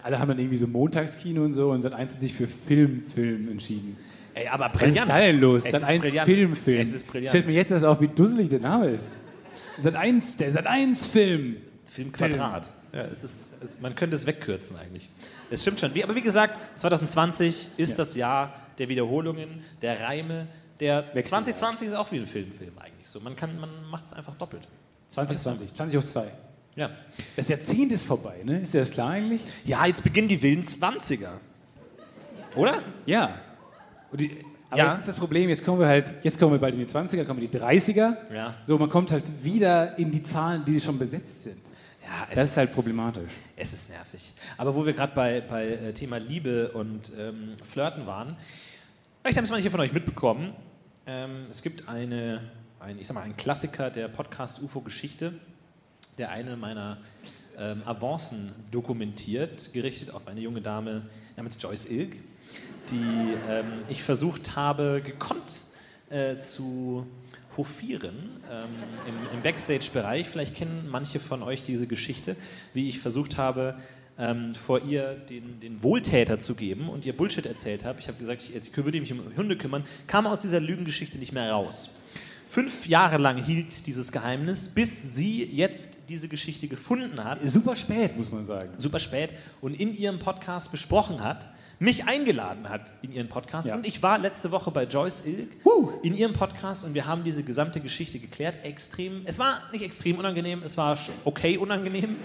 Alle haben dann irgendwie so Montagskino und so und seit eins hat sich für Film, Film entschieden. Ey, aber Was brillant. ist da denn los? Es Sat ist 1 brillant. Film, Film. Es ist Es brillant. Fällt mir jetzt erst auf, wie dusselig der Name ist. Sat 1, der Sat 1 Film. Film Quadrat. Ja, es ist, es, man könnte es wegkürzen eigentlich. Es stimmt schon. Wie, aber wie gesagt, 2020 ist das Jahr der Wiederholungen, der Reime. Der 2020 ist auch wie ein Filmfilm eigentlich so. Man, kann- man macht es einfach doppelt. 2020, 20 auf 2. Ja. Das Jahrzehnt ist vorbei, ne? Ist dir das klar eigentlich? ja, jetzt beginnen die wilden 20er. Oder? Ja. Und die, Aber jetzt ist das Problem, jetzt kommen wir halt, jetzt kommen wir bald in die 20er, kommen die 30er. Ja. So, man kommt halt wieder in die Zahlen, die schon besetzt sind. ja, es Das ist halt problematisch. Es ist nervig. Aber wo wir gerade bei, bei äh, Thema Liebe und ähm, Flirten waren, vielleicht haben es manche von euch mitbekommen. Ähm, es gibt eine, ein, ich sag mal, einen Klassiker der Podcast UFO-Geschichte, der eine meiner ähm, Avancen dokumentiert, gerichtet auf eine junge Dame namens Joyce Ilk, die ähm, ich versucht habe, gekonnt äh, zu hofieren ähm, im, im Backstage-Bereich. Vielleicht kennen manche von euch diese Geschichte, wie ich versucht habe, ähm, vor ihr den, den Wohltäter zu geben und ihr Bullshit erzählt habe. Ich habe gesagt, ich, ich würde mich um Hunde kümmern, kam aus dieser Lügengeschichte nicht mehr raus. Fünf Jahre lang hielt dieses Geheimnis, bis sie jetzt diese Geschichte gefunden hat Super spät, muss man sagen. super spät und in ihrem Podcast besprochen hat, mich eingeladen hat in ihren Podcast. Ja. Und ich war letzte Woche bei Joyce Ilk Huh. in ihrem Podcast und wir haben diese gesamte Geschichte geklärt. Extrem, es war nicht extrem unangenehm, es war sch- okay unangenehm.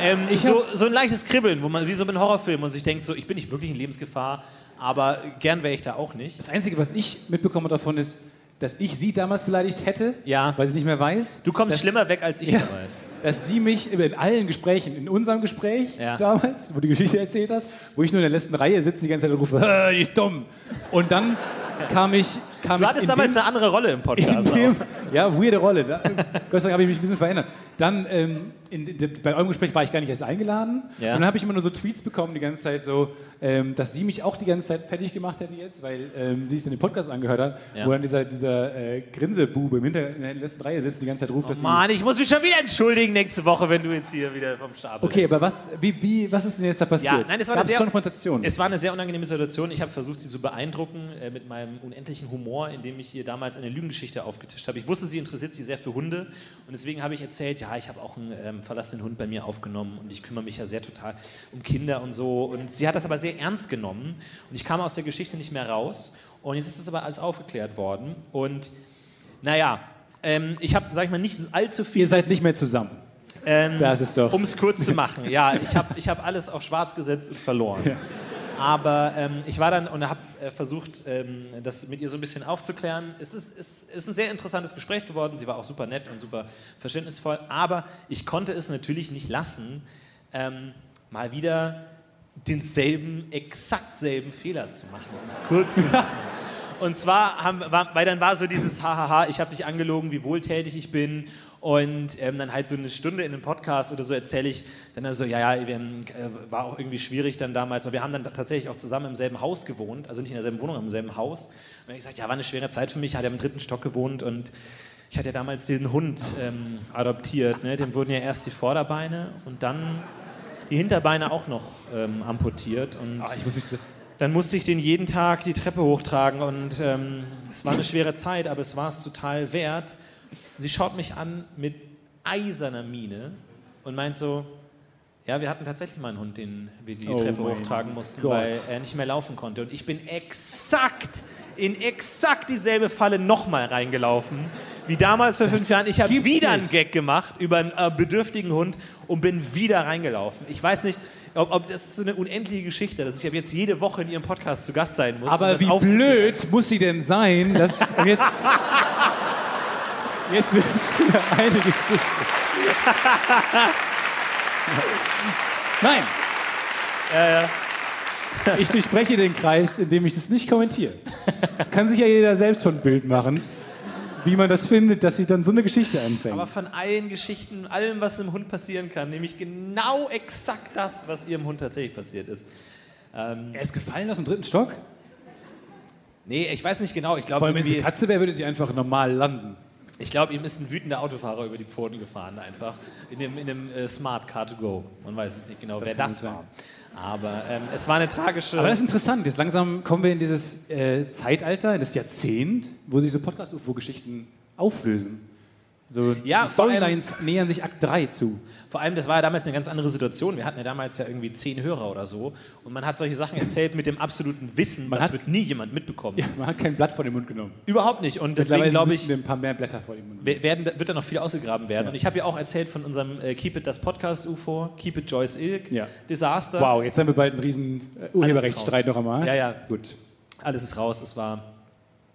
Ähm, so, so ein leichtes Kribbeln, wo man wie so ein Horrorfilm und sich denkt, so, ich bin nicht wirklich in Lebensgefahr, aber gern wäre ich da auch nicht. Das Einzige, was ich mitbekomme davon ist, dass ich sie damals beleidigt hätte, Ja. weil sie es nicht mehr weiß. Du kommst dass, schlimmer weg als ich dabei. Dass sie mich in allen Gesprächen, in unserem Gespräch Ja. damals, wo du die Geschichte erzählt hast, wo ich nur in der letzten Reihe sitze die ganze Zeit und rufe, "Äh, die ist dumm. Und dann kam ich... Kam Du ich hattest in damals dem, eine andere Rolle im in Podcast. dem, auch. ja, weirde Rolle. Da, Gott sei Dank habe ich mich ein bisschen verändert. Dann, ähm, in, in, bei eurem Gespräch war ich gar nicht erst eingeladen. Ja. Und dann habe ich immer nur so Tweets bekommen die ganze Zeit so, ähm, dass sie mich auch die ganze Zeit fertig gemacht hätte jetzt, weil ähm, sie sich dann den Podcast angehört hat, Ja. wo dann dieser, dieser äh, Grinsebube im Hinter, in der letzten Reihe sitzt und die ganze Zeit ruft, dass sie... Oh Mann, ich muss mich schon wieder entschuldigen nächste Woche, wenn du jetzt hier wieder vom Stapel Okay, aber was, wie, wie, was ist denn jetzt da passiert? Ja, nein, es war Gab eine sehr- Konfrontation. Es war eine sehr unangenehme Situation. Ich habe versucht, sie zu beeindrucken äh, mit meinem unendlichen Humor, indem ich ihr damals eine Lügengeschichte aufgetischt habe. Ich wusste, sie interessiert sich sehr für Hunde und deswegen habe ich erzählt, ja, ich habe auch einen ähm, verlassenen Hund bei mir aufgenommen und ich kümmere mich ja sehr total um Kinder und so. Und sie hat das aber sehr ernst genommen und ich kam aus der Geschichte nicht mehr raus. Und jetzt ist das aber alles aufgeklärt worden. Und naja, ähm, ich habe, sag ich mal, nicht allzu viel. Ihr seid nicht mehr zusammen. Ähm, Das ist doch- Um es kurz zu machen, ja, ich habe ich hab alles auf schwarz gesetzt und verloren. Aber ähm, ich war dann und habe äh, versucht, ähm, das mit ihr so ein bisschen aufzuklären. Es ist, es ist ein sehr interessantes Gespräch geworden. Sie war auch super nett und super verständnisvoll. Aber ich konnte es natürlich nicht lassen, ähm, mal wieder denselben, exakt selben Fehler zu machen, um es kurz zu machen. Und zwar, haben, war, weil dann war so dieses Hahaha, ich habe dich angelogen, wie wohltätig ich bin. Und ähm, dann halt so eine Stunde in einem Podcast oder so erzähle ich dann also, ja, ja, wir, haben, äh, war auch irgendwie schwierig dann damals. Aber wir haben dann tatsächlich auch zusammen im selben Haus gewohnt, also nicht in derselben Wohnung, aber im selben Haus. Und dann hab ich gesagt, ja, war eine schwere Zeit für mich, hat er im dritten Stock gewohnt und ich hatte ja damals diesen Hund ähm, adoptiert. Ne? Dem wurden ja erst die Vorderbeine und dann die Hinterbeine auch noch ähm, amputiert. Und Ah, ich muss mich so, dann musste ich den jeden Tag die Treppe hochtragen und ähm, es war eine schwere Zeit, aber es war es total wert. Sie schaut mich an mit eiserner Miene und meint so, ja, wir hatten tatsächlich mal einen Hund, den wir die Oh Treppe mein hochtragen mussten, Gott. weil er äh, nicht mehr laufen konnte. Und ich bin exakt in exakt dieselbe Falle nochmal reingelaufen, wie damals vor fünf Jahren. Ich habe gibt's wieder nicht. einen Gag gemacht über einen äh, bedürftigen Hund und bin wieder reingelaufen. Ich weiß nicht, ob, ob das ist so eine unendliche Geschichte, dass ich ab jetzt jede Woche in ihrem Podcast zu Gast sein muss. um Aber das wie aufzuklären. blöd muss sie denn sein, dass. Und jetzt. Jetzt wird es wieder eine Geschichte. Nein! Ich durchbreche den Kreis, indem ich das nicht kommentiere. Kann sich ja jeder selbst von Bild machen, wie man das findet, dass sich dann so eine Geschichte anfängt. Aber von allen Geschichten, allem, was einem Hund passieren kann, nämlich genau exakt das, was ihrem Hund tatsächlich passiert ist. Ähm, er ist gefallen aus dem dritten Stock? nee, ich weiß nicht genau. Ich Vor glaube, allem, wenn es eine irgendwie- Katze wäre, würde sie einfach normal landen. ich glaube, ihm ist ein wütender Autofahrer über die Pfoten gefahren, einfach. In dem, in dem äh, Smart Car to Go. Man weiß es nicht genau, wer kann das sein. war. Aber ähm, es war eine tragische. Aber das ist interessant. Jetzt langsam kommen wir in dieses äh, Zeitalter, in das Jahrzehnt, wo sich so Podcast-UFO-Geschichten auflösen. So Ja, die vor allem- Storylines nähern sich Akt 3 zu. Vor allem, das war ja damals eine ganz andere Situation. Wir hatten ja damals ja irgendwie zehn Hörer oder so. Und man hat solche Sachen erzählt mit dem absoluten Wissen, das hat- wird nie jemand mitbekommen. Man hat kein Blatt vor den Mund genommen. Überhaupt nicht. Und Mittlerweile deswegen glaube müssen ich, wir ein paar mehr Blätter vor den Mund nehmen. wer- werden, wird da noch viel ausgegraben werden. Und ich habe ja auch erzählt von unserem äh, Keep It das Podcast UFO, Keep It Joyce Ilk, Ja. Desaster. Wow, jetzt haben wir bald einen riesen äh, Urheberrechtsstreit raus. noch einmal. Ja, ja. Gut. Alles ist raus, es war.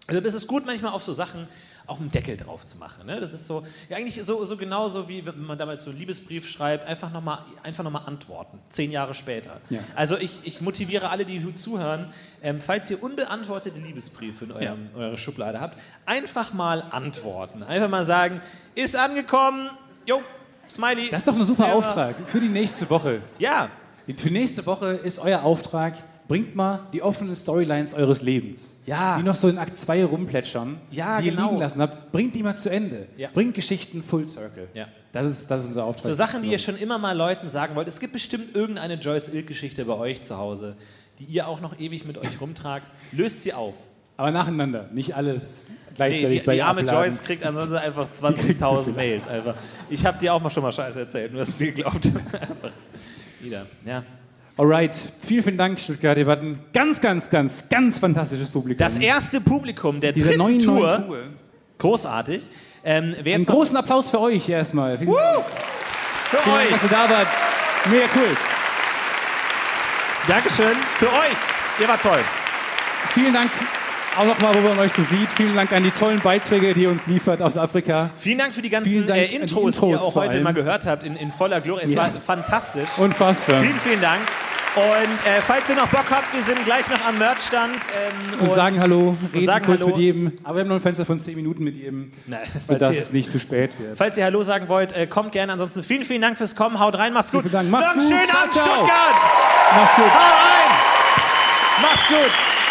Also es ist gut, manchmal auf so Sachen auch einen Deckel drauf zu machen. Ne? Das ist so, ja eigentlich so, genau so genauso wie wenn man damals so einen Liebesbrief schreibt, einfach nochmal einfach noch mal antworten, zehn Jahre später. Ja. Also ich, ich motiviere alle, die hier zuhören, ähm, falls ihr unbeantwortete Liebesbriefe in eurem, eurer Schublade habt, einfach mal antworten. Einfach mal sagen, ist angekommen, jo, Smiley. Das ist doch ein super Ja. Auftrag für die nächste Woche. Ja, Die für nächste Woche ist euer Auftrag, bringt mal die offenen Storylines eures Lebens. Ja. Die noch so in Akt 2 rumplätschern, Ja, die ihr genau. liegen lassen habt, bringt die mal zu Ende. Ja. Bringt Geschichten full circle. Ja. Das, ist, das ist unser Auftrag. So Sachen, die ihr schon immer mal Leuten sagen wollt. Es gibt bestimmt irgendeine Joyce Ilk-Geschichte bei euch zu Hause, die ihr auch noch ewig mit euch rumtragt. Löst sie auf. Aber nacheinander, nicht alles Nee, gleichzeitig die, bei die arme Abladen. Joyce kriegt ansonsten [laughs] einfach zu 20.000 viel. Mails. Einfach. Ich habe dir auch mal schon mal Scheiße erzählt, nur dass mir glaubt. [laughs] Einfach. Wieder. Ja. Alright, vielen, vielen Dank, Stuttgart. Ihr wart ein ganz, ganz, ganz, ganz fantastisches Publikum. Das erste Publikum der dieser dritten neuen Tour. neuen Tour. Großartig. Ähm, wer Einen jetzt noch großen Applaus für euch erstmal. Vielen, für vielen Dank, dass euch. ihr da wart. Mega cool. Dankeschön. Für euch. Ihr war toll. Vielen Dank auch nochmal, wo man euch so sieht. Vielen Dank an die tollen Beiträge, die ihr uns liefert aus Afrika. Vielen Dank für die ganzen Vielen Dank äh, an die Intros, die ihr Intros auch vor heute allem. mal gehört habt, in, in voller Glorie. Es Ja. war fantastisch. Unfassbar. Vielen, vielen Dank. Und äh, falls ihr noch Bock habt, wir sind gleich noch am Merchstand. Ähm, Und sagen Hallo, reden sagen kurz Hallo. mit jedem. Aber wir haben noch ein Fenster von 10 Minuten mit jedem, Na, sodass falls, es ihr, nicht zu spät wird. falls ihr Hallo sagen wollt, äh, kommt gerne. Ansonsten vielen, vielen Dank fürs Kommen. Haut rein, macht's gut. Vielen Dank, macht's Noch einen gut. schönen Ciao, Abend, ciao. Stuttgart. Mach's gut. Hau rein. Macht's gut.